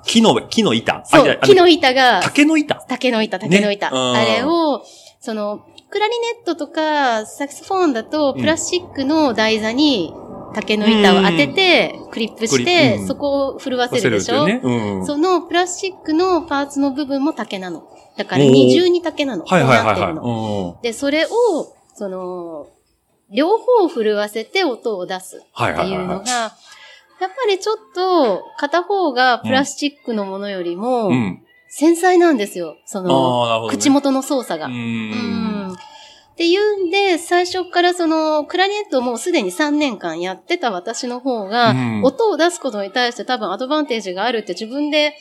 Speaker 2: 木の、木の板。あ
Speaker 3: そ
Speaker 2: じゃ
Speaker 3: う、
Speaker 2: あ
Speaker 3: 木の板が、
Speaker 2: 竹の板。
Speaker 3: 竹の板、竹の板。
Speaker 2: ねうん
Speaker 3: あれを、その、クラリネットとかサクソフォンだと、
Speaker 2: うん
Speaker 3: プラスチックの台座に竹の板を当てて、クリップして、
Speaker 2: クリうん
Speaker 3: そこを震わせるでしょ、
Speaker 2: 忘れるっていうねうん
Speaker 3: そのプラスチックのパーツの部分も竹なの。だから
Speaker 2: おー
Speaker 3: 二重に竹なの。
Speaker 2: はいはいはい
Speaker 3: こうなっ
Speaker 2: は
Speaker 3: て
Speaker 2: い。
Speaker 3: るの
Speaker 2: うん
Speaker 3: で、それを、その、両方震わせて音を出すって
Speaker 2: はいはい
Speaker 3: い
Speaker 2: は
Speaker 3: う
Speaker 2: い
Speaker 3: の
Speaker 2: は
Speaker 3: が、やっぱりちょっと、片方がプラスチックのものよりも、
Speaker 2: い。うん。
Speaker 3: 繊細なんですよ。その、
Speaker 2: ああ、なるほど、ね。
Speaker 3: 口元の操作が。
Speaker 2: う
Speaker 3: うん
Speaker 2: ん。
Speaker 3: っていうんで、最初からその、クラリネットをもうすでに3年間やってた私の方が、
Speaker 2: うん
Speaker 3: 音を出すことに対して多分アドバンテージがあるって自分で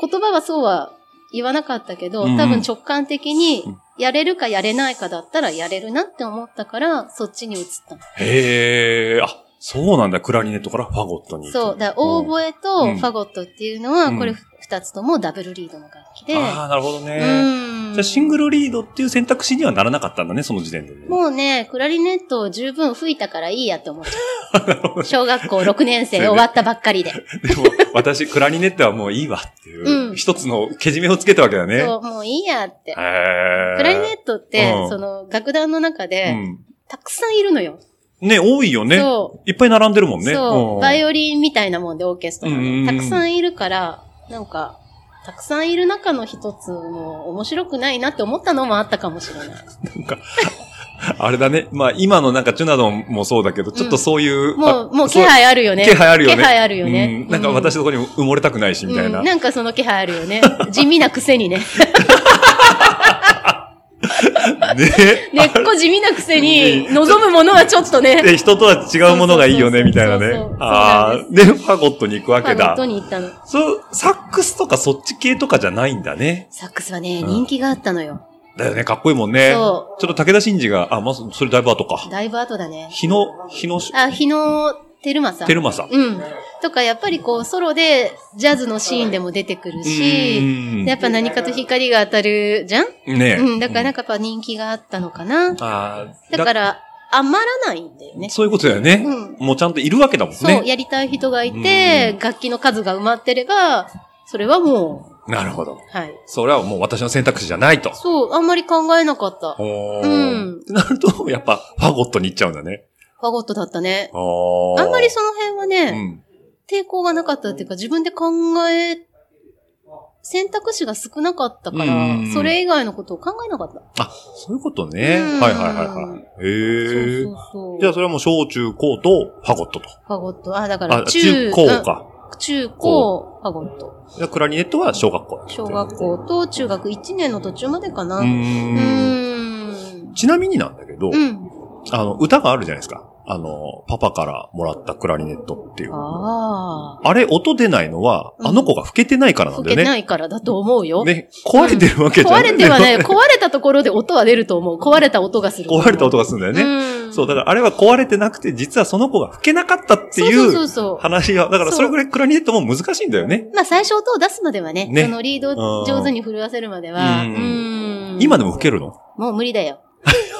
Speaker 3: 言葉はそうは言わなかったけど、
Speaker 2: うんうん
Speaker 3: 多分直感的に
Speaker 2: うん、
Speaker 3: やれるかやれないかだったらやれるなって思ったから、そっちに移ったの。
Speaker 2: へえ、あ、そうなんだ。クラリネットからファゴットに。
Speaker 3: そう。だからオーボエと
Speaker 2: う
Speaker 3: フ
Speaker 2: ん
Speaker 3: ァゴットっていうのは、
Speaker 2: うん
Speaker 3: これ二つともダブルリードの楽器で。
Speaker 2: ああ、なるほど
Speaker 3: う
Speaker 2: ね。
Speaker 3: ん。
Speaker 2: じゃあシングルリードっていう選択肢にはならなかったんだね、その時点でね。
Speaker 3: もうね、クラリネットを十分吹いたからいいやって思っち
Speaker 2: *laughs*
Speaker 3: ゃう。小学校6年生終わったばっかりで。
Speaker 2: *laughs* でも、私、クラリネットはもういいわっていう、
Speaker 3: うん
Speaker 2: 一つのけじめをつけたわけだね。
Speaker 3: そう、もういいやって。
Speaker 2: へえ。
Speaker 3: クラリネットって、
Speaker 2: うん
Speaker 3: その、楽団の中で、
Speaker 2: う
Speaker 3: たくさんいるのよ。
Speaker 2: ん。ね、多いよね。
Speaker 3: そ
Speaker 2: いっぱい並んでるもん
Speaker 3: う、
Speaker 2: ね。
Speaker 3: そう、
Speaker 2: ん
Speaker 3: バイオリンみたいなもんでオーケストラ
Speaker 2: うんうんうん
Speaker 3: の。たくさんいるから、なんか、たくさんいる中の一つも面白くないなって思ったのもあったかもしれない。
Speaker 2: あれだね。まあ、今のなんか、チュナドンもそうだけど、ちょっとそういう。
Speaker 3: も
Speaker 2: あ
Speaker 3: う、もう
Speaker 2: そ
Speaker 3: 気配あるよね。
Speaker 2: 気配あるよね。
Speaker 3: 気配あるよね。
Speaker 2: うんなんか、私のとこに埋もれたくないし、みたいな。
Speaker 3: うんなんかその気配あるよね。地味なくせにね。
Speaker 2: *laughs* ね。
Speaker 3: 根っこ地味なくせに
Speaker 2: う、
Speaker 3: 望むものはちょっとね、
Speaker 2: で、人とは違うものがいいよね、
Speaker 3: そう
Speaker 2: み
Speaker 3: そう
Speaker 2: たい
Speaker 3: そ
Speaker 2: な
Speaker 3: うそう
Speaker 2: ね
Speaker 3: そう。
Speaker 2: ああ、で、ファゴットに行くわ
Speaker 3: パ
Speaker 2: け
Speaker 3: ゴッ
Speaker 2: だ
Speaker 3: ト。に行ったの。
Speaker 2: そう、サックスとかそっち系とかじゃないんだね。
Speaker 3: サックスはね、
Speaker 2: うん
Speaker 3: 人気があったのよ。
Speaker 2: だよね、かっこいいもんね。ちょ
Speaker 3: そ
Speaker 2: っと武田真治が、あ、まず、それだいぶ後か。
Speaker 3: だいぶ後だね。
Speaker 2: 日の、日の、
Speaker 3: あ、日野照正。
Speaker 2: テルマさん。
Speaker 3: うん。とか、やっぱりこう、ソロでジャズのシーンでも出てくるし、
Speaker 2: ん
Speaker 3: やっぱ何かと光が当たるじゃん
Speaker 2: ね
Speaker 3: うん。だからなんかやっぱ人気があったのかな。
Speaker 2: ああ、
Speaker 3: だから、余らないんだよね。
Speaker 2: そういうことだよね。
Speaker 3: う
Speaker 2: もうちゃんといるわけだもん
Speaker 3: そう、
Speaker 2: ね。
Speaker 3: やりたい人がいて、楽器の数が埋まってれば、それはも
Speaker 2: なるほど。
Speaker 3: う、はい。
Speaker 2: それはもう私の選択肢じゃないと。
Speaker 3: そう、あんまり考えなかった。フ
Speaker 2: お
Speaker 3: うん
Speaker 2: ってなると、 *laughs* やっぱ、ファゴットに行っちゃうんだね。
Speaker 3: ァゴットだったね。
Speaker 2: あ
Speaker 3: あんまりその辺は
Speaker 2: う
Speaker 3: ね、
Speaker 2: ん。
Speaker 3: 抵抗がなかったっていうか、自分で考え、選択肢が少なかったか
Speaker 2: うんうんう
Speaker 3: ら
Speaker 2: ん、
Speaker 3: それ以外のことを考えなかった。
Speaker 2: あ、そういうことね。
Speaker 3: うん
Speaker 2: はいはいはいはい。へえ
Speaker 3: そう。そ
Speaker 2: じ
Speaker 3: うそ
Speaker 2: ゃあ
Speaker 3: う。
Speaker 2: それはもう小中高とファゴットと。
Speaker 3: ファゴット。あ、だから
Speaker 2: あ、
Speaker 3: 中、
Speaker 2: 中高か。
Speaker 3: うん。中高、ファゴット。
Speaker 2: じゃあクラリネットは小学校。
Speaker 3: 小学校と中学1年の途中までかな。
Speaker 2: う
Speaker 3: うー
Speaker 2: ーん。
Speaker 3: ん。
Speaker 2: ちなみになんだけど、
Speaker 3: うん。
Speaker 2: あの、歌があるじゃないですか。あの、パパからもらったクラリネットっていう。
Speaker 3: あ
Speaker 2: あれ、音出ないのは、
Speaker 3: うん
Speaker 2: あの子が老けてないから
Speaker 3: あ。
Speaker 2: なん
Speaker 3: 吹
Speaker 2: だよ
Speaker 3: け
Speaker 2: ね。
Speaker 3: ないからだと思うよ。
Speaker 2: ね、壊れてるわけじゃな
Speaker 3: 壊
Speaker 2: い、
Speaker 3: れてはね、壊れたところで音は出ると思う。壊れた音がする。
Speaker 2: 壊れた音がするんだよね。
Speaker 3: ね
Speaker 2: そう、だからあれは壊れてなくて、実はその子が老けなかったってい
Speaker 3: そうそう
Speaker 2: う
Speaker 3: そうそう。
Speaker 2: 話が、だからそれぐらいクラリネットも難しいんだよね。
Speaker 3: まあ最初音を出すまではね、
Speaker 2: ね
Speaker 3: そのリードを上手に震わせるまでは、
Speaker 2: うん
Speaker 3: うん
Speaker 2: 今でも老けるの
Speaker 3: もう無理だよ。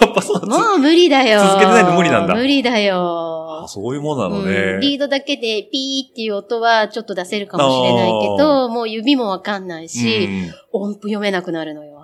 Speaker 2: やっぱそうなん
Speaker 3: もう無理だよ。
Speaker 2: 続けてないと無理なんだ
Speaker 3: 無理だ
Speaker 2: あ
Speaker 3: よ。
Speaker 2: そういうものなの
Speaker 3: うん
Speaker 2: ね。
Speaker 3: リードだけでピーっていう音はちょっと出せるかもしれないけど、もう指もわかんないし、
Speaker 2: うん
Speaker 3: 音符読めなくなるのよ。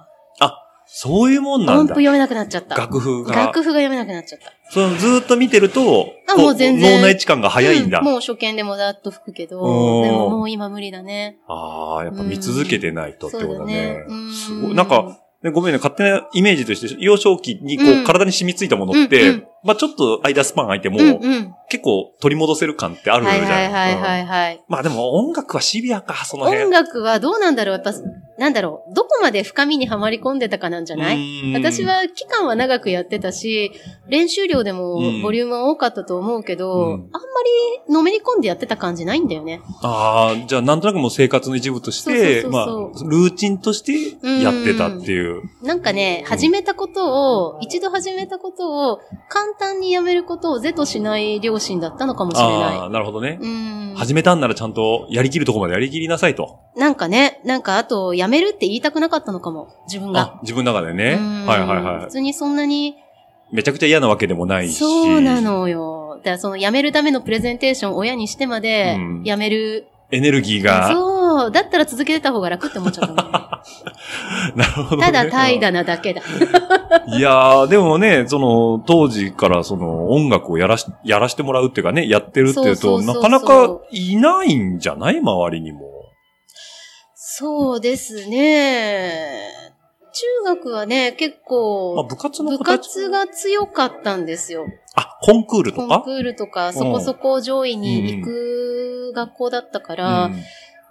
Speaker 2: そういうもんなん
Speaker 3: 音符
Speaker 2: だ。
Speaker 3: 読めなくなっちゃった。
Speaker 2: 楽譜が。
Speaker 3: 楽譜が読めなくなっちゃった。
Speaker 2: そのずーっと見てると、
Speaker 3: あ
Speaker 2: こ
Speaker 3: もう全然
Speaker 2: 脳内置換が早いんだ。
Speaker 3: うんもう初見でもざっと吹くけど、
Speaker 2: おー
Speaker 3: でももう今無理だね。
Speaker 2: ああ、やっぱ見続けてないとってことだね。
Speaker 3: うん
Speaker 2: すごい。なんか、ねごめんね、勝手なイメージとして、幼少期にこう、
Speaker 3: うん
Speaker 2: 体に染みついたものって、
Speaker 3: うんうん
Speaker 2: まあちょっと間スパン空いても、
Speaker 3: うんうん。
Speaker 2: 結構取り戻せる感ってあるじゃ
Speaker 3: は
Speaker 2: ない
Speaker 3: はいはい
Speaker 2: い。う
Speaker 3: は
Speaker 2: ん
Speaker 3: いはい。
Speaker 2: まあでも音楽はシビアか、その辺。
Speaker 3: 音楽はどうなんだろうやっぱ、なんだろうどこまで深みにはまり込んでたかなんじゃない
Speaker 2: い
Speaker 3: 私、は期間は長くやってたし、練習量で
Speaker 2: うん
Speaker 3: もボリュームは多かったと思うけど、
Speaker 2: うん
Speaker 3: あんまりのめり込んでやってた感じないんだよね。
Speaker 2: ああ、じゃあなんとなくもう生活の一部として、
Speaker 3: そうそうそう
Speaker 2: まあ、ルーチンとしてやってたっていう。
Speaker 3: なんかね、始めたことを、一度始めたことを、簡単にやめることを是としない両親だったのかもしれ
Speaker 2: あ
Speaker 3: な
Speaker 2: あ、なるほどね
Speaker 3: い。。うん。
Speaker 2: 始めたんならちゃんとやりきるとこまでやりきりなさいと。
Speaker 3: なんかね、なんかあと、やめるって言いたくなかったのかも、自分が。
Speaker 2: あ、自分の中でね。
Speaker 3: うん
Speaker 2: はいはいは
Speaker 3: 普通にそんなに、
Speaker 2: い。めちゃくちゃ嫌なわけでもないし。
Speaker 3: そうな。のよ。だからその辞めるためのプレゼンテーションを親にしてまで
Speaker 2: うん、
Speaker 3: 辞める、
Speaker 2: エネルギーが。
Speaker 3: そう。だったら続けてた方が楽って思っちゃったも
Speaker 2: *laughs* なるほど、
Speaker 3: ん。
Speaker 2: ね。
Speaker 3: ただ怠惰なだけだ。
Speaker 2: いやー、でもね、その、当時からその、音楽をやらし、やらしてもらうっていうかね、やってるっていう
Speaker 3: そ
Speaker 2: と、
Speaker 3: うそうそう
Speaker 2: な
Speaker 3: そう
Speaker 2: かなかいないんじゃない周りにも。
Speaker 3: そうですね。中学はね、結
Speaker 2: まあ、
Speaker 3: 構、
Speaker 2: 部活の
Speaker 3: 部
Speaker 2: 子たち。
Speaker 3: 活が強かったんですよ。
Speaker 2: あ、コンクール
Speaker 3: コ
Speaker 2: と
Speaker 3: ン
Speaker 2: か
Speaker 3: クールとか、そこそこ上位に行く学校だったか
Speaker 2: う
Speaker 3: ら、
Speaker 2: ん。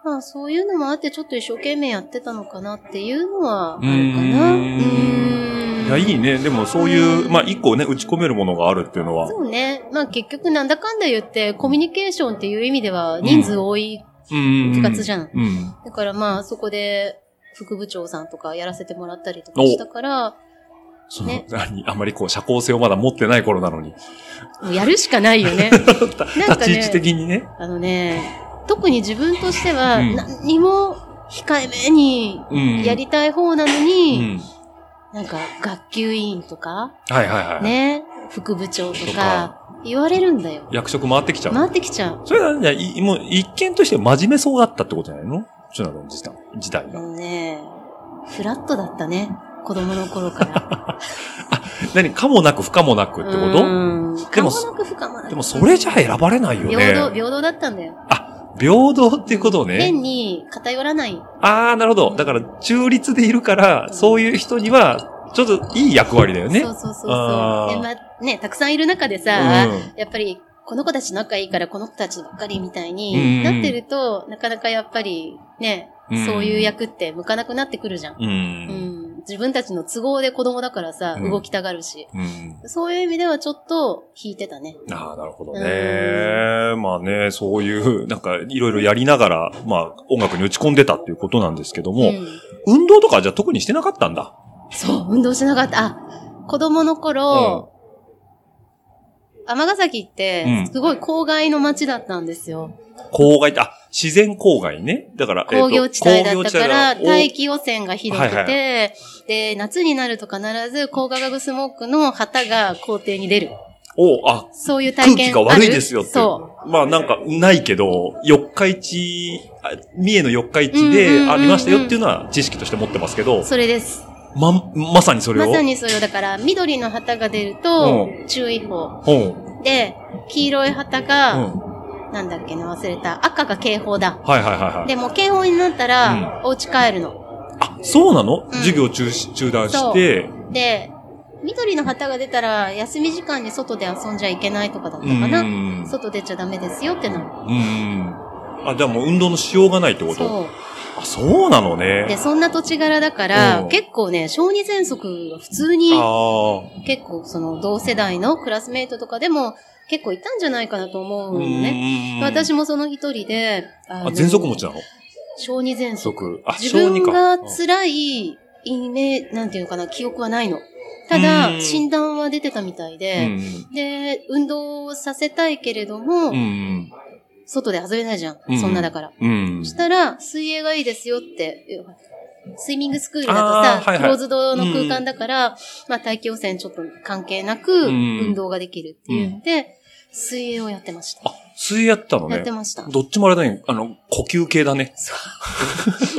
Speaker 3: まあそういうのもあってちょっと一生懸命やってたのかなっていうのはあるかな。
Speaker 2: う
Speaker 3: う
Speaker 2: ーん
Speaker 3: ーん
Speaker 2: いや、いいね。でもそういう、
Speaker 3: うん
Speaker 2: まあ、一個ね、打ち込めるものがあるっていうのは。
Speaker 3: そうね。まあ結局なんだかんだ言ってコミュニケーションっていう意味では人数多い
Speaker 2: うん。
Speaker 3: 部活じゃん
Speaker 2: うん。
Speaker 3: だからまあ、そこで、副部長さんとかやらせてもらったりとかしたから、
Speaker 2: その、
Speaker 3: ね
Speaker 2: 何あんまりこう、社交性をまだ持ってない頃なのに。
Speaker 3: もうやるしかないよね。なん
Speaker 2: *laughs* 立
Speaker 3: か
Speaker 2: ち位置
Speaker 3: ね、
Speaker 2: 的にね。
Speaker 3: あのね、特に自分としては、
Speaker 2: うん
Speaker 3: 何にも控えめに
Speaker 2: うん。
Speaker 3: やりたい方なの
Speaker 2: う
Speaker 3: に、
Speaker 2: ん。
Speaker 3: なんか学級委員とか、
Speaker 2: はいはいはい。
Speaker 3: ね、副部長と
Speaker 2: と
Speaker 3: か
Speaker 2: か、
Speaker 3: 言われるんだよ。
Speaker 2: 役職回ってきちゃう。
Speaker 3: 回ってきちゃう。
Speaker 2: それはね、いもう一見として真面目そうだったってことじゃないのシュナの時代時代
Speaker 3: あ
Speaker 2: が。
Speaker 3: のね、フラットだったね。子供の頃から。
Speaker 2: 何かもなく不可もなくってこと
Speaker 3: うん。
Speaker 2: で
Speaker 3: 可
Speaker 2: も
Speaker 3: もなく不可もなく。
Speaker 2: でもそれじゃ選ばれないよね。
Speaker 3: 平等、平等だったんだよ。
Speaker 2: 平等っていうことをね。
Speaker 3: 変に偏らない。
Speaker 2: ああ、なるほど。だから中立でいるから、そういう人には、ちょっといい役割だよね。
Speaker 3: そうそうそう
Speaker 2: あ
Speaker 3: そう。
Speaker 2: ー
Speaker 3: で、まあ、ね、たくさんいる中でさ、やっぱり、この子たち仲いいからこの子たちばっかりみたい
Speaker 2: うん
Speaker 3: に
Speaker 2: う
Speaker 3: なんってると、なかなかやっぱり、ね、
Speaker 2: うん
Speaker 3: そういう役って向かなくなってくるじゃん。
Speaker 2: うん。う。
Speaker 3: うんん。自分たちの都合で子供だからさ、
Speaker 2: うん
Speaker 3: 動きたがるし。
Speaker 2: うん。
Speaker 3: そういう意味ではちょっと引いてたね。
Speaker 2: ああ、なるほどね。まあね、そういう、なんか、いろいろやりながら、まあ、音楽に打ち込んでたっていうことなんですけども、
Speaker 3: ん、
Speaker 2: 運動とかじゃあ特にしてなかったんだ。
Speaker 3: そう、運動しなかった。あ、子供の頃、尼、崎って
Speaker 2: う、ん
Speaker 3: すごい郊外の町だったんですよ。
Speaker 2: 郊外って、あ、自然郊外ね。だから、
Speaker 3: 工業地帯だったから、大
Speaker 2: 気
Speaker 3: 気汚染がひどくて、
Speaker 2: はい
Speaker 3: で、夏になると必ず光化学スモークの旗が校庭に出る。
Speaker 2: お、あ、
Speaker 3: そういう体
Speaker 2: 空気
Speaker 3: 験
Speaker 2: が悪いですよって。
Speaker 3: そ
Speaker 2: まあなんか、ないけど、四日市、あ三重の四日市
Speaker 3: うんうんうんう
Speaker 2: で
Speaker 3: ん
Speaker 2: ありましたよっていうのは知識として持ってますけど
Speaker 3: う。、それです。
Speaker 2: ま、まさにそれ
Speaker 3: ま
Speaker 2: を。
Speaker 3: さにそれを、だから、緑の旗が出ると
Speaker 2: う、
Speaker 3: 注意報。
Speaker 2: うん。
Speaker 3: で、黄色い旗
Speaker 2: うん。
Speaker 3: が、なんだっけね、忘れた。赤が警報だ。
Speaker 2: はいはいはいはい。
Speaker 3: でも警報になったら、お家帰るの。
Speaker 2: あ、そうなの、
Speaker 3: ん
Speaker 2: 授業中止、中断して、
Speaker 3: で、緑の旗が出たら、休み時間に外で遊んじゃいけないとかだった
Speaker 2: うん。
Speaker 3: か
Speaker 2: う
Speaker 3: な。
Speaker 2: ん。
Speaker 3: 外出ちゃダメですよってな
Speaker 2: あ、じゃあもう運動のしようがないってこ
Speaker 3: る。
Speaker 2: と
Speaker 3: そ
Speaker 2: あ、そうなの
Speaker 3: う。で、
Speaker 2: ね。
Speaker 3: そんな土地柄だか
Speaker 2: う
Speaker 3: ら
Speaker 2: ん、
Speaker 3: 結構ね、小児喘息が普通に
Speaker 2: あ、あ。
Speaker 3: 結構その同世代のクラスメイトとかでも結構いたんじゃないかなと思うのね。
Speaker 2: ね
Speaker 3: 私もその一人で、あ
Speaker 2: あ、喘息持ち
Speaker 3: だ。
Speaker 2: なの
Speaker 3: 小児喘息。
Speaker 2: 息。あ、
Speaker 3: 自分が
Speaker 2: 小児か
Speaker 3: 辛いイメージ、なんていうのかな、記憶はないの。ただ
Speaker 2: う、ん
Speaker 3: 診断は出てたみたいで、で、運動をさせたいけれども、
Speaker 2: うん。うん。
Speaker 3: 外で遊べないじゃん。
Speaker 2: うん
Speaker 3: そんなだから。
Speaker 2: うん。うん
Speaker 3: そしたら、水泳がいいですよって、スイミングスクールだと
Speaker 2: あー
Speaker 3: さ、
Speaker 2: はいはい
Speaker 3: クローズドの空間だから、まあ、大気汚染ちょっと関係なく、
Speaker 2: うん
Speaker 3: 運動ができるっていうんで、水泳をやってました。
Speaker 2: あ、水泳やってたの
Speaker 3: やっ
Speaker 2: ね
Speaker 3: て。ました。
Speaker 2: どっちもあれだね。あの、呼吸系だね。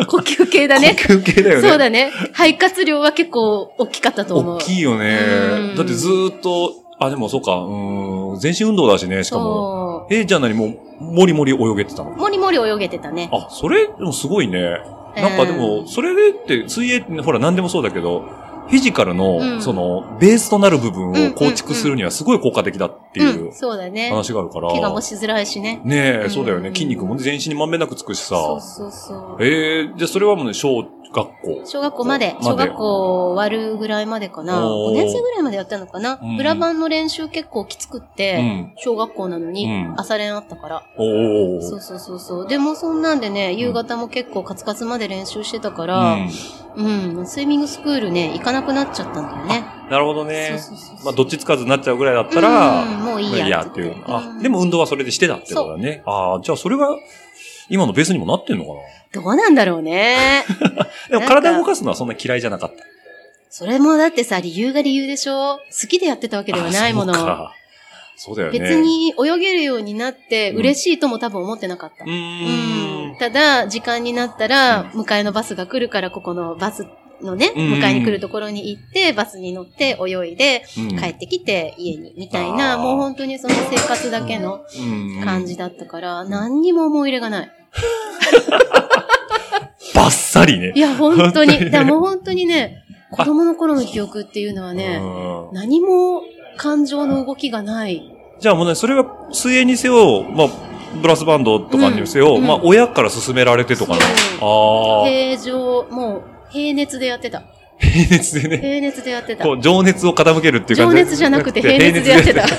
Speaker 3: 呼吸系だね。
Speaker 2: 呼吸系だよね。
Speaker 3: そうだね。肺活量は結構大きかったと思う。
Speaker 2: 大きいよ
Speaker 3: う
Speaker 2: ね
Speaker 3: ん。
Speaker 2: だってずーっと、あ、でもそうか、うーん、全身運動だしね、しかも。
Speaker 3: そ
Speaker 2: えー、じゃあ何もう、もりもり泳げてたの
Speaker 3: う。もりもり泳げてたね。
Speaker 2: あ、それ、でもすごいね。なんかでも、それでって、水泳ってほら何でもそうだけど、フィジカル
Speaker 3: うん
Speaker 2: の、その、ベースとなる部分を構築するにはすごい効果的だってい
Speaker 3: うん、
Speaker 2: う
Speaker 3: そうだね。
Speaker 2: 話があるから。
Speaker 3: 怪我もしづらいしね。
Speaker 2: ねえ、そうだよ
Speaker 3: う
Speaker 2: ね。
Speaker 3: ん
Speaker 2: 筋肉もね全身にまんべんなくつくしさ。
Speaker 3: そうそうそう。
Speaker 2: ええじゃあそれはもうね、小学校。
Speaker 3: 小学校まで
Speaker 2: ま、で
Speaker 3: 小学校終わるぐらいまでかな。
Speaker 2: おー
Speaker 3: 5年生ぐらいまでやったのかな。
Speaker 2: うん
Speaker 3: 裏番の練習結構きつくっ
Speaker 2: う
Speaker 3: て、
Speaker 2: ん。
Speaker 3: 小学校なのに
Speaker 2: う、ん
Speaker 3: 朝練あったから。
Speaker 2: おお。
Speaker 3: そう
Speaker 2: う
Speaker 3: そうそうそう。でもそんなんでね、夕方も結構カツカツまで練習してたから、
Speaker 2: ん。
Speaker 3: うん、スイミングスクールね、行かなくなっちゃったんだよね。
Speaker 2: なるほどね。
Speaker 3: そうそうそうそう。
Speaker 2: まあ、どっちつかずになっちゃうぐらいだった
Speaker 3: う
Speaker 2: ら、
Speaker 3: ん、もうい
Speaker 2: まあい
Speaker 3: い
Speaker 2: い
Speaker 3: や
Speaker 2: や
Speaker 3: っ
Speaker 2: って
Speaker 3: て
Speaker 2: い
Speaker 3: 言
Speaker 2: う
Speaker 3: って。。
Speaker 2: あ
Speaker 3: う、ん
Speaker 2: でも運動はそれでしてたってことだね。ああ、じゃあそれが、今のベースにもなってんのか
Speaker 3: どうなんだろうね。
Speaker 2: な。で
Speaker 3: な
Speaker 2: も
Speaker 3: んか
Speaker 2: 体を動かすのはそんな嫌いじゃなかった。
Speaker 3: それもだってさ、理由が理由でしょ好きでやってたわけではないも
Speaker 2: あそう
Speaker 3: の。
Speaker 2: かそうだよね。
Speaker 3: 別。に泳げるようになって嬉しいとも多分思ってなかった
Speaker 2: う。
Speaker 3: う
Speaker 2: ー
Speaker 3: ん
Speaker 2: ん。
Speaker 3: ただ、時間になったら、迎えのバスが来るから、ここのバスのね、
Speaker 2: うん
Speaker 3: 迎えに来るところに行って、バスに乗って泳いで、
Speaker 2: うん
Speaker 3: 帰ってきて家に、みたいな、
Speaker 2: あー
Speaker 3: もう本当にその生活だけの感じ
Speaker 2: だ。
Speaker 3: だったから、何にも思い入れがない。
Speaker 2: ばっさりね。*laughs*
Speaker 3: いや、本
Speaker 2: 本当
Speaker 3: 当に。
Speaker 2: にね
Speaker 3: でもう本当にね、子供の頃の記憶っていうのはね、
Speaker 2: うん
Speaker 3: 何も感情の動きがない。
Speaker 2: じゃあもうね、それは水泳にせよ、まあ、ブラスバンドとかにせよ、
Speaker 3: うんうん
Speaker 2: まあ、親から勧められてとかな。あ
Speaker 3: そ
Speaker 2: あ、
Speaker 3: 平常、もう、平熱でやってた。
Speaker 2: 平熱でね、
Speaker 3: 平熱でやってた
Speaker 2: *laughs* こ。う、情熱を傾けるっていう
Speaker 3: 情
Speaker 2: 感じ。
Speaker 3: 熱じゃなくて平熱でやってた。。 *laughs*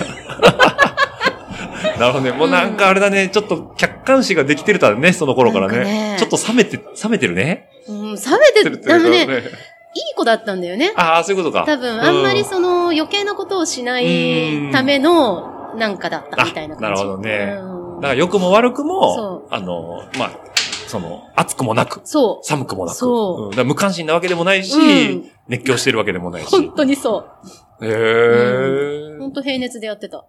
Speaker 2: なるほどね。もうなんかあれだね、ちょっと客観視ができてるたらね、その頃から
Speaker 3: な
Speaker 2: ね。
Speaker 3: んかね
Speaker 2: ちょっと冷めて、冷めてるね。
Speaker 3: うん、冷め
Speaker 2: 冷
Speaker 3: て
Speaker 2: め
Speaker 3: る、
Speaker 2: てる
Speaker 3: あの
Speaker 2: ね
Speaker 3: ね、いい子だったんだよね。
Speaker 2: ああ、そういうことか。
Speaker 3: 多分、あんまり
Speaker 2: う
Speaker 3: その余計なことをしないためのなんかだったみたいな感じ。
Speaker 2: あなるほどね
Speaker 3: うん
Speaker 2: だから良くも悪くも
Speaker 3: そ、
Speaker 2: あの、まあ、その、暑くもなく、
Speaker 3: そ
Speaker 2: 寒くもなく。
Speaker 3: そうん
Speaker 2: だから無関心なわけでもないし、
Speaker 3: うん。
Speaker 2: 熱狂してるわけでもないうし。
Speaker 3: 本当にそう。
Speaker 2: へえ。
Speaker 3: 本当平熱でやってた。
Speaker 2: あ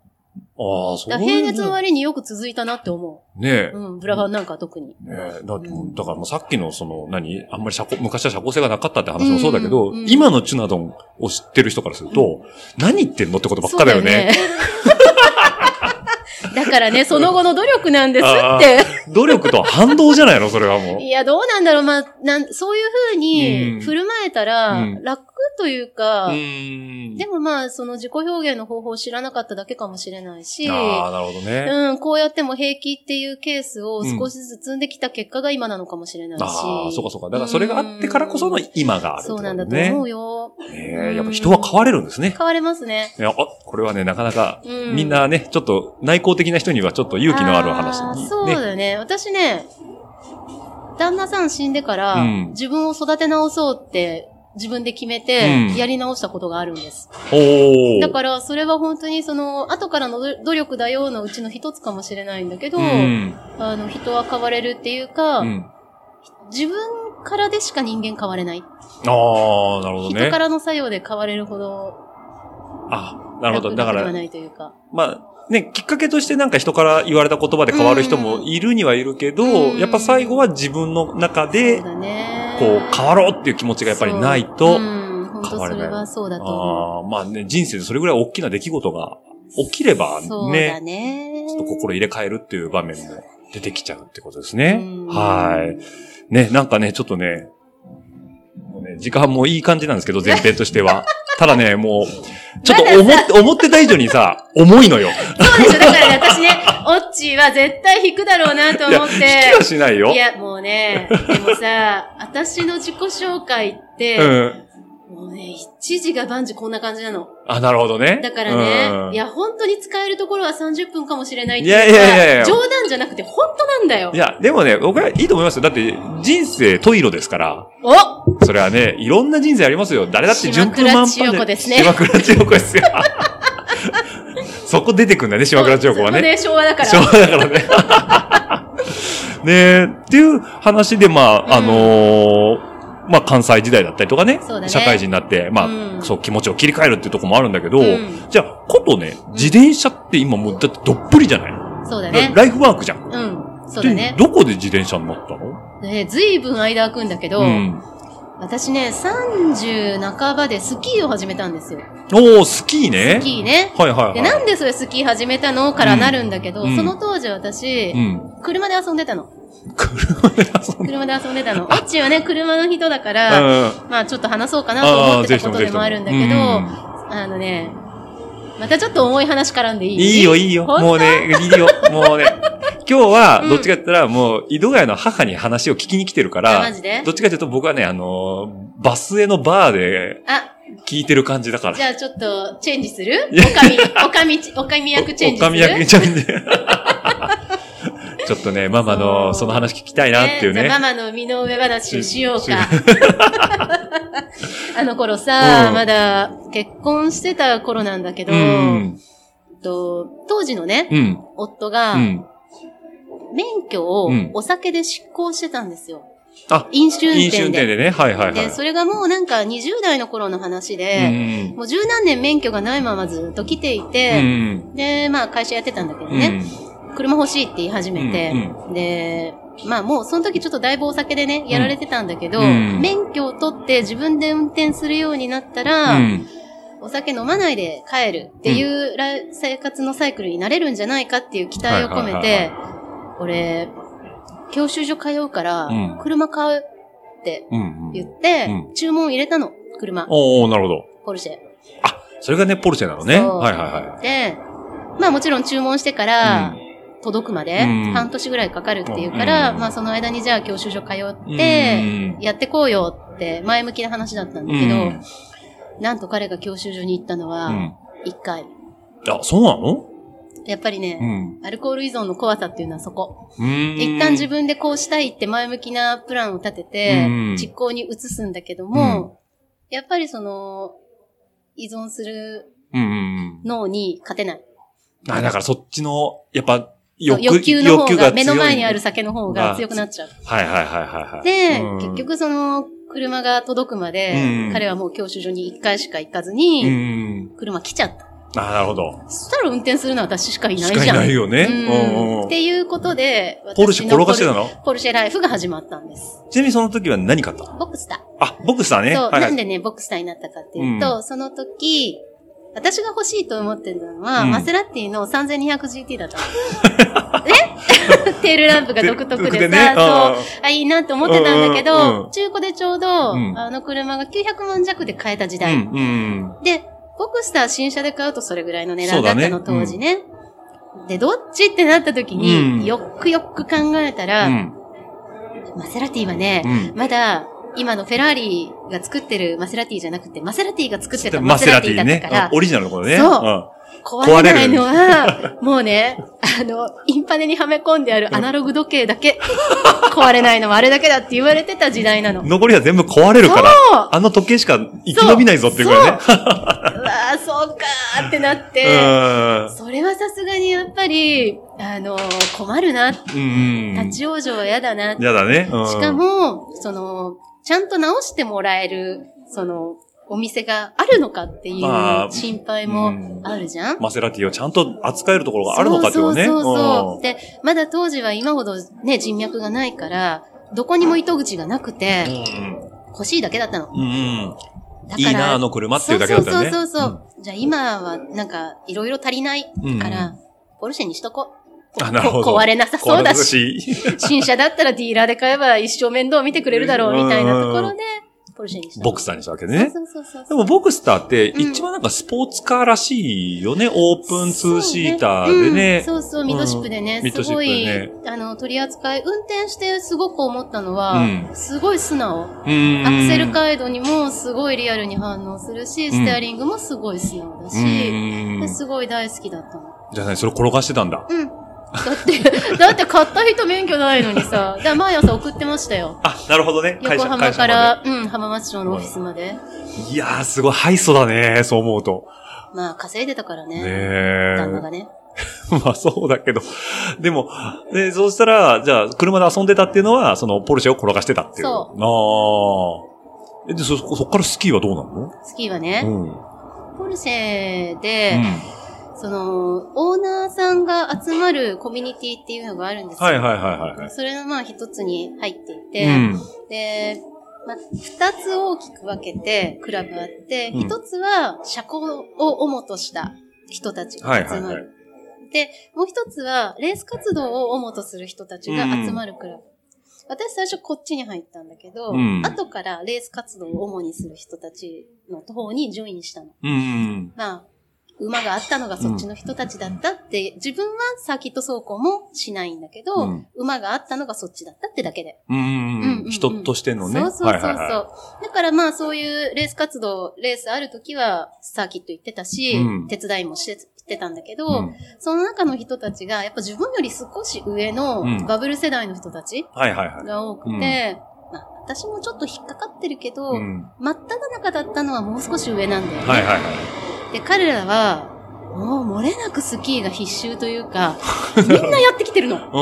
Speaker 2: あ、そうい
Speaker 3: だ
Speaker 2: う
Speaker 3: から
Speaker 2: の。
Speaker 3: 平熱の割によく続いたなって思
Speaker 2: ねえ
Speaker 3: う。。うん、ブラファンなんか特に。
Speaker 2: ねえだだからもうさっきのその、何あんまり社交、昔は社交性がなかったって話もそうだけど、
Speaker 3: うんうん
Speaker 2: 今のチュナドンを知ってる人からすると、何言ってんのってことばっかだよね。
Speaker 3: そう *laughs* だよねだからね、その後の努力なんですっ
Speaker 2: *laughs* 努力と反動じゃないのそれはもう
Speaker 3: て。。いや、どうなんだろう。まあ、なんそういう風
Speaker 2: うん
Speaker 3: に振る舞えたら
Speaker 2: うん
Speaker 3: 楽というか、
Speaker 2: うーん
Speaker 3: でもまあ、その自己表現の方法を知らなかっただけかもしれないし、
Speaker 2: ああ、なるほどね。
Speaker 3: うん、こうやっても平気っていうケースを少しずつ積んできた結果が今なのかもしれないし。
Speaker 2: ああ、そうかそうか。だからそれがあってからこその
Speaker 3: うん
Speaker 2: 今があるって
Speaker 3: そ
Speaker 2: こ
Speaker 3: う
Speaker 2: と
Speaker 3: な
Speaker 2: だ
Speaker 3: ん
Speaker 2: ね。
Speaker 3: だと思うよ。
Speaker 2: ねえ、やっぱ人は変われるんですね。
Speaker 3: 変われますね。
Speaker 2: いや、あ、これはね、なかなか、
Speaker 3: うん
Speaker 2: みんなね、ちょっと内向的な人にはちょっと勇気のある話
Speaker 3: あー
Speaker 2: に。
Speaker 3: そう
Speaker 2: ね
Speaker 3: だよね。私ね、旦那さん死んでから、
Speaker 2: うん
Speaker 3: 自分を育て直そうって自分で決めて、
Speaker 2: うん
Speaker 3: やり直したことがあるんです。
Speaker 2: おー。
Speaker 3: だから、それは本当にその、後からの努努力だよのうちの一つかもしれないんだけど、
Speaker 2: うん。
Speaker 3: あの、人は変われるっていうか、
Speaker 2: うん。
Speaker 3: 自分からでしか人間変われない。
Speaker 2: ああ、なるほどね。
Speaker 3: 人からの作用で変われるほど、
Speaker 2: あ、な
Speaker 3: な
Speaker 2: るほど。だか
Speaker 3: では
Speaker 2: ら、
Speaker 3: ないというか。
Speaker 2: まあ、ね、きっかけとしてなんか人から言われた言葉で変わる人もいるにはいるけど、
Speaker 3: うん
Speaker 2: やっぱ最後は自分の中
Speaker 3: そう
Speaker 2: で、こ
Speaker 3: だね。
Speaker 2: う、変わろうっていう気持ちがやっぱりないと、
Speaker 3: そううん、本当それはそうだと思う。
Speaker 2: あーまあね、人生でそれぐらい大きな出来事が起きれば
Speaker 3: そう
Speaker 2: ね、
Speaker 3: だね。
Speaker 2: ちょっと心入れ替えるっていう場面も出てきちゃうってことです
Speaker 3: う
Speaker 2: ね。
Speaker 3: ん
Speaker 2: はい。。ね、なんかね、ちょっとね、もうね時間もいい感じなんですけど、前編としては。ただね、も
Speaker 3: *laughs*
Speaker 2: う、ちょっと思って、思ってた以上にさ、重いのよ。
Speaker 3: そうでしょ。だからね、
Speaker 2: *laughs*
Speaker 3: 私ね、オッチーは絶対引くだろうなと
Speaker 2: いや、
Speaker 3: 思っ
Speaker 2: 引きは
Speaker 3: て。
Speaker 2: しないよ。
Speaker 3: いや、もうね、でも
Speaker 2: *laughs*
Speaker 3: さ、私の自己紹介っ
Speaker 2: う
Speaker 3: て、
Speaker 2: ん。
Speaker 3: もうね、一時が万事こんな感じなの。
Speaker 2: あ、なるほどね。
Speaker 3: だからね、
Speaker 2: うん
Speaker 3: いや、本当に使えるところは30分かもしれないって
Speaker 2: いやいやいやい
Speaker 3: い
Speaker 2: や
Speaker 3: うか、冗談じゃなくて本当なんだよ
Speaker 2: い。や、でもね、僕はいいと思いますよ。だって、人生トイロですから。
Speaker 3: お
Speaker 2: それはね、いろんな人生ありますよ。誰だって順風満
Speaker 3: 島
Speaker 2: 帆
Speaker 3: 倉千代子ですね
Speaker 2: 島倉千代子
Speaker 3: *laughs*
Speaker 2: ですよ。そこ出てくんだね、島倉千代子は
Speaker 3: そこ
Speaker 2: ね。
Speaker 3: ね、昭和だか
Speaker 2: しょうが
Speaker 3: ら。
Speaker 2: ないからね。ね *laughs* え、っていう話で、ま
Speaker 3: うん
Speaker 2: あ、あのーまあ、関西時代だったりとかね
Speaker 3: そうだね
Speaker 2: 社会人になって、まあ、
Speaker 3: うん
Speaker 2: そう、気持ちを切り替えるっていうところもあるんだけど、
Speaker 3: うん
Speaker 2: じゃあ、ことね、自転車って今もう、だってどっぷりじゃない、
Speaker 3: そうだ
Speaker 2: だ
Speaker 3: ね。
Speaker 2: ライフワークじゃん。
Speaker 3: うん。そうだね
Speaker 2: で。どこで自転車になったの
Speaker 3: ねずいぶん間空くんだけど、
Speaker 2: ん。
Speaker 3: 私ね、30半ばでスキーを始めたんですよ。
Speaker 2: おー、スキーね。
Speaker 3: スキーね。
Speaker 2: はいはいはい。
Speaker 3: で、なんでそれスキー始めたのからなるんだけど、
Speaker 2: うん
Speaker 3: その当時私、
Speaker 2: うん。
Speaker 3: 車で遊んでたの。
Speaker 2: 車で遊んで。
Speaker 3: 車で遊んでたの。オッチーはね、車の人だか
Speaker 2: う
Speaker 3: ら、
Speaker 2: ん。
Speaker 3: まあちょっと話そうかなと思っ
Speaker 2: ー
Speaker 3: てたことでもあるんだけど、あのね、またちょっと重い話絡んでいい
Speaker 2: いいよ、いいよ。
Speaker 3: ほん
Speaker 2: もうね、いいよ。も
Speaker 3: *laughs*
Speaker 2: うね。今日は
Speaker 3: う、ん
Speaker 2: どっちかって言ったら、もう、井戸ヶ谷の母に話を聞きに来てるか
Speaker 3: あ
Speaker 2: ら
Speaker 3: マジで、
Speaker 2: どっちかっていうと僕はね、あのー、バスへのバーで
Speaker 3: あ、
Speaker 2: 聞いてる感じだから。
Speaker 3: じゃあちょっとチェンジする
Speaker 2: いや
Speaker 3: おかみ、おかみ、おかみ役チェンジする
Speaker 2: おみ役チェンジ。 *laughs* ちょっとね、ママの、
Speaker 3: そ
Speaker 2: そうの話聞きたいなっていう
Speaker 3: じゃあ
Speaker 2: ね。
Speaker 3: ママの身の上話をしよう
Speaker 2: し
Speaker 3: か。 *laughs* あの頃さ、
Speaker 2: うん
Speaker 3: まだ結婚してた頃なんだけど、
Speaker 2: うん。
Speaker 3: と当時のね、
Speaker 2: うん。
Speaker 3: 夫が
Speaker 2: う、ん。
Speaker 3: 免許を
Speaker 2: うん
Speaker 3: お酒で執行してたんですよ。
Speaker 2: あ、
Speaker 3: 飲酒運
Speaker 2: 飲酒運
Speaker 3: 転
Speaker 2: 転
Speaker 3: で。
Speaker 2: でね。はいはいはい
Speaker 3: で、。それがもうなんか20代の頃の話
Speaker 2: う
Speaker 3: で、
Speaker 2: ん。
Speaker 3: もう十何年免許がないままずっと来ていうて、
Speaker 2: ん。
Speaker 3: で、まあ会社やってたんだけど
Speaker 2: うん
Speaker 3: ね、。車欲しいって言い始めて、
Speaker 2: う
Speaker 3: で、まあもうその時ちょっとだいぶお酒でね、やられてたんだけど、
Speaker 2: うん
Speaker 3: 免許を取って自分で運転するようになった
Speaker 2: う
Speaker 3: ら、
Speaker 2: ん。
Speaker 3: お酒飲まないで帰るっていうライ、生活のサイクルになれるんじゃないかっていう期待を込
Speaker 2: はい
Speaker 3: め
Speaker 2: はい
Speaker 3: て、俺、教習所通うから
Speaker 2: うん、
Speaker 3: 車買うって
Speaker 2: うん。
Speaker 3: 言って、
Speaker 2: う
Speaker 3: 注文入れたの、車、
Speaker 2: おー、なるほど。
Speaker 3: ポルシェ。
Speaker 2: あ、それがね、ポルシェなのね。
Speaker 3: そう
Speaker 2: はいは
Speaker 3: で、まあもちろん注文してか
Speaker 2: い
Speaker 3: ら、
Speaker 2: はい。
Speaker 3: 届くまで、
Speaker 2: うん
Speaker 3: 半年ぐらいかかるっていうから、
Speaker 2: うん
Speaker 3: まあその間にじゃあ教習所通
Speaker 2: うん
Speaker 3: って、やってこうよって前向きな話だったんだけど、なんと彼が教習所に行ったの
Speaker 2: う
Speaker 3: は、
Speaker 2: ん。
Speaker 3: 一回。
Speaker 2: あ、そうなの
Speaker 3: やっぱり
Speaker 2: う
Speaker 3: ね、
Speaker 2: ん。
Speaker 3: アルコール依存の怖さっていうのはそこ。
Speaker 2: うん。
Speaker 3: 一旦自分でこうしたいって前向きなプランを立てて
Speaker 2: うん、
Speaker 3: 実行に移すんだけども、やっぱりその、依存する
Speaker 2: うんうんうん。
Speaker 3: 脳に勝てない。
Speaker 2: あ、だからそっちの、やっぱ、
Speaker 3: そう
Speaker 2: 欲
Speaker 3: 欲求の方
Speaker 2: 欲
Speaker 3: が、
Speaker 2: 強い
Speaker 3: 目の前にある酒の方が強くなっちゃう。
Speaker 2: はいはいはいはいはい。
Speaker 3: で、
Speaker 2: うん
Speaker 3: 結、局その、車が届くま
Speaker 2: う
Speaker 3: で
Speaker 2: ん、
Speaker 3: 彼はもう教習所に一回しか行かず
Speaker 2: うんう
Speaker 3: に、
Speaker 2: ん。
Speaker 3: 車来ちゃった。
Speaker 2: あ、なるほど。
Speaker 3: そしたら運転するのは私しかいない
Speaker 2: し
Speaker 3: じゃん。
Speaker 2: かいないよね。
Speaker 3: うん
Speaker 2: う
Speaker 3: っ
Speaker 2: んうん。
Speaker 3: ていうことで、
Speaker 2: ポルシェ転がしてたの
Speaker 3: ポルシェライフが始まったんです。
Speaker 2: ちなみにその時は何買ったの
Speaker 3: ボクスタ
Speaker 2: あ、ボクサー
Speaker 3: ー。
Speaker 2: ね。
Speaker 3: そう、
Speaker 2: はいは
Speaker 3: なん
Speaker 2: い。
Speaker 3: でね、ボクスターになったかっていうと、その時、私が欲しいと思ってたのは、
Speaker 2: うん
Speaker 3: マセラッティの 3200GT だった
Speaker 2: *laughs*
Speaker 3: の。ね *laughs* テールランプが独特でさ、そう、あ、いいなって思ってたんだけ
Speaker 2: うんうんう
Speaker 3: ど、
Speaker 2: ん
Speaker 3: 中古でちょうど、
Speaker 2: うん
Speaker 3: あの車が900万弱で買えた時
Speaker 2: う
Speaker 3: 代。
Speaker 2: ん、うん。
Speaker 3: で、ボクスター新車で買うとそれぐらいの値
Speaker 2: そ
Speaker 3: 段
Speaker 2: うだ
Speaker 3: だった
Speaker 2: ね
Speaker 3: の、当時ね。で、どっちってなった時に、
Speaker 2: うん
Speaker 3: よっくよっく考えた
Speaker 2: う
Speaker 3: ら、
Speaker 2: ん。
Speaker 3: マセラティはね、
Speaker 2: うん
Speaker 3: まだ、今のフェラーリが作ってるマセラティじゃなくて、マセラティが作ってたマ
Speaker 2: マ
Speaker 3: セ
Speaker 2: セ
Speaker 3: ラ
Speaker 2: ラ
Speaker 3: テ
Speaker 2: テ
Speaker 3: ィだ
Speaker 2: ィ
Speaker 3: った
Speaker 2: ね
Speaker 3: か。
Speaker 2: うんオリジナルのことね。。
Speaker 3: そうんら、壊れないのは、もうね、あの、インパネにはめ込んであるアナログ時計だけ、壊れないのはあれだけだって言われてた時代なの。
Speaker 2: 残りは全部壊れるから、
Speaker 3: そう
Speaker 2: あの時計しか生き延びないぞっていうぐらい *laughs* ね。
Speaker 3: うわー、そうかーってなっ
Speaker 2: う
Speaker 3: て、それはさすがにやっぱり、あの、困るな、
Speaker 2: んうんうん。
Speaker 3: 立ち往生は嫌だな、
Speaker 2: やだね。うん
Speaker 3: しか、も、その、ちゃんと直してもらえる、その、お店があるのかってい
Speaker 2: まあ
Speaker 3: う心配
Speaker 2: う
Speaker 3: も
Speaker 2: ん
Speaker 3: あるじゃん、
Speaker 2: マセラティをちゃんと扱えるところがあるのかっていうね。
Speaker 3: そうそうそうそう。
Speaker 2: ん
Speaker 3: で、まだ当時は今ほどね、人脈がないから、どこにも糸口がなくて、欲しいだけだったの。
Speaker 2: うんうん。うんうん。
Speaker 3: だから
Speaker 2: いいな、あの車っていうだけだったよね。
Speaker 3: そうそうそうそう。じゃあ今はなんか、いろいろ足りないから、ポルシェにしとこう。
Speaker 2: あなるほど
Speaker 3: こ *laughs* 壊れなさそうだし。
Speaker 2: し。
Speaker 3: 新車だったらディーラーで買えば一生面倒見てくれるだろうみたいなところで、ポルシェにした。
Speaker 2: ボクサーにしたわけね。
Speaker 3: そうそうそう
Speaker 2: で
Speaker 3: そう。
Speaker 2: もボクスターって
Speaker 3: うん
Speaker 2: 一番なんかスポーツカーらしいよね。オープンツーシータ
Speaker 3: そう
Speaker 2: ーでね。
Speaker 3: うんそうそう、ミドシップでね、
Speaker 2: うんミッ
Speaker 3: す
Speaker 2: ドシッ
Speaker 3: ご
Speaker 2: プで
Speaker 3: い、
Speaker 2: ね
Speaker 3: あの、取り扱い、運転してすごく思ったのは、
Speaker 2: うん
Speaker 3: すごい素直。
Speaker 2: うん
Speaker 3: アクセルガイドにもすごいリアルに反応するし、
Speaker 2: ん
Speaker 3: ステアリングもすごい素直だ
Speaker 2: う
Speaker 3: し、
Speaker 2: ん
Speaker 3: ですごい大好きだったの。
Speaker 2: じゃあね、それ転がしてたんだ。
Speaker 3: うん。だって、 *laughs* だって買った人免許ないのにさ、だから毎朝送ってましたよ。
Speaker 2: あ、なるほどね。会
Speaker 3: 横
Speaker 2: 社
Speaker 3: 浜
Speaker 2: 会社
Speaker 3: か
Speaker 2: まで
Speaker 3: ら、うん、浜松町のオフィスまで。
Speaker 2: いやー、すごい、ハイソだね、そう思うと。
Speaker 3: まあ、稼いでたからね。
Speaker 2: ねえ。
Speaker 3: 旦那がね。
Speaker 2: *laughs* まあ、そうだけど。でも、で、そうしたら、じゃあ、車で遊んでたっていうのは、その、ポルシェを転がしてたっていう。。
Speaker 3: そ
Speaker 2: あ
Speaker 3: う
Speaker 2: あ。え、で、そ、そっからスキーはどうなの
Speaker 3: スキーはね、
Speaker 2: うん。
Speaker 3: ポルシェで、その、オーナーさんが集まるコミュニティっていうのがあるんですよ。
Speaker 2: はいはいはいはいはい。
Speaker 3: それのまあ一つに入っていて、
Speaker 2: うん。
Speaker 3: で、まあ、二つ大きく分けてクラブあって、
Speaker 2: うん
Speaker 3: 一つは社交を主とした人たちが
Speaker 2: はい
Speaker 3: 集まる。
Speaker 2: はいはい。
Speaker 3: で、もう一つはレース活動を主とする人たちが集まるクラブ。私最初こっちに入ったんだけど、
Speaker 2: うん
Speaker 3: 後からレース活動を主にする人たちの方にジョインしたの。
Speaker 2: うん。
Speaker 3: まあ、馬があったのがそっちの人たちだったって、自分はサーキット走行もしないんだけど、
Speaker 2: うん
Speaker 3: 馬があったのがそっちだったってだけで。
Speaker 2: う
Speaker 3: うんうん
Speaker 2: ん。人としてのね。
Speaker 3: そうそうそうそう、
Speaker 2: はいはいは
Speaker 3: だからまあそういうレース活動、レースある時はサーキット行ってたし、
Speaker 2: うん
Speaker 3: 手伝いもして、してたんだけど、
Speaker 2: いうん
Speaker 3: その中の人たちが、やっぱ自分より少し上
Speaker 2: うん
Speaker 3: のバブル世代の人たち
Speaker 2: はいはいはい。
Speaker 3: が多くて、
Speaker 2: うん
Speaker 3: まあ私もちょっと引っかかってるけど、
Speaker 2: うん。
Speaker 3: 真っ只中だったのはもう少し上なんだよね。
Speaker 2: はいはいはい。
Speaker 3: で、彼らは、もう漏れなくスキーが必修というか、みんなやってきてるの。
Speaker 2: うーん。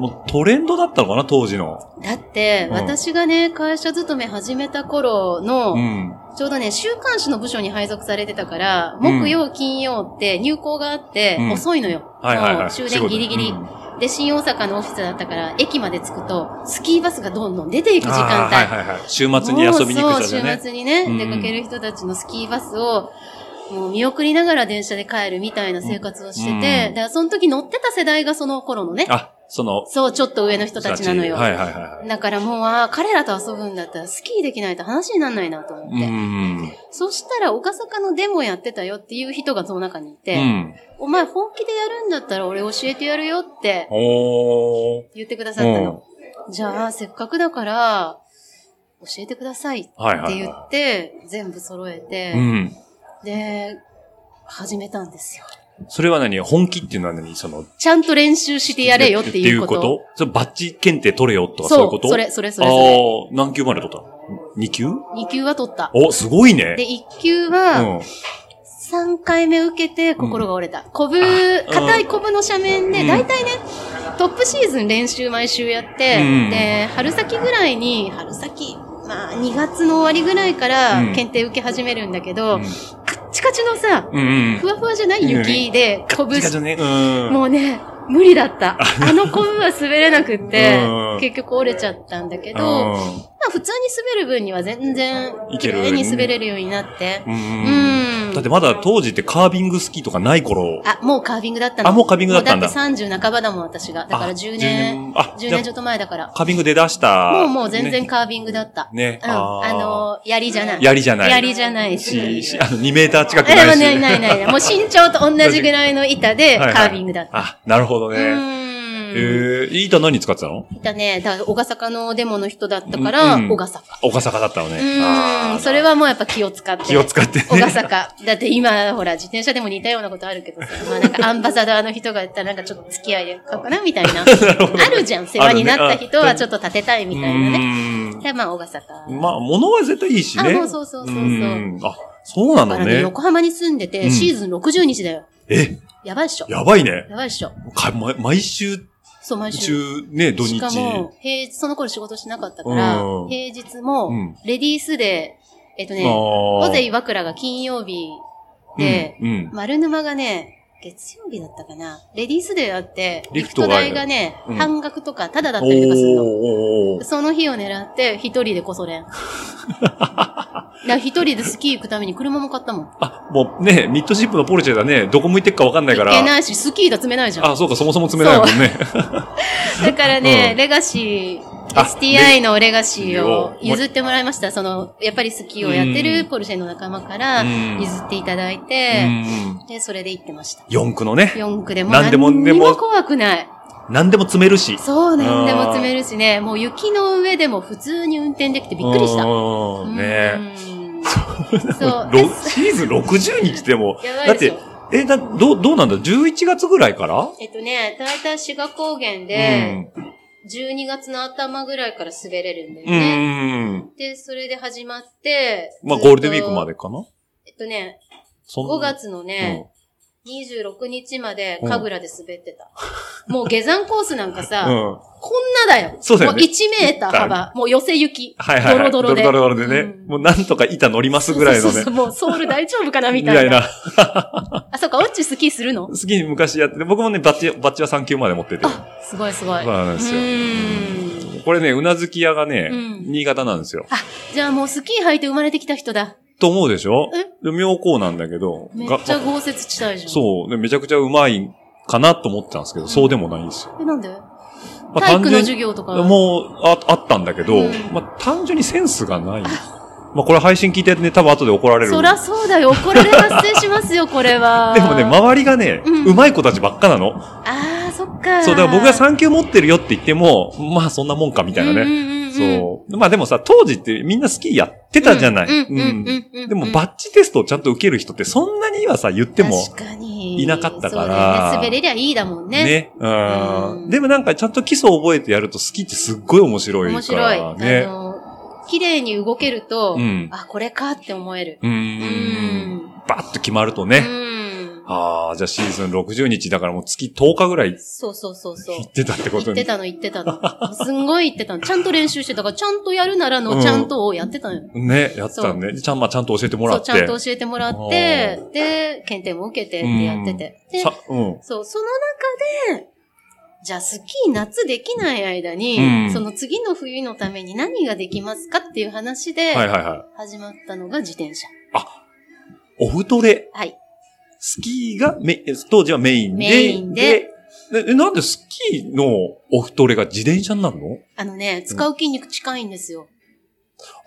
Speaker 2: もうトレンドだったのかな、当時の。
Speaker 3: だって、
Speaker 2: うん
Speaker 3: 私がね、会社勤め始めた頃の、
Speaker 2: うん。
Speaker 3: ちょうどね、週刊誌の部署に配属されてたから、
Speaker 2: うん
Speaker 3: 木曜、金曜って入校があって、
Speaker 2: うん
Speaker 3: 遅いのよ。
Speaker 2: はいはいは
Speaker 3: もう
Speaker 2: い。
Speaker 3: 終電ギリギリ
Speaker 2: 仕事。うん
Speaker 3: で、新大阪のオフィスだったから、駅まで着くと、スキーバスがどんどん出ていく時
Speaker 2: あ
Speaker 3: 間帯。
Speaker 2: ーはいはいはい。週末に遊びに行く人たち
Speaker 3: もう
Speaker 2: だ
Speaker 3: そう、週
Speaker 2: ね。
Speaker 3: 末にね、
Speaker 2: うん
Speaker 3: 出かける人たちのスキーバスを、もう見送りながら電車で帰るみたいな生活をしてて、
Speaker 2: うん
Speaker 3: だからその時乗ってた世代がその頃のね、
Speaker 2: あ、その、
Speaker 3: そう、ちょっと上の人たちなのよ。
Speaker 2: はいはいはいはい。
Speaker 3: だからもう、ああ、彼らと遊ぶんだったらスキーできないと話にならないなと思って。
Speaker 2: うん。
Speaker 3: そしたら、岡坂のデモやってたよっていう人がその中にいうて、
Speaker 2: ん。
Speaker 3: お前本気でやるんだったら俺教えてやるよって
Speaker 2: おー。
Speaker 3: 言ってくださったの。じゃあ、せっかくだから、教えてくださいって
Speaker 2: はいはい
Speaker 3: 言
Speaker 2: は
Speaker 3: って、全部揃え
Speaker 2: い。
Speaker 3: て、
Speaker 2: うん。
Speaker 3: で、始めたんですよ。
Speaker 2: それは何本気っていうのは何その、
Speaker 3: ちゃんと練習してやれよっていうこと。
Speaker 2: っていうそれバッチ検定取れよとかそういう
Speaker 3: そ
Speaker 2: こ
Speaker 3: う
Speaker 2: と
Speaker 3: それ、それ、そ
Speaker 2: あ
Speaker 3: れ、
Speaker 2: あ
Speaker 3: それ。
Speaker 2: ー、何級まで取った二級
Speaker 3: 2級は取った。
Speaker 2: お、すごいね。
Speaker 3: で、1級
Speaker 2: う
Speaker 3: は、
Speaker 2: ん。
Speaker 3: 3回目受けて心が折れた。こぶ、
Speaker 2: あ
Speaker 3: 硬いこぶの斜面
Speaker 2: う
Speaker 3: で、
Speaker 2: ん
Speaker 3: だいたいね、トップシーズン練習毎週やって、
Speaker 2: うん
Speaker 3: で、春先ぐらいに、春先、まあ、2月の終わりぐらいから
Speaker 2: うん
Speaker 3: 検定受け始めるんだけ
Speaker 2: う
Speaker 3: ど、
Speaker 2: ん
Speaker 3: カッチカチのさ、
Speaker 2: うんうん。
Speaker 3: ふわふわじゃない雪で、こぶ
Speaker 2: 近所ね。うん。
Speaker 3: もうね、無理だった。あのコブは滑れなくって
Speaker 2: うん、
Speaker 3: 結局折れちゃったんだけど、ま
Speaker 2: う
Speaker 3: あ普通に滑る分には全然、
Speaker 2: いけ
Speaker 3: 綺
Speaker 2: る
Speaker 3: 麗に滑れるようになって。
Speaker 2: ん。うん
Speaker 3: うん
Speaker 2: だってまだ当時ってカービングスキーとかない頃。
Speaker 3: あ、もうカービングだったの
Speaker 2: あもうカービングだったんだ
Speaker 3: もうだって30半ばだもん、私が。だから10年、
Speaker 2: あ、
Speaker 3: 10
Speaker 2: じゃあ
Speaker 3: 年ちょっと前だから。
Speaker 2: カービング出だした。
Speaker 3: もうもう全然
Speaker 2: ね。
Speaker 3: カービングだった。
Speaker 2: ね
Speaker 3: うん。
Speaker 2: あー
Speaker 3: あの、槍じゃない。
Speaker 2: 槍じゃない。
Speaker 3: 槍じゃない
Speaker 2: し、
Speaker 3: し。
Speaker 2: しあの、2メーター近く
Speaker 3: え、
Speaker 2: ない
Speaker 3: もう
Speaker 2: し。
Speaker 3: ないないない
Speaker 2: *laughs*
Speaker 3: ない。もう身長と同じぐらいの板でカービングだった。
Speaker 2: あ、なるほど
Speaker 3: う
Speaker 2: ね。え
Speaker 3: ん。
Speaker 2: ー、板何使ってたの
Speaker 3: いたね。だから、小笠坂のデモの人だったから、
Speaker 2: うん
Speaker 3: 小笠坂。
Speaker 2: 岡坂だったの
Speaker 3: う
Speaker 2: ね。あ
Speaker 3: ー
Speaker 2: ー
Speaker 3: ん。それ。はもうやっぱ気を使って。
Speaker 2: 気を使ってね。
Speaker 3: *laughs* 小笠坂。だって今、ほら、自転車でも似たようなことあるけど
Speaker 2: *laughs*
Speaker 3: さ、まあなんかアンバサダーの人がやったらなんかちょっと付き合いで買おうかなみたい
Speaker 2: *laughs*
Speaker 3: な。あるじゃん。世話になった人はちょっと立てたいみたいなね。
Speaker 2: ね
Speaker 3: で、まあ、小笠坂。
Speaker 2: まあ、物は絶対いいしね。
Speaker 3: あもうそうそうそうそうん
Speaker 2: あ、そうな
Speaker 3: だ
Speaker 2: の
Speaker 3: からね、
Speaker 2: ね。
Speaker 3: 横浜に住んで
Speaker 2: う
Speaker 3: て、
Speaker 2: ん
Speaker 3: シーズン60日だよ。
Speaker 2: え、
Speaker 3: やばいっしょ。や
Speaker 2: やばいね。
Speaker 3: ばいっしょ。
Speaker 2: か毎毎週、
Speaker 3: そう、毎週。
Speaker 2: 中、ね、土
Speaker 3: し
Speaker 2: 日。
Speaker 3: かも、平日、その頃仕事してなかったから
Speaker 2: うん、
Speaker 3: 平日
Speaker 2: うん
Speaker 3: も、レディースで、えっとね、
Speaker 2: あ
Speaker 3: 尾
Speaker 2: あ。
Speaker 3: 瀬岩倉が金曜日で、
Speaker 2: うん、うん。
Speaker 3: 丸沼がね、月曜日だったかな。レディースデーあって、
Speaker 2: リ
Speaker 3: リ
Speaker 2: フ
Speaker 3: フ
Speaker 2: ト
Speaker 3: ト
Speaker 2: がある
Speaker 3: 代がね、
Speaker 2: うん
Speaker 3: 半額とかタダだった
Speaker 2: お
Speaker 3: りとかするの。
Speaker 2: ーおーおー
Speaker 3: その日を狙って、一人で
Speaker 2: *laughs*
Speaker 3: こそれん。だから一人でスキー行くために車も買ったもん。
Speaker 2: あ、もうね、ミッドシップのポルチェだね、どこ向いてっかわかんないか
Speaker 3: 行
Speaker 2: ら。
Speaker 3: けないし、スキーだ詰めないじゃん。
Speaker 2: あ、そうか、そもそも詰めないもんね。
Speaker 3: だからね、
Speaker 2: うん
Speaker 3: レガシ
Speaker 2: あ
Speaker 3: ー、STI のレガシーを譲ってもらいました。その、やっぱりスキーをやって
Speaker 2: うん
Speaker 3: るポルシェの仲間から
Speaker 2: うん
Speaker 3: 譲っていただいうて、
Speaker 2: ん。
Speaker 3: で、それで行ってました。
Speaker 2: 四駆のね、
Speaker 3: 4区でも
Speaker 2: なん
Speaker 3: 何
Speaker 2: で
Speaker 3: に
Speaker 2: もでも
Speaker 3: も怖くない。
Speaker 2: 何でも詰めるし。
Speaker 3: そうなんでも積めるしね、もう雪の上でも普通に運転できてびっくりした。
Speaker 2: う
Speaker 3: うんん
Speaker 2: ね。
Speaker 3: そう。
Speaker 2: ろシーズン60日でも、
Speaker 3: や
Speaker 2: だ
Speaker 3: ばい
Speaker 2: っ
Speaker 3: でしてょ。、
Speaker 2: え、だ、どう、どうなんだ ?11 月ぐらいから
Speaker 3: えっとね、大体志賀高原で、12月の頭ぐらいから滑れるんだよ
Speaker 2: うん。う
Speaker 3: ね。
Speaker 2: ん。
Speaker 3: で、それで始まって、
Speaker 2: まあ、
Speaker 3: ずっと
Speaker 2: ゴールデンウィークま。でかな
Speaker 3: えっとね、
Speaker 2: そん
Speaker 3: 5月のね、26日まで
Speaker 2: うん
Speaker 3: 神楽で滑ってた。もう下山コースなんか
Speaker 2: う
Speaker 3: さ、
Speaker 2: ん。うん。
Speaker 3: こんなだよ。
Speaker 2: そうだよね
Speaker 3: もう1メーター幅。もう寄せ雪。
Speaker 2: はいはいはい。
Speaker 3: ドロドロで
Speaker 2: ドロドロでね。
Speaker 3: うん
Speaker 2: もうなんとか板乗りますぐらいの
Speaker 3: そう
Speaker 2: ね
Speaker 3: そうそう。もうソール大丈夫かなみ
Speaker 2: み
Speaker 3: た
Speaker 2: た
Speaker 3: い
Speaker 2: い
Speaker 3: な。
Speaker 2: な。
Speaker 3: あ、そうか、オッチスキーするの
Speaker 2: 好きに昔やってて、僕もね、バッチ、バッチは3級まで持ってて。
Speaker 3: あ、すごいすごい。
Speaker 2: そうなんですよ
Speaker 3: うーん
Speaker 2: これね、うなずき屋がね、
Speaker 3: うん
Speaker 2: 新潟なんですよ。
Speaker 3: じゃあもうスキー履いて生まれてきた人だ。
Speaker 2: と思うでしょ
Speaker 3: え
Speaker 2: で妙高なんだけど、
Speaker 3: めっちゃ
Speaker 2: が
Speaker 3: 豪雪地帯じゃん。
Speaker 2: そう、でめちゃくちゃうまいかなと思ってたんですけど、そうでもないんですよ。
Speaker 3: え、なんで
Speaker 2: まあ
Speaker 3: 体育
Speaker 2: 単
Speaker 3: の
Speaker 2: 純
Speaker 3: 授業とか。
Speaker 2: もうあ、あったんだけど、
Speaker 3: うん
Speaker 2: まあ、単純にセンスがない。まあ、これ配信聞いてね、多分後で怒られる。
Speaker 3: そらそうだよ。怒られ発生します
Speaker 2: *laughs*
Speaker 3: よ、これは。
Speaker 2: でもね、周りがね、
Speaker 3: うん
Speaker 2: うまい子たちばっかなの。
Speaker 3: あー、そっか。
Speaker 2: そう、だから僕が3級持ってるよって言っても、まあそんなもんかみたいなね。
Speaker 3: うんうんうんうん
Speaker 2: そう。まあでもさ、当時ってみんなスキーやってたじゃない。
Speaker 3: うんうんうんうんうん
Speaker 2: でもバッチテストをちゃんと受ける人ってそんなにはさ、言っても。
Speaker 3: 確かに。
Speaker 2: いなかったから
Speaker 3: そうだよね、滑れりゃいいだもんね。
Speaker 2: ね。う。
Speaker 3: うんん
Speaker 2: でもなんかちゃんと基礎を覚えてやるとスキーってすっごい面白
Speaker 3: 面
Speaker 2: いか
Speaker 3: 白い。
Speaker 2: らね
Speaker 3: あ。の、綺麗に動けると、
Speaker 2: うん
Speaker 3: あ、これかって思える。
Speaker 2: うー。
Speaker 3: うんん。
Speaker 2: バッと決まると
Speaker 3: う
Speaker 2: ね。
Speaker 3: ん。
Speaker 2: ああ、じゃあシーズン60日だからもう月10日ぐらい
Speaker 3: そうそうそうそう
Speaker 2: 行っ。てたってこ
Speaker 3: 言
Speaker 2: と
Speaker 3: っ
Speaker 2: に
Speaker 3: て。たの、言ってたの。すんごい言ってたの。ちゃんと練習してたから、ちゃんとやるなら
Speaker 2: う
Speaker 3: の
Speaker 2: ん
Speaker 3: ちゃんとをやってたのよ。
Speaker 2: ね、やってたんで。ちゃん、まあちゃんと教えてもら
Speaker 3: そ
Speaker 2: っ
Speaker 3: う、
Speaker 2: て。
Speaker 3: ちゃんと教えてもらって
Speaker 2: お、
Speaker 3: で、検定も受けてってやってて。で、
Speaker 2: さ、うん。
Speaker 3: そう、その中で、じゃあスキー夏できない間に、
Speaker 2: うん
Speaker 3: その次の冬のために何ができますかっていう
Speaker 2: は
Speaker 3: 話
Speaker 2: い
Speaker 3: で、
Speaker 2: はいはい。
Speaker 3: 始まったのが自転車。
Speaker 2: オフトレ。
Speaker 3: はい。
Speaker 2: スキーがメイン、当時はメインで。
Speaker 3: メインで
Speaker 2: で。でなんでスキーのオフトレが自転車になるの
Speaker 3: あのね、使う筋肉近いんですよ。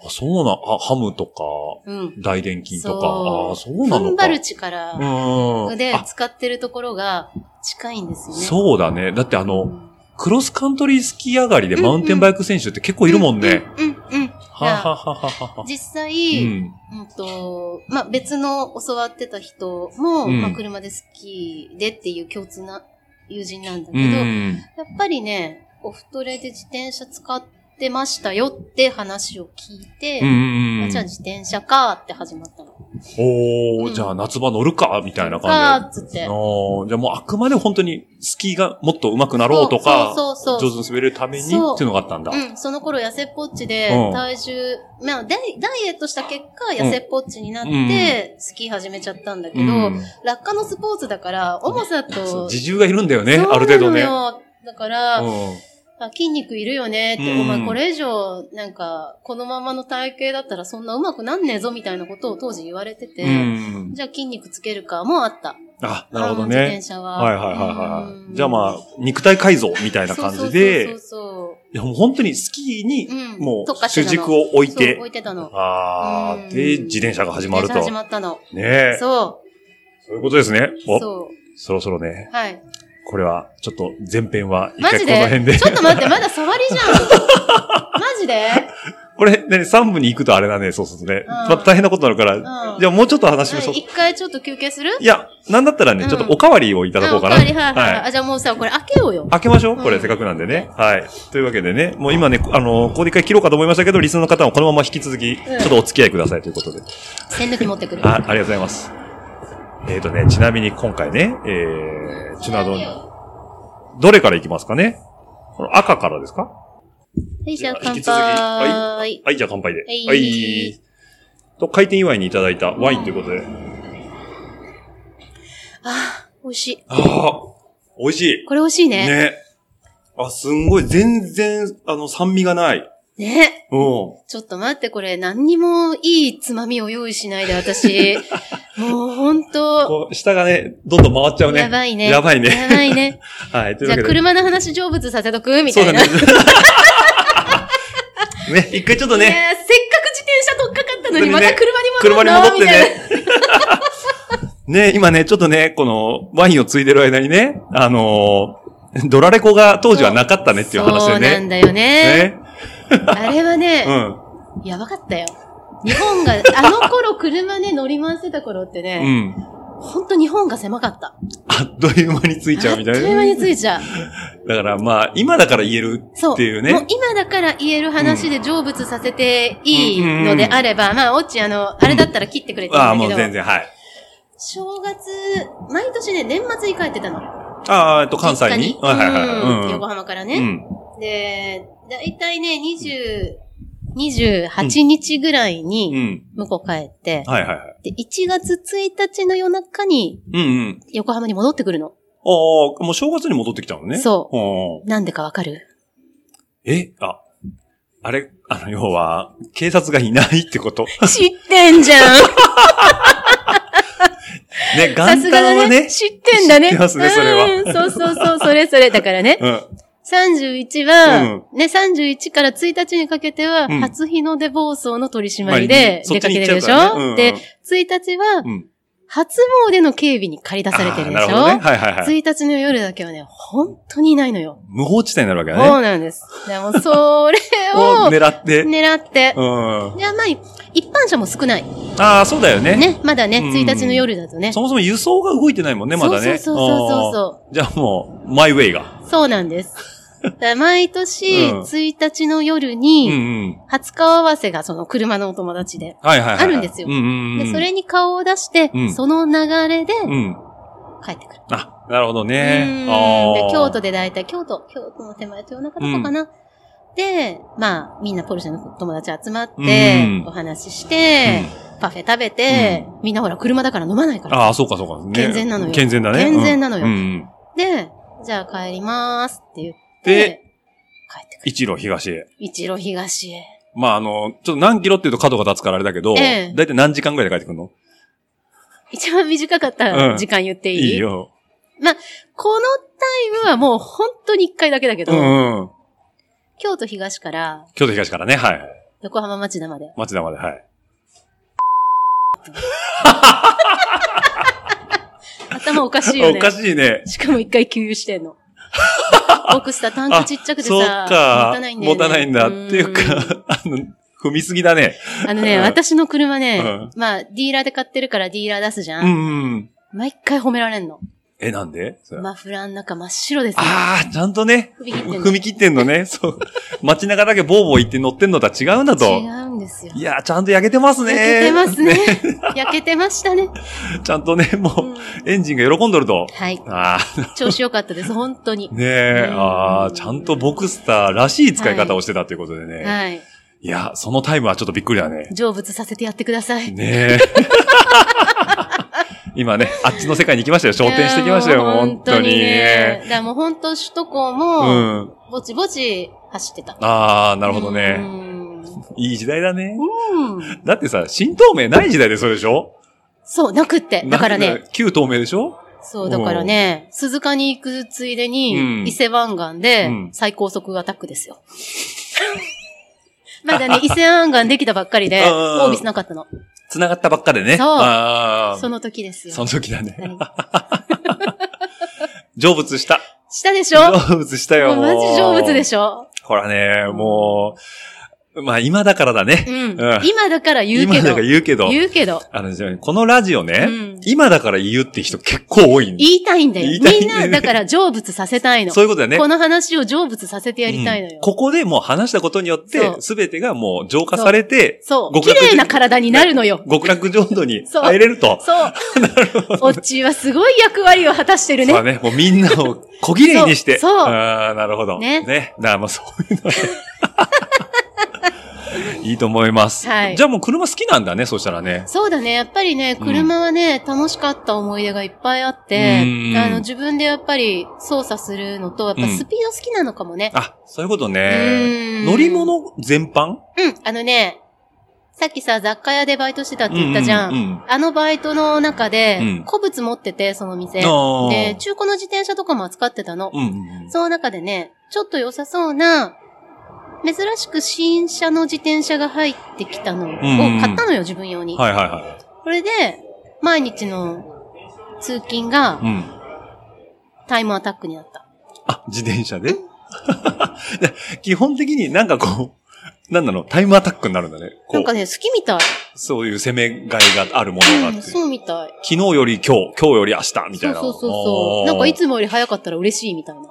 Speaker 2: あ、そうな、あ、ハムとか、
Speaker 3: うん。
Speaker 2: 大臀筋と
Speaker 3: そう
Speaker 2: か。あ、そうな
Speaker 3: 踏
Speaker 2: の
Speaker 3: ん
Speaker 2: か。
Speaker 3: 張る力
Speaker 2: うん。
Speaker 3: で
Speaker 2: あ、
Speaker 3: 使ってるところが近いんですよね。う。
Speaker 2: そうだね。だってあの、クロスカントリースキー上がりで
Speaker 3: うんうん
Speaker 2: マウンテンバイク選手って結構いるもんね。
Speaker 3: うんうん。
Speaker 2: ははははは。
Speaker 3: 実
Speaker 2: う
Speaker 3: 際、うん
Speaker 2: ん。
Speaker 3: とまあ、別の教わってた人も、
Speaker 2: うん
Speaker 3: まあ、車で好きでっていう共通な友人なんだけ
Speaker 2: う
Speaker 3: ど、やっ
Speaker 2: ん。
Speaker 3: ぱりね、オフトレで自転車使ってましたよって話を聞いて、
Speaker 2: うんうん
Speaker 3: あじゃあ自転車かって始まったの。
Speaker 2: お
Speaker 3: う
Speaker 2: ー、
Speaker 3: ん
Speaker 2: じゃあ夏場乗るか、みたいな
Speaker 3: か
Speaker 2: 感
Speaker 3: ーっつっ
Speaker 2: じで。
Speaker 3: て。
Speaker 2: おーじゃあもうあくまで本当にスキーがもっと上手くなろうとか、
Speaker 3: そうそうそうそ
Speaker 2: 上
Speaker 3: う
Speaker 2: 手に滑れるためにっていう
Speaker 3: そう
Speaker 2: のがあったんだ。
Speaker 3: うん、その頃痩せっぽっちで
Speaker 2: うん、
Speaker 3: 体重、まあダイ、ダイエットした結果、痩せっぽっちになっ
Speaker 2: うんうん
Speaker 3: て、スキー始めちゃったんだけど、
Speaker 2: うん
Speaker 3: 落下のスポーツだから、重さ
Speaker 2: そう
Speaker 3: と、
Speaker 2: 自重がいるんだよね、
Speaker 3: そう
Speaker 2: ある程度ね。
Speaker 3: なのよだから、
Speaker 2: うん
Speaker 3: あ筋肉いるよねって、
Speaker 2: うん
Speaker 3: お前これ以上、なんか、このままの体型だったらそんな上手くなんねえぞみたいなことを当時言われてて、
Speaker 2: うん。
Speaker 3: じゃあ筋肉つけるかもあった。
Speaker 2: あ、なるほど
Speaker 3: あの自転
Speaker 2: ね。
Speaker 3: 車は。
Speaker 2: はいはいはいは
Speaker 3: うん
Speaker 2: い。じゃあまあ、肉体改造みたいな感じ
Speaker 3: そ
Speaker 2: で
Speaker 3: う、そう
Speaker 2: いやもう本当にスキー
Speaker 3: そうそう。
Speaker 2: に、
Speaker 3: うん。
Speaker 2: も
Speaker 3: 特化
Speaker 2: う
Speaker 3: して
Speaker 2: 主
Speaker 3: たの
Speaker 2: 軸を置い
Speaker 3: そう
Speaker 2: て
Speaker 3: 置、いてたの。
Speaker 2: あ
Speaker 3: うん
Speaker 2: ー、で、自転車が始まると。
Speaker 3: 自
Speaker 2: ね
Speaker 3: 転車始まったの。
Speaker 2: え。
Speaker 3: そ
Speaker 2: そういうことですね。
Speaker 3: う。
Speaker 2: お、
Speaker 3: そ
Speaker 2: そろそろね
Speaker 3: う。。はい。
Speaker 2: これは、ちょっと前編は、一
Speaker 3: マ
Speaker 2: 回
Speaker 3: ジ
Speaker 2: この辺
Speaker 3: で
Speaker 2: で。
Speaker 3: ちょっと待って、まだ触り
Speaker 2: *laughs*
Speaker 3: じゃん。マジで
Speaker 2: これ、ね、3部に行くとあれだね、そうするとね。
Speaker 3: ん
Speaker 2: また大変なことになるから、
Speaker 3: うん
Speaker 2: じゃあもうちょっと話をそ
Speaker 3: は
Speaker 2: う
Speaker 3: い。。一回ちょっと休憩する
Speaker 2: いや、なんだったらね、
Speaker 3: うん
Speaker 2: ちょっとおかわりをいただこうかな。
Speaker 3: あお代わりはいはいはい
Speaker 2: はい。
Speaker 3: あ、じゃあもうさ、これ開けようよ。
Speaker 2: 開けましょうこ
Speaker 3: う
Speaker 2: れ、
Speaker 3: ん
Speaker 2: せっかくなんでね。はい。というわけでね、もう今ね、あの、ここで一回切ろうかと思いましたけど、リスナーの方もこのまま引き続き、ちょ
Speaker 3: ん
Speaker 2: っとお付き合いくださいということで。
Speaker 3: 栓抜き持ってくる。
Speaker 2: あ、ありがとうございます。えっ、ー、とね、ちなみに今回ね、えー、チュナ丼、どれからいきますかねこの赤からですか
Speaker 3: はい、じゃあ
Speaker 2: 引き
Speaker 3: 乾
Speaker 2: 続きは
Speaker 3: 杯。
Speaker 2: はい、じゃあ乾杯で。
Speaker 3: はい
Speaker 2: はい。と、開店祝いにいただいたワインということで。
Speaker 3: あ、美味しい。
Speaker 2: ああ、美味しい。
Speaker 3: これ美味しいね。
Speaker 2: ね。あ、すんごい。全然、あの、酸味がない。
Speaker 3: ね。
Speaker 2: うん。
Speaker 3: ちょっと待って、これ何にもいいつまみを用意しないで、
Speaker 2: *laughs*
Speaker 3: 私。もうほんと、
Speaker 2: こう、下がね、どんどん回っちゃうね。
Speaker 3: やばいね。
Speaker 2: やばいね。
Speaker 3: やばいね。
Speaker 2: *laughs* はい、というわ
Speaker 3: じゃあ
Speaker 2: けで。
Speaker 3: 車の話成仏させとくみた
Speaker 2: そうだ
Speaker 3: いな。
Speaker 2: ね。 *laughs* ね、一回ちょっと
Speaker 3: いやー
Speaker 2: ね、
Speaker 3: せっかく自転車取っかかったのに、
Speaker 2: そ
Speaker 3: ま
Speaker 2: れで
Speaker 3: た
Speaker 2: ね車
Speaker 3: 車に戻る
Speaker 2: に
Speaker 3: の
Speaker 2: 戻っ
Speaker 3: み
Speaker 2: て
Speaker 3: たいな。
Speaker 2: ね。ね、今ね、ちょっとね、この、ワインをついでる間にね、あのードラレコが当時はなかったねっていう話
Speaker 3: そう
Speaker 2: で
Speaker 3: なん
Speaker 2: ね。
Speaker 3: だよね。
Speaker 2: ね。 *laughs*
Speaker 3: あれはね
Speaker 2: う、ん。
Speaker 3: やばかったよ。日本が、あの頃車ね、乗り回してた頃って
Speaker 2: う
Speaker 3: ね、
Speaker 2: ん。
Speaker 3: ほんと日本が狭かった。
Speaker 2: あっという間についちゃうみた
Speaker 3: あっという間
Speaker 2: い
Speaker 3: に
Speaker 2: な。
Speaker 3: ついちゃう。
Speaker 2: だからまあ、今だから言える
Speaker 3: そう。
Speaker 2: っていう
Speaker 3: もう
Speaker 2: ね。
Speaker 3: 今だから言える話で成仏させていいのであれば、まあ、オッチ、あの、あれだったら切ってくれて
Speaker 2: あ
Speaker 3: る
Speaker 2: あ、
Speaker 3: ん
Speaker 2: もう
Speaker 3: だけ
Speaker 2: 全
Speaker 3: ど、
Speaker 2: 然、はい。
Speaker 3: 正月、毎年ね、年末に帰ってたの。
Speaker 2: ああ、えっと、関西に
Speaker 3: 実
Speaker 2: はいはい
Speaker 3: 家
Speaker 2: はい。うん
Speaker 3: うん横浜から
Speaker 2: う
Speaker 3: ね。
Speaker 2: ん。
Speaker 3: で、だいたいね、20、28日ぐらいに、
Speaker 2: うん。
Speaker 3: 向こう帰って、
Speaker 2: はいはいはい。
Speaker 3: で、1月1日の夜中に、
Speaker 2: うんうん。
Speaker 3: 横浜に戻ってくるの。
Speaker 2: ああ、もう正月に戻ってきたのね。。
Speaker 3: そう
Speaker 2: うん。
Speaker 3: なんでかわか
Speaker 2: *laughs*
Speaker 3: る
Speaker 2: えあ、あれ、あの、要は、警察がいないってこと。
Speaker 3: 知ってんじゃん
Speaker 2: ね、元
Speaker 3: *laughs* さす
Speaker 2: 旦
Speaker 3: が
Speaker 2: は
Speaker 3: だね。
Speaker 2: ね。
Speaker 3: 知ってんだね。
Speaker 2: 知ってますねそれは
Speaker 3: うんそうそうそう、それ
Speaker 2: *laughs*
Speaker 3: それ。だからね。
Speaker 2: うん。
Speaker 3: 31は、
Speaker 2: う
Speaker 3: ね、31から1日にかけては、
Speaker 2: うん
Speaker 3: 初日の出暴走の取り締
Speaker 2: まあ
Speaker 3: まりで
Speaker 2: そ
Speaker 3: 出
Speaker 2: っち
Speaker 3: かけ
Speaker 2: に行
Speaker 3: て
Speaker 2: っ
Speaker 3: る
Speaker 2: ちゃ
Speaker 3: で
Speaker 2: う
Speaker 3: し
Speaker 2: からね
Speaker 3: ょ、
Speaker 2: うんうん
Speaker 3: で、1日は
Speaker 2: う、ん。
Speaker 3: 初詣の警備に駆り出されてるでし
Speaker 2: あーな
Speaker 3: ょ
Speaker 2: ほどね。はいはいはい。
Speaker 3: 1日の夜だけはね、本当にいないのよ。
Speaker 2: 無法地帯になるわけだ
Speaker 3: そ
Speaker 2: ね。
Speaker 3: うなんです。でも、それ
Speaker 2: *laughs* を
Speaker 3: を
Speaker 2: 狙って。
Speaker 3: 狙って。
Speaker 2: うん。
Speaker 3: じゃあ、まあ、一般車も少ない。
Speaker 2: ああ、そうだよね。
Speaker 3: ね、まだね、
Speaker 2: うん
Speaker 3: 1日の夜だとね。
Speaker 2: そもそも輸送が動いてないもんね、まだね。
Speaker 3: そうそうそうそうそう
Speaker 2: うんじゃあもう、マイウェイが。
Speaker 3: そうな
Speaker 2: *laughs*
Speaker 3: んです。だから毎年、
Speaker 2: うん
Speaker 3: 1日の夜
Speaker 2: うんう
Speaker 3: に、
Speaker 2: ん。
Speaker 3: 20日合わせがその車のお友達で。
Speaker 2: はいはいはいはい。
Speaker 3: あるんですよ
Speaker 2: うんうんうん。
Speaker 3: で、それに顔を出して
Speaker 2: う、ん
Speaker 3: その流れで
Speaker 2: うん。
Speaker 3: 帰ってくる。
Speaker 2: あ、なるほど
Speaker 3: う
Speaker 2: ね。
Speaker 3: ん
Speaker 2: あー
Speaker 3: で、京都で大体、京都、京都の手前豊中とかかな。で、まあ、みんなポルシェの友達集まって
Speaker 2: うん、
Speaker 3: お話しして、パフェ食べて、みんなほら、車だから飲まないから。
Speaker 2: ああ、そうかそうか。ね
Speaker 3: 健全なのよ
Speaker 2: 健全だね。
Speaker 3: 健全なのよ
Speaker 2: うんうん。
Speaker 3: で、じゃあ帰りまーすって言っ
Speaker 2: で
Speaker 3: て、帰ってくる。
Speaker 2: 一路東へ。
Speaker 3: 一路東へ。
Speaker 2: まあ、あの、ちょっと何キロっていうと角が立つからあれだけど、
Speaker 3: ええ
Speaker 2: だいたい何時間ぐらいで帰ってくるの
Speaker 3: 一番短かった時間言っていい、
Speaker 2: いいよ。
Speaker 3: このタイムはもう本当に一回だけだけ
Speaker 2: う
Speaker 3: ど、
Speaker 2: んうん。
Speaker 3: 京都東から
Speaker 2: 京都東からね、はい。
Speaker 3: 横浜町田まで。
Speaker 2: 町田まで、はい。
Speaker 3: 頭おかしいよ
Speaker 2: *laughs*
Speaker 3: ね
Speaker 2: お。かしいね。
Speaker 3: しかも一回給油して
Speaker 2: *laughs*
Speaker 3: んの。奥下タンクちっちゃくて
Speaker 2: そっ
Speaker 3: さ、
Speaker 2: か。
Speaker 3: 持たないんだよ、ね。
Speaker 2: 持たないんだ。っていう
Speaker 3: う
Speaker 2: *laughs*
Speaker 3: ん
Speaker 2: か、あの、踏みすぎだね。
Speaker 3: あ
Speaker 2: *laughs*
Speaker 3: のね、
Speaker 2: うん
Speaker 3: 私の車ね、
Speaker 2: うん
Speaker 3: まあ、ディーラーで買ってるからディーラー出すじゃ。
Speaker 2: うんんうん。
Speaker 3: 毎回褒められんの。
Speaker 2: え、なんでそれ
Speaker 3: マフラーの中真っ白ですね。
Speaker 2: ああ、ちゃんとね、
Speaker 3: 踏み切ってんの
Speaker 2: 踏み切ってんの
Speaker 3: *laughs*
Speaker 2: ね。そう。街中だけボーボー行って乗ってんのとは違うんだ
Speaker 3: 違
Speaker 2: と。
Speaker 3: うんですよ。
Speaker 2: いやー、ちゃんと焼けてますね。
Speaker 3: 焼けてますね。焼けてました
Speaker 2: *laughs*
Speaker 3: ね。
Speaker 2: ちゃんとね、も
Speaker 3: うん
Speaker 2: う、エンジンが喜んどると。
Speaker 3: はい。
Speaker 2: あ
Speaker 3: 調子良かっ
Speaker 2: *laughs*
Speaker 3: たです、本当に
Speaker 2: あ、。ねえ、
Speaker 3: うん
Speaker 2: ああ、ちゃんとボクスターらしい使い方をしてたということでね。い、
Speaker 3: はい。
Speaker 2: や、そのタイムはちょっとびっくりだね。
Speaker 3: 成仏させてやってください。 *laughs*
Speaker 2: ねえ。今ね、あっちの世界に行きましたよ。昇天してきましたよ、
Speaker 3: いやーもう
Speaker 2: 本当に。
Speaker 3: ねだからもう本当首都高
Speaker 2: う
Speaker 3: も、
Speaker 2: ん。
Speaker 3: ぼちぼち走ってた。
Speaker 2: ああ、なるほど
Speaker 3: う
Speaker 2: ね。
Speaker 3: ん
Speaker 2: いい時代だね。
Speaker 3: うん。
Speaker 2: だってさ、新透明ない時代でそれでしょ
Speaker 3: そう、なくって。だからね、。
Speaker 2: 旧透明でしょ
Speaker 3: そう、だからね、鈴鹿に行くついで
Speaker 2: うん
Speaker 3: に、伊勢湾岸
Speaker 2: う
Speaker 3: で
Speaker 2: ん
Speaker 3: 最高速アタックですよ。 *laughs* まだね、伊勢湾岸できたばっかりで、
Speaker 2: うんうんうん
Speaker 3: もうミスなかったの。
Speaker 2: 繋がったばっかでね。
Speaker 3: そう
Speaker 2: ああ
Speaker 3: その時ですよ
Speaker 2: そ。の時だね。
Speaker 3: は
Speaker 2: 成仏した。
Speaker 3: いしたでしょも
Speaker 2: 成仏したよ。
Speaker 3: うマジ成仏で
Speaker 2: ょ。
Speaker 3: しょ
Speaker 2: ほらね、もう、まあ今だからだ
Speaker 3: う
Speaker 2: ね。
Speaker 3: ん
Speaker 2: うん。
Speaker 3: 今だから言う
Speaker 2: 今
Speaker 3: け
Speaker 2: だ
Speaker 3: ど
Speaker 2: から。言うけど。
Speaker 3: 言うけど。
Speaker 2: あの、じゃあこのラジオね、
Speaker 3: うん
Speaker 2: 今だから言うって人結構多いん
Speaker 3: 言いたいんだよ。
Speaker 2: 言いたい
Speaker 3: みんな、だから成仏させたいの。
Speaker 2: そういうことだね。
Speaker 3: この話を成仏させてやりたいの
Speaker 2: う
Speaker 3: よ
Speaker 2: ん。ここでもう話したことによっ
Speaker 3: そ
Speaker 2: て、
Speaker 3: う
Speaker 2: すべてがもう浄化されて、
Speaker 3: そう。
Speaker 2: 極
Speaker 3: 綺
Speaker 2: 楽
Speaker 3: 麗な体になるのよ。
Speaker 2: 極楽浄土に
Speaker 3: そう
Speaker 2: 入れると。 *laughs*
Speaker 3: そう。オッチーはすごい役割を果たしてる
Speaker 2: そう
Speaker 3: ね。
Speaker 2: ね。もうみんなを小綺麗にして。
Speaker 3: そうそう
Speaker 2: ああ、なるほど。
Speaker 3: ね
Speaker 2: ね。だからまあそういう
Speaker 3: *laughs*
Speaker 2: のねいいと思います。
Speaker 3: はい
Speaker 2: じゃあもう車好きなんだね、そうしたらね。
Speaker 3: そうだね。やっぱりね、
Speaker 2: うん
Speaker 3: 車はね、楽しかった思い出がいっぱいあって
Speaker 2: う、ん
Speaker 3: あの、自分でやっぱり操作するのと、やっぱ
Speaker 2: うん
Speaker 3: スピード好きなのかもね。
Speaker 2: あ、そういうこと
Speaker 3: う
Speaker 2: ね。
Speaker 3: ん
Speaker 2: 乗り物全般
Speaker 3: うん。あのね、さっきさ、雑貨屋でバイトしてたって言ったじゃ。
Speaker 2: うんうんんうん。
Speaker 3: あのバイトの中で
Speaker 2: うん、
Speaker 3: 古物持ってて、その店。
Speaker 2: あー
Speaker 3: で、中古の自転車とかも扱ってたの。
Speaker 2: うんうんうん。
Speaker 3: その中でね、ちょっと良さそうな、珍しく新車の自転車が入ってきたのを
Speaker 2: ん
Speaker 3: 買ったのよ、自分用に。
Speaker 2: はいはいは
Speaker 3: これで、毎日の通勤が
Speaker 2: い。うん。
Speaker 3: タイムアタックになった。
Speaker 2: あ、自転車で *laughs* で基本的になんかこう、なんなのタイムアタックになるんだね。
Speaker 3: な
Speaker 2: こ
Speaker 3: んか
Speaker 2: う、
Speaker 3: ね、好きみたい。
Speaker 2: そういう攻めがいがあるものがあっ
Speaker 3: うん
Speaker 2: て。昨
Speaker 3: そうみたい。
Speaker 2: 日より今日、今日より明日、みた
Speaker 3: そ
Speaker 2: いうな。
Speaker 3: そうそうそう。なんかいつもより早かったら嬉しいみたいな。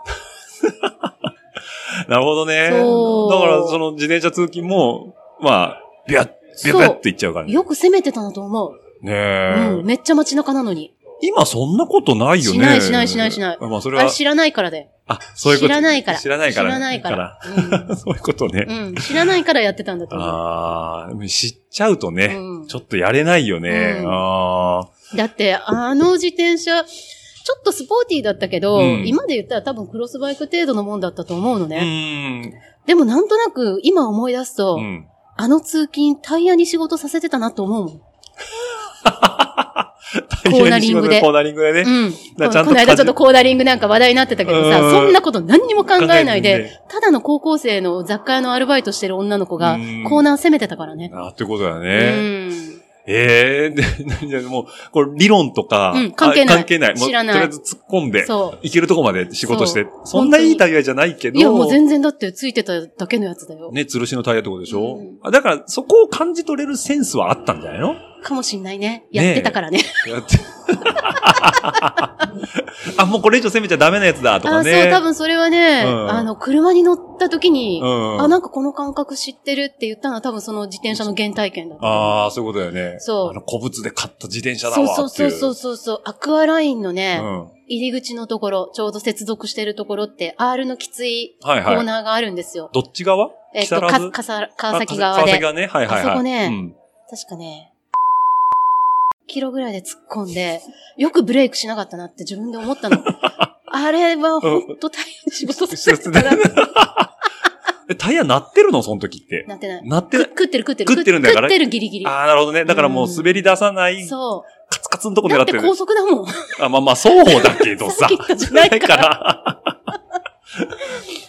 Speaker 2: なるほどね。
Speaker 3: そう
Speaker 2: だから、その自転車通勤も、まあ、ビャッ、ビャッビャッっていっちゃうからね。
Speaker 3: よく攻めてたなと思う。
Speaker 2: ね
Speaker 3: う
Speaker 2: え
Speaker 3: ん、。めっちゃ街中なのに。
Speaker 2: 今そんなことないよね。
Speaker 3: しないしないしないしない
Speaker 2: まあ、それ
Speaker 3: あ
Speaker 2: は
Speaker 3: れ、知らないからだよ。
Speaker 2: あ、そういうこと。
Speaker 3: 知らないから。
Speaker 2: 知らないから。
Speaker 3: 知らないから。うん
Speaker 2: から *laughs* そういうことね。
Speaker 3: うん、知らないからやってたんだと思
Speaker 2: ああ、知っちゃうとね、
Speaker 3: うん
Speaker 2: ちょっとやれないよね。
Speaker 3: うん
Speaker 2: ああ。
Speaker 3: う。だって、あの自転車、ちょっとスポーティーだったけど、
Speaker 2: うん
Speaker 3: 今で言ったら多分クロスバイク程度のもんだったと思うの
Speaker 2: う
Speaker 3: ね。
Speaker 2: ん。
Speaker 3: でもなんとなく今思い出すと、
Speaker 2: うん。
Speaker 3: あの通勤タイヤに仕事させてたなと思うもん。コーナリングで
Speaker 2: コーナリングでね。
Speaker 3: うん。
Speaker 2: だからちゃん
Speaker 3: こ
Speaker 2: と
Speaker 3: この間ちょっとコーダリングなんか話題になってたけどさ、
Speaker 2: うん
Speaker 3: そんなこと何にも考えない
Speaker 2: 考えずに
Speaker 3: で、ただの高校生の雑貨屋のアルバイトしてる女の子が
Speaker 2: うん
Speaker 3: コーナー攻めてたからね。
Speaker 2: ああ、ってことだ
Speaker 3: う
Speaker 2: ね。
Speaker 3: ん。
Speaker 2: ええで、何じゃ、もう、これ理論とか、
Speaker 3: うん関係ない
Speaker 2: あ関係ない。もう
Speaker 3: 知らない
Speaker 2: とりあえず突っ込んで、
Speaker 3: そう。
Speaker 2: いけるとこまで仕事して
Speaker 3: そう、
Speaker 2: そんないいタイヤじゃないけど、
Speaker 3: いや、もう全然だってついてただけのやつだよ。
Speaker 2: ね、吊るしのタイヤってことでしょ、
Speaker 3: うん
Speaker 2: あだから、そこを感じ取れるセンスはあったんじゃないの
Speaker 3: かもしんないね。
Speaker 2: ねえ
Speaker 3: やってたからね。
Speaker 2: やって。 *laughs* あ、もうこれ以上攻めちゃダメなやつだ、と
Speaker 3: あ
Speaker 2: か
Speaker 3: あ、
Speaker 2: ね。
Speaker 3: そう、多分それはね、
Speaker 2: うん
Speaker 3: あの、車に乗った時に、
Speaker 2: うん
Speaker 3: あ、なんかこの感覚知ってるって言ったのは多分その自転車の原体験だった。
Speaker 2: あーそういうことだよね。
Speaker 3: そう
Speaker 2: あの、古物で買った自転車だ
Speaker 3: そう
Speaker 2: わってい。
Speaker 3: そううそうそうそうそう、アクアラインのね、
Speaker 2: うん。
Speaker 3: 入り口のところ、ちょうど接続してるところって、R のきつい
Speaker 2: はい
Speaker 3: コ
Speaker 2: はい
Speaker 3: ーナーがあるんですよ。
Speaker 2: どっち側
Speaker 3: えっと、
Speaker 2: 木更津
Speaker 3: か、かさ、川
Speaker 2: あ
Speaker 3: 崎側
Speaker 2: 川
Speaker 3: で。
Speaker 2: 崎側ね。はいはいはい。
Speaker 3: あそこね
Speaker 2: うん
Speaker 3: 確かね、キロぐらいで突っ込んで、よくブレイクしなかったなって自分で思った
Speaker 2: *laughs*
Speaker 3: の。あれはほんと大変な仕事するから。
Speaker 2: えタイヤ鳴ってるのその時って。
Speaker 3: なってない。
Speaker 2: 鳴ってない
Speaker 3: く食ってる食ってる。
Speaker 2: 食ってるんだから
Speaker 3: 食ってるギリギリ。
Speaker 2: ああ、なるほどね。だからもう滑り出さない、
Speaker 3: そ
Speaker 2: カツカツのとこ
Speaker 3: う。だ
Speaker 2: 狙
Speaker 3: っ
Speaker 2: って
Speaker 3: て
Speaker 2: る。
Speaker 3: 高速だもん。
Speaker 2: あ、 *laughs* まあまあ、そうだけどさ。
Speaker 3: さっきとじゃないから
Speaker 2: ら。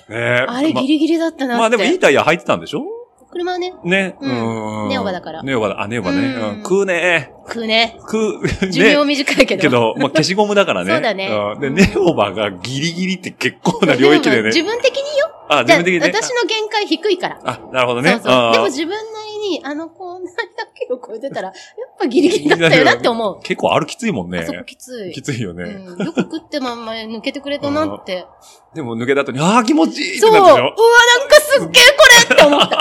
Speaker 2: ねえ。
Speaker 3: あれ
Speaker 2: ま
Speaker 3: ギリギリだったなって。
Speaker 2: まあでもいいタイヤ入ってたんでしょ
Speaker 3: 車はね、
Speaker 2: ね。
Speaker 3: うん
Speaker 2: うん
Speaker 3: ネオバだから
Speaker 2: ネオバだ。あ、ネオバね。
Speaker 3: うん
Speaker 2: うん食うね
Speaker 3: 食うね。
Speaker 2: 食う。ね
Speaker 3: 寿命短いけど。
Speaker 2: けど、まあ消しゴムだからね。
Speaker 3: *laughs* そうだね
Speaker 2: んで、ネオバがギリギリって結構な領域で
Speaker 3: 自
Speaker 2: ね。
Speaker 3: 分的によ。
Speaker 2: あ、自
Speaker 3: じゃあ
Speaker 2: 分的にね。
Speaker 3: 私の限界低いから。
Speaker 2: あ、なるほど
Speaker 3: そ
Speaker 2: ね
Speaker 3: う。そう。でも
Speaker 2: あー
Speaker 3: 自分なりに、あのコーナーだけを超えてたら、やっぱギリギリだったよなって
Speaker 2: *laughs*
Speaker 3: 思う。
Speaker 2: 結構あるきついもん
Speaker 3: あそこ
Speaker 2: ね。
Speaker 3: きつい。
Speaker 2: きついよね。
Speaker 3: うん、よく食ってまんま抜けてくれたなって。
Speaker 2: でも抜けた後に、ああ、気持ちいいって
Speaker 3: そう。う
Speaker 2: な
Speaker 3: わ、
Speaker 2: るで
Speaker 3: なん
Speaker 2: し
Speaker 3: か
Speaker 2: ょ
Speaker 3: すっげえこれって思った。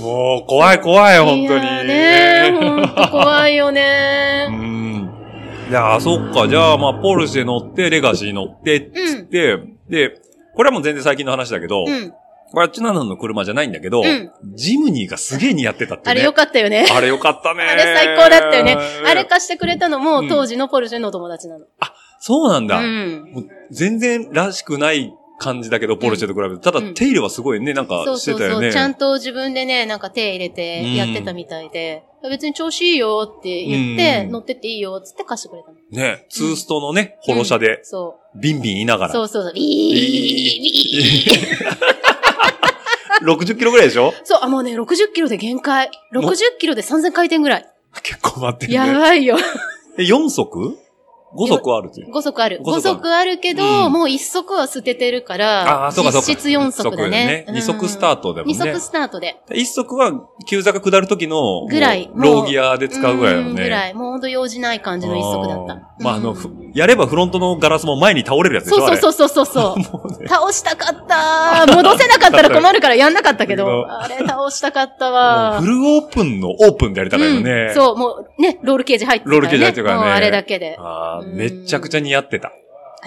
Speaker 2: もう、怖い怖い、本当
Speaker 3: い
Speaker 2: に。
Speaker 3: やーねー、ほんと怖いよね
Speaker 2: う
Speaker 3: ー。
Speaker 2: ん。いやー、そっか。じゃあ、まあ、ポルシェ乗って、レガシー乗って、つって、で、これはもう全然最近の話だけど、
Speaker 3: うん。
Speaker 2: これはチュナノンの車じゃないんだけど、
Speaker 3: うん
Speaker 2: ジムニーがすげえ似合ってたってね。
Speaker 3: あれよかったよね。
Speaker 2: あれよかったね。
Speaker 3: あれ最高だったよね。あれ。貸してくれたの
Speaker 2: うん
Speaker 3: も当時のポルシェのお友達なの。
Speaker 2: そうなんだ。
Speaker 3: うん。
Speaker 2: もう全然らしくない感じだけど、ポルシェと比べて。ただ、
Speaker 3: うん
Speaker 2: 手入れはすごいね、なんか
Speaker 3: そう
Speaker 2: して
Speaker 3: そう
Speaker 2: たよ
Speaker 3: そう。
Speaker 2: ね。
Speaker 3: ちゃんと自分でね、なんか手入れてやってたみたいで、別に調子いいよって言って、
Speaker 2: うん
Speaker 3: 乗ってっていいよっつって貸してくれたの。
Speaker 2: ね、ツーストのね、ホロ車で、
Speaker 3: そ
Speaker 2: ビンビン言いなが
Speaker 3: う。そ
Speaker 2: ら。
Speaker 3: うそうそう。ビービー
Speaker 2: 60キロぐらいでしょ
Speaker 3: そう、あ、もうね、60キロで限界。60キロで3000回転ぐらい。
Speaker 2: 結構待ってる
Speaker 3: や
Speaker 2: ね。
Speaker 3: ばいよ。
Speaker 2: え、4足 ?5 足あるっていう。
Speaker 3: 5足ある。
Speaker 2: 五
Speaker 3: 5
Speaker 2: 足ある
Speaker 3: 足あるけ
Speaker 2: う
Speaker 3: ど、
Speaker 2: ん
Speaker 3: もう1足は捨ててるから、
Speaker 2: ああ、そうかそうか。
Speaker 3: 実質4足だね。
Speaker 2: 2足スタート
Speaker 3: ト
Speaker 2: だもん
Speaker 3: 2
Speaker 2: ね。
Speaker 3: 足スタートで。
Speaker 2: 1足は、急坂下る時の、
Speaker 3: ぐらい
Speaker 2: もうローギアで使うぐらいだもん
Speaker 3: ん
Speaker 2: ね。
Speaker 3: ぐらい。もうほんと用事ない感じの1足だった
Speaker 2: あ。ーまあ、あ
Speaker 3: うん
Speaker 2: の、ふやればフロントのガラスも前に倒れるやつでしょ
Speaker 3: そうそう
Speaker 2: う。
Speaker 3: そうそうそうそう。
Speaker 2: *laughs* あれもうね
Speaker 3: 倒したかったー。戻せなかったら困るからやんなかったけど。
Speaker 2: *laughs*
Speaker 3: あれ倒したかった
Speaker 2: も
Speaker 3: わ
Speaker 2: う
Speaker 3: ー。
Speaker 2: フルオープンのオープンでやりたかったよね。
Speaker 3: うんそう、もうね、ロールケージ入ってるから、
Speaker 2: ロ
Speaker 3: ね。
Speaker 2: ールケージ入ってるからね
Speaker 3: もうあれだけで。あ
Speaker 2: ああ、
Speaker 3: うん
Speaker 2: めちゃくちゃ似合ってた。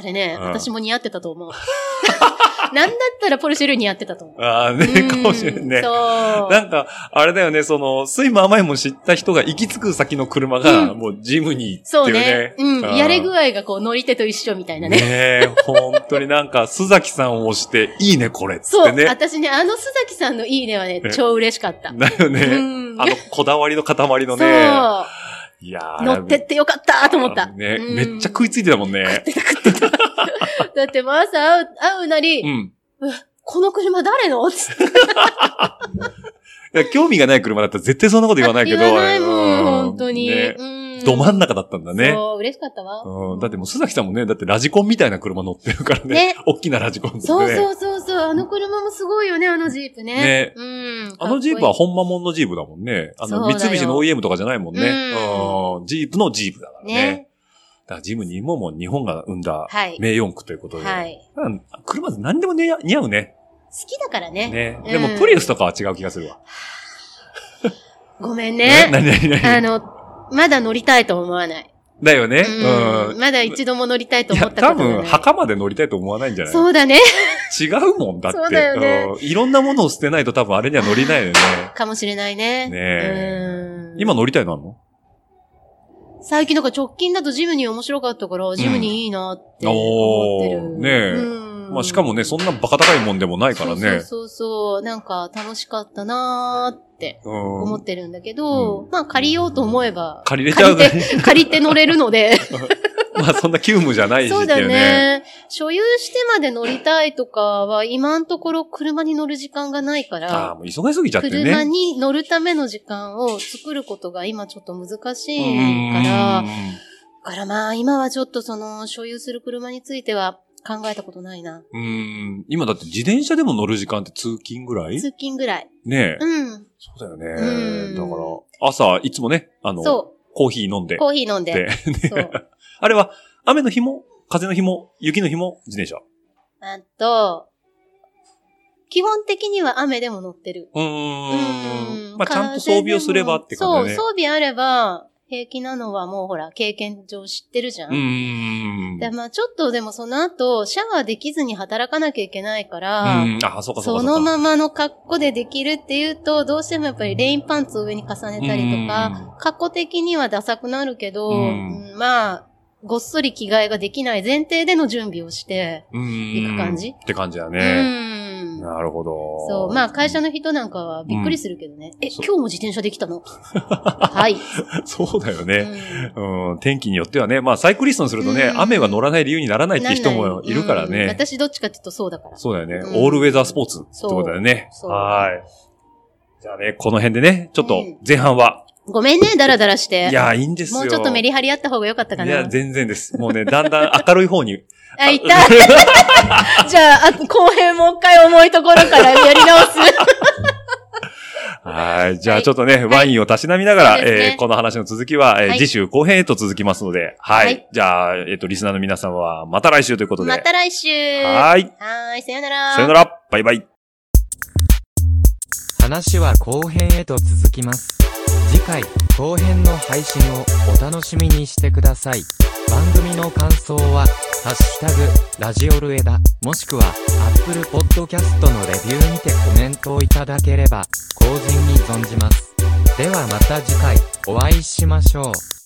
Speaker 3: れね、
Speaker 2: うん
Speaker 3: 私も似合ってたと思う。 *laughs* なんだったらポルシェより似合ってたと思う。
Speaker 2: ああ、*laughs*
Speaker 3: う
Speaker 2: ね、
Speaker 3: ん
Speaker 2: かもしれんね。
Speaker 3: そう。
Speaker 2: なんか、あれだよね、その、酸いも甘いも知った人が行き着く先の車が、
Speaker 3: う
Speaker 2: もうジムに行っ
Speaker 3: そ
Speaker 2: て
Speaker 3: う
Speaker 2: いうね
Speaker 3: ね。。うん。やれ具合がこう、乗り手と一緒みたいなね。
Speaker 2: ねえ、本当になんか、須崎さんを押して、いいね、これ。っつっ
Speaker 3: そ
Speaker 2: て
Speaker 3: う、
Speaker 2: ね。
Speaker 3: 私ね、あの須崎さんのいいねはね
Speaker 2: ね、
Speaker 3: 超嬉しかった。
Speaker 2: だよね。
Speaker 3: うん
Speaker 2: あの、こだわりの塊の
Speaker 3: そう。
Speaker 2: ね。いやー
Speaker 3: 乗ってってよかったーと思った。
Speaker 2: ね、
Speaker 3: うん
Speaker 2: めっちゃ食いついてたもんね。
Speaker 3: だって、まあさ、会う、会うなり、
Speaker 2: うん。
Speaker 3: この車誰のって
Speaker 2: いや興味がない車だったら絶対そんなこと言わないけど。
Speaker 3: 言わないもん、
Speaker 2: う
Speaker 3: 本当に。
Speaker 2: ね
Speaker 3: うん
Speaker 2: ど真ん中だったんだね。
Speaker 3: そう、嬉しかったわ。
Speaker 2: うん、だってもう須崎さんもね、だってラジコンみたいな車乗ってるからね。
Speaker 3: ね
Speaker 2: 大きなラジコンですね。
Speaker 3: そうそうそうそう、あの車もすごいよね、あのジープね。
Speaker 2: ね
Speaker 3: うん。
Speaker 2: あのジープは
Speaker 3: かっ
Speaker 2: 本間もんのジープだもんね。あの、
Speaker 3: そうだ
Speaker 2: 三
Speaker 3: よ
Speaker 2: 菱の OEM とかじゃないもんね。
Speaker 3: う
Speaker 2: う
Speaker 3: ん
Speaker 2: ん。ジープのジープだから
Speaker 3: こいい
Speaker 2: ね。
Speaker 3: ね。
Speaker 2: だからジムにももう日本が生んだ
Speaker 3: はい
Speaker 2: 名四駆ということで。
Speaker 3: はい。
Speaker 2: うん車で何でもね似合うね。
Speaker 3: 好きだからね。
Speaker 2: ね。
Speaker 3: うん
Speaker 2: でもプリウスとかは違う気がするわ。
Speaker 3: ごめんね。
Speaker 2: 何何何
Speaker 3: あの、まだ乗りたいと思わない。
Speaker 2: だよね。
Speaker 3: う。
Speaker 2: うんん。
Speaker 3: まだ一度も乗りたいと
Speaker 2: い
Speaker 3: 思
Speaker 2: や、
Speaker 3: った
Speaker 2: 多
Speaker 3: ことがない。
Speaker 2: 分、墓まで乗りたいと思わないんじゃない
Speaker 3: そうだね。
Speaker 2: 違うもんだって。
Speaker 3: そうだよね
Speaker 2: うんいろんなものを捨てないと多分あれには乗りないよね。
Speaker 3: かもしれないね。
Speaker 2: ね
Speaker 3: え
Speaker 2: 今乗りたいのあるの
Speaker 3: 最近なんか直近だとジムニー面白かったから、ジムニーいいなって思ってる。
Speaker 2: おーねえ
Speaker 3: うん
Speaker 2: まあしかもね、そんなバカ高いもんでもないからね。
Speaker 3: そうそうそうそうなんか楽しかったなーって
Speaker 2: う
Speaker 3: 思っ
Speaker 2: ん。
Speaker 3: てるんだけど、まあ借りようと思えば、 *laughs*
Speaker 2: 借りれちゃうね
Speaker 3: 借りて、借りて乗れるので、
Speaker 2: *laughs* まあそんな急務じゃないし
Speaker 3: そう
Speaker 2: って
Speaker 3: だ
Speaker 2: いうね。
Speaker 3: ね。所有してまで乗りたいとかは、今のところ車に乗る時間がないか
Speaker 2: ああ、
Speaker 3: ら、
Speaker 2: もう忙しすぎちゃってね。
Speaker 3: 車に乗るための時間を作ることが今ちょっと難し
Speaker 2: う
Speaker 3: い
Speaker 2: ん
Speaker 3: から、だからまあ今はちょっとその所有する車については考えたことないな。
Speaker 2: うん。今だって自転車でも乗る時間って通勤ぐらい
Speaker 3: 通勤ぐらい。
Speaker 2: ねえ。
Speaker 3: うん。
Speaker 2: そうだよ
Speaker 3: う
Speaker 2: ね。
Speaker 3: ん
Speaker 2: だから、朝、いつもね、あの、
Speaker 3: そ
Speaker 2: コーヒー飲ん
Speaker 3: う。
Speaker 2: で。
Speaker 3: コーヒー飲んで。
Speaker 2: で
Speaker 3: そう。
Speaker 2: *laughs* あれは、雨の日も、風の日も、雪の日も、自転車。
Speaker 3: あと、基本的には雨でも乗ってる。
Speaker 2: うーん。まあ、ちゃんと装備をすればって
Speaker 3: そ
Speaker 2: 感
Speaker 3: う、
Speaker 2: じだね。
Speaker 3: 装備あれば平気なのはもうほら、経験上知ってるじゃ
Speaker 2: うー
Speaker 3: ん。
Speaker 2: ん。
Speaker 3: でまあちょっとでもその後、シャワーできずに働かなきゃいけないか
Speaker 2: う
Speaker 3: ら、
Speaker 2: ん。あ、そうかそうか。
Speaker 3: そのままの格好でできるっていうと、どうしてもやっぱりレインパンツを上に重ねたりとか、格好的にはダサくなるけど、
Speaker 2: うん
Speaker 3: うんまあ、ごっそり着替えができない前提での準備をして、
Speaker 2: うん。
Speaker 3: 行く感じ
Speaker 2: って感じだね。
Speaker 3: うん。
Speaker 2: なるほど。
Speaker 3: そう。まあ、会社の人なんかはびっくりするけどね。え、今日も自転車できたのはい。
Speaker 2: *laughs* そうだよ
Speaker 3: う
Speaker 2: ね。
Speaker 3: ん
Speaker 2: うん。天気によってはね、まあ、サイクリストにするとね
Speaker 3: う、ん
Speaker 2: 雨は乗らない理由にならないって人もいるから
Speaker 3: うん
Speaker 2: ね。
Speaker 3: 私どっちかっていうとそうだから。
Speaker 2: そうだよね。
Speaker 3: うん
Speaker 2: オールウェザースポーツってことだよね。
Speaker 3: そうそう
Speaker 2: はい。じゃあね、この辺でね、ちょっと
Speaker 3: うん
Speaker 2: 前半は。
Speaker 3: ごめんね、ダラダラして。
Speaker 2: いや、いいんですよ。
Speaker 3: もうちょっとメリハリあった方が良かったか
Speaker 2: いや、
Speaker 3: な。
Speaker 2: 全然です。もうね、だんだん明るい方に。
Speaker 3: *laughs*
Speaker 2: *laughs*
Speaker 3: あ、い *laughs* たじゃあ、あ後編もう一回重いところからやり直す。
Speaker 2: はい。じゃあちょっとね、ワインをたしなみながら、
Speaker 3: そうですね
Speaker 2: えーこの話の続きは、えー
Speaker 3: はい
Speaker 2: 次週後編へと続きますので、はい。
Speaker 3: はい
Speaker 2: じゃあ、えっ、と、リスナーの皆さんは、また来週ということで。
Speaker 3: また来週は
Speaker 2: はい。
Speaker 3: ーい、さよなら。
Speaker 2: さよなら。バイバイ。
Speaker 4: 話は後編へと続きます次回後編の配信をお楽しみにしてください番組の感想は「ハッシュタグラジオルエダ」もしくは Apple Podcast のレビューにてコメントをいただければ後人に存じますではまた次回お会いしましょう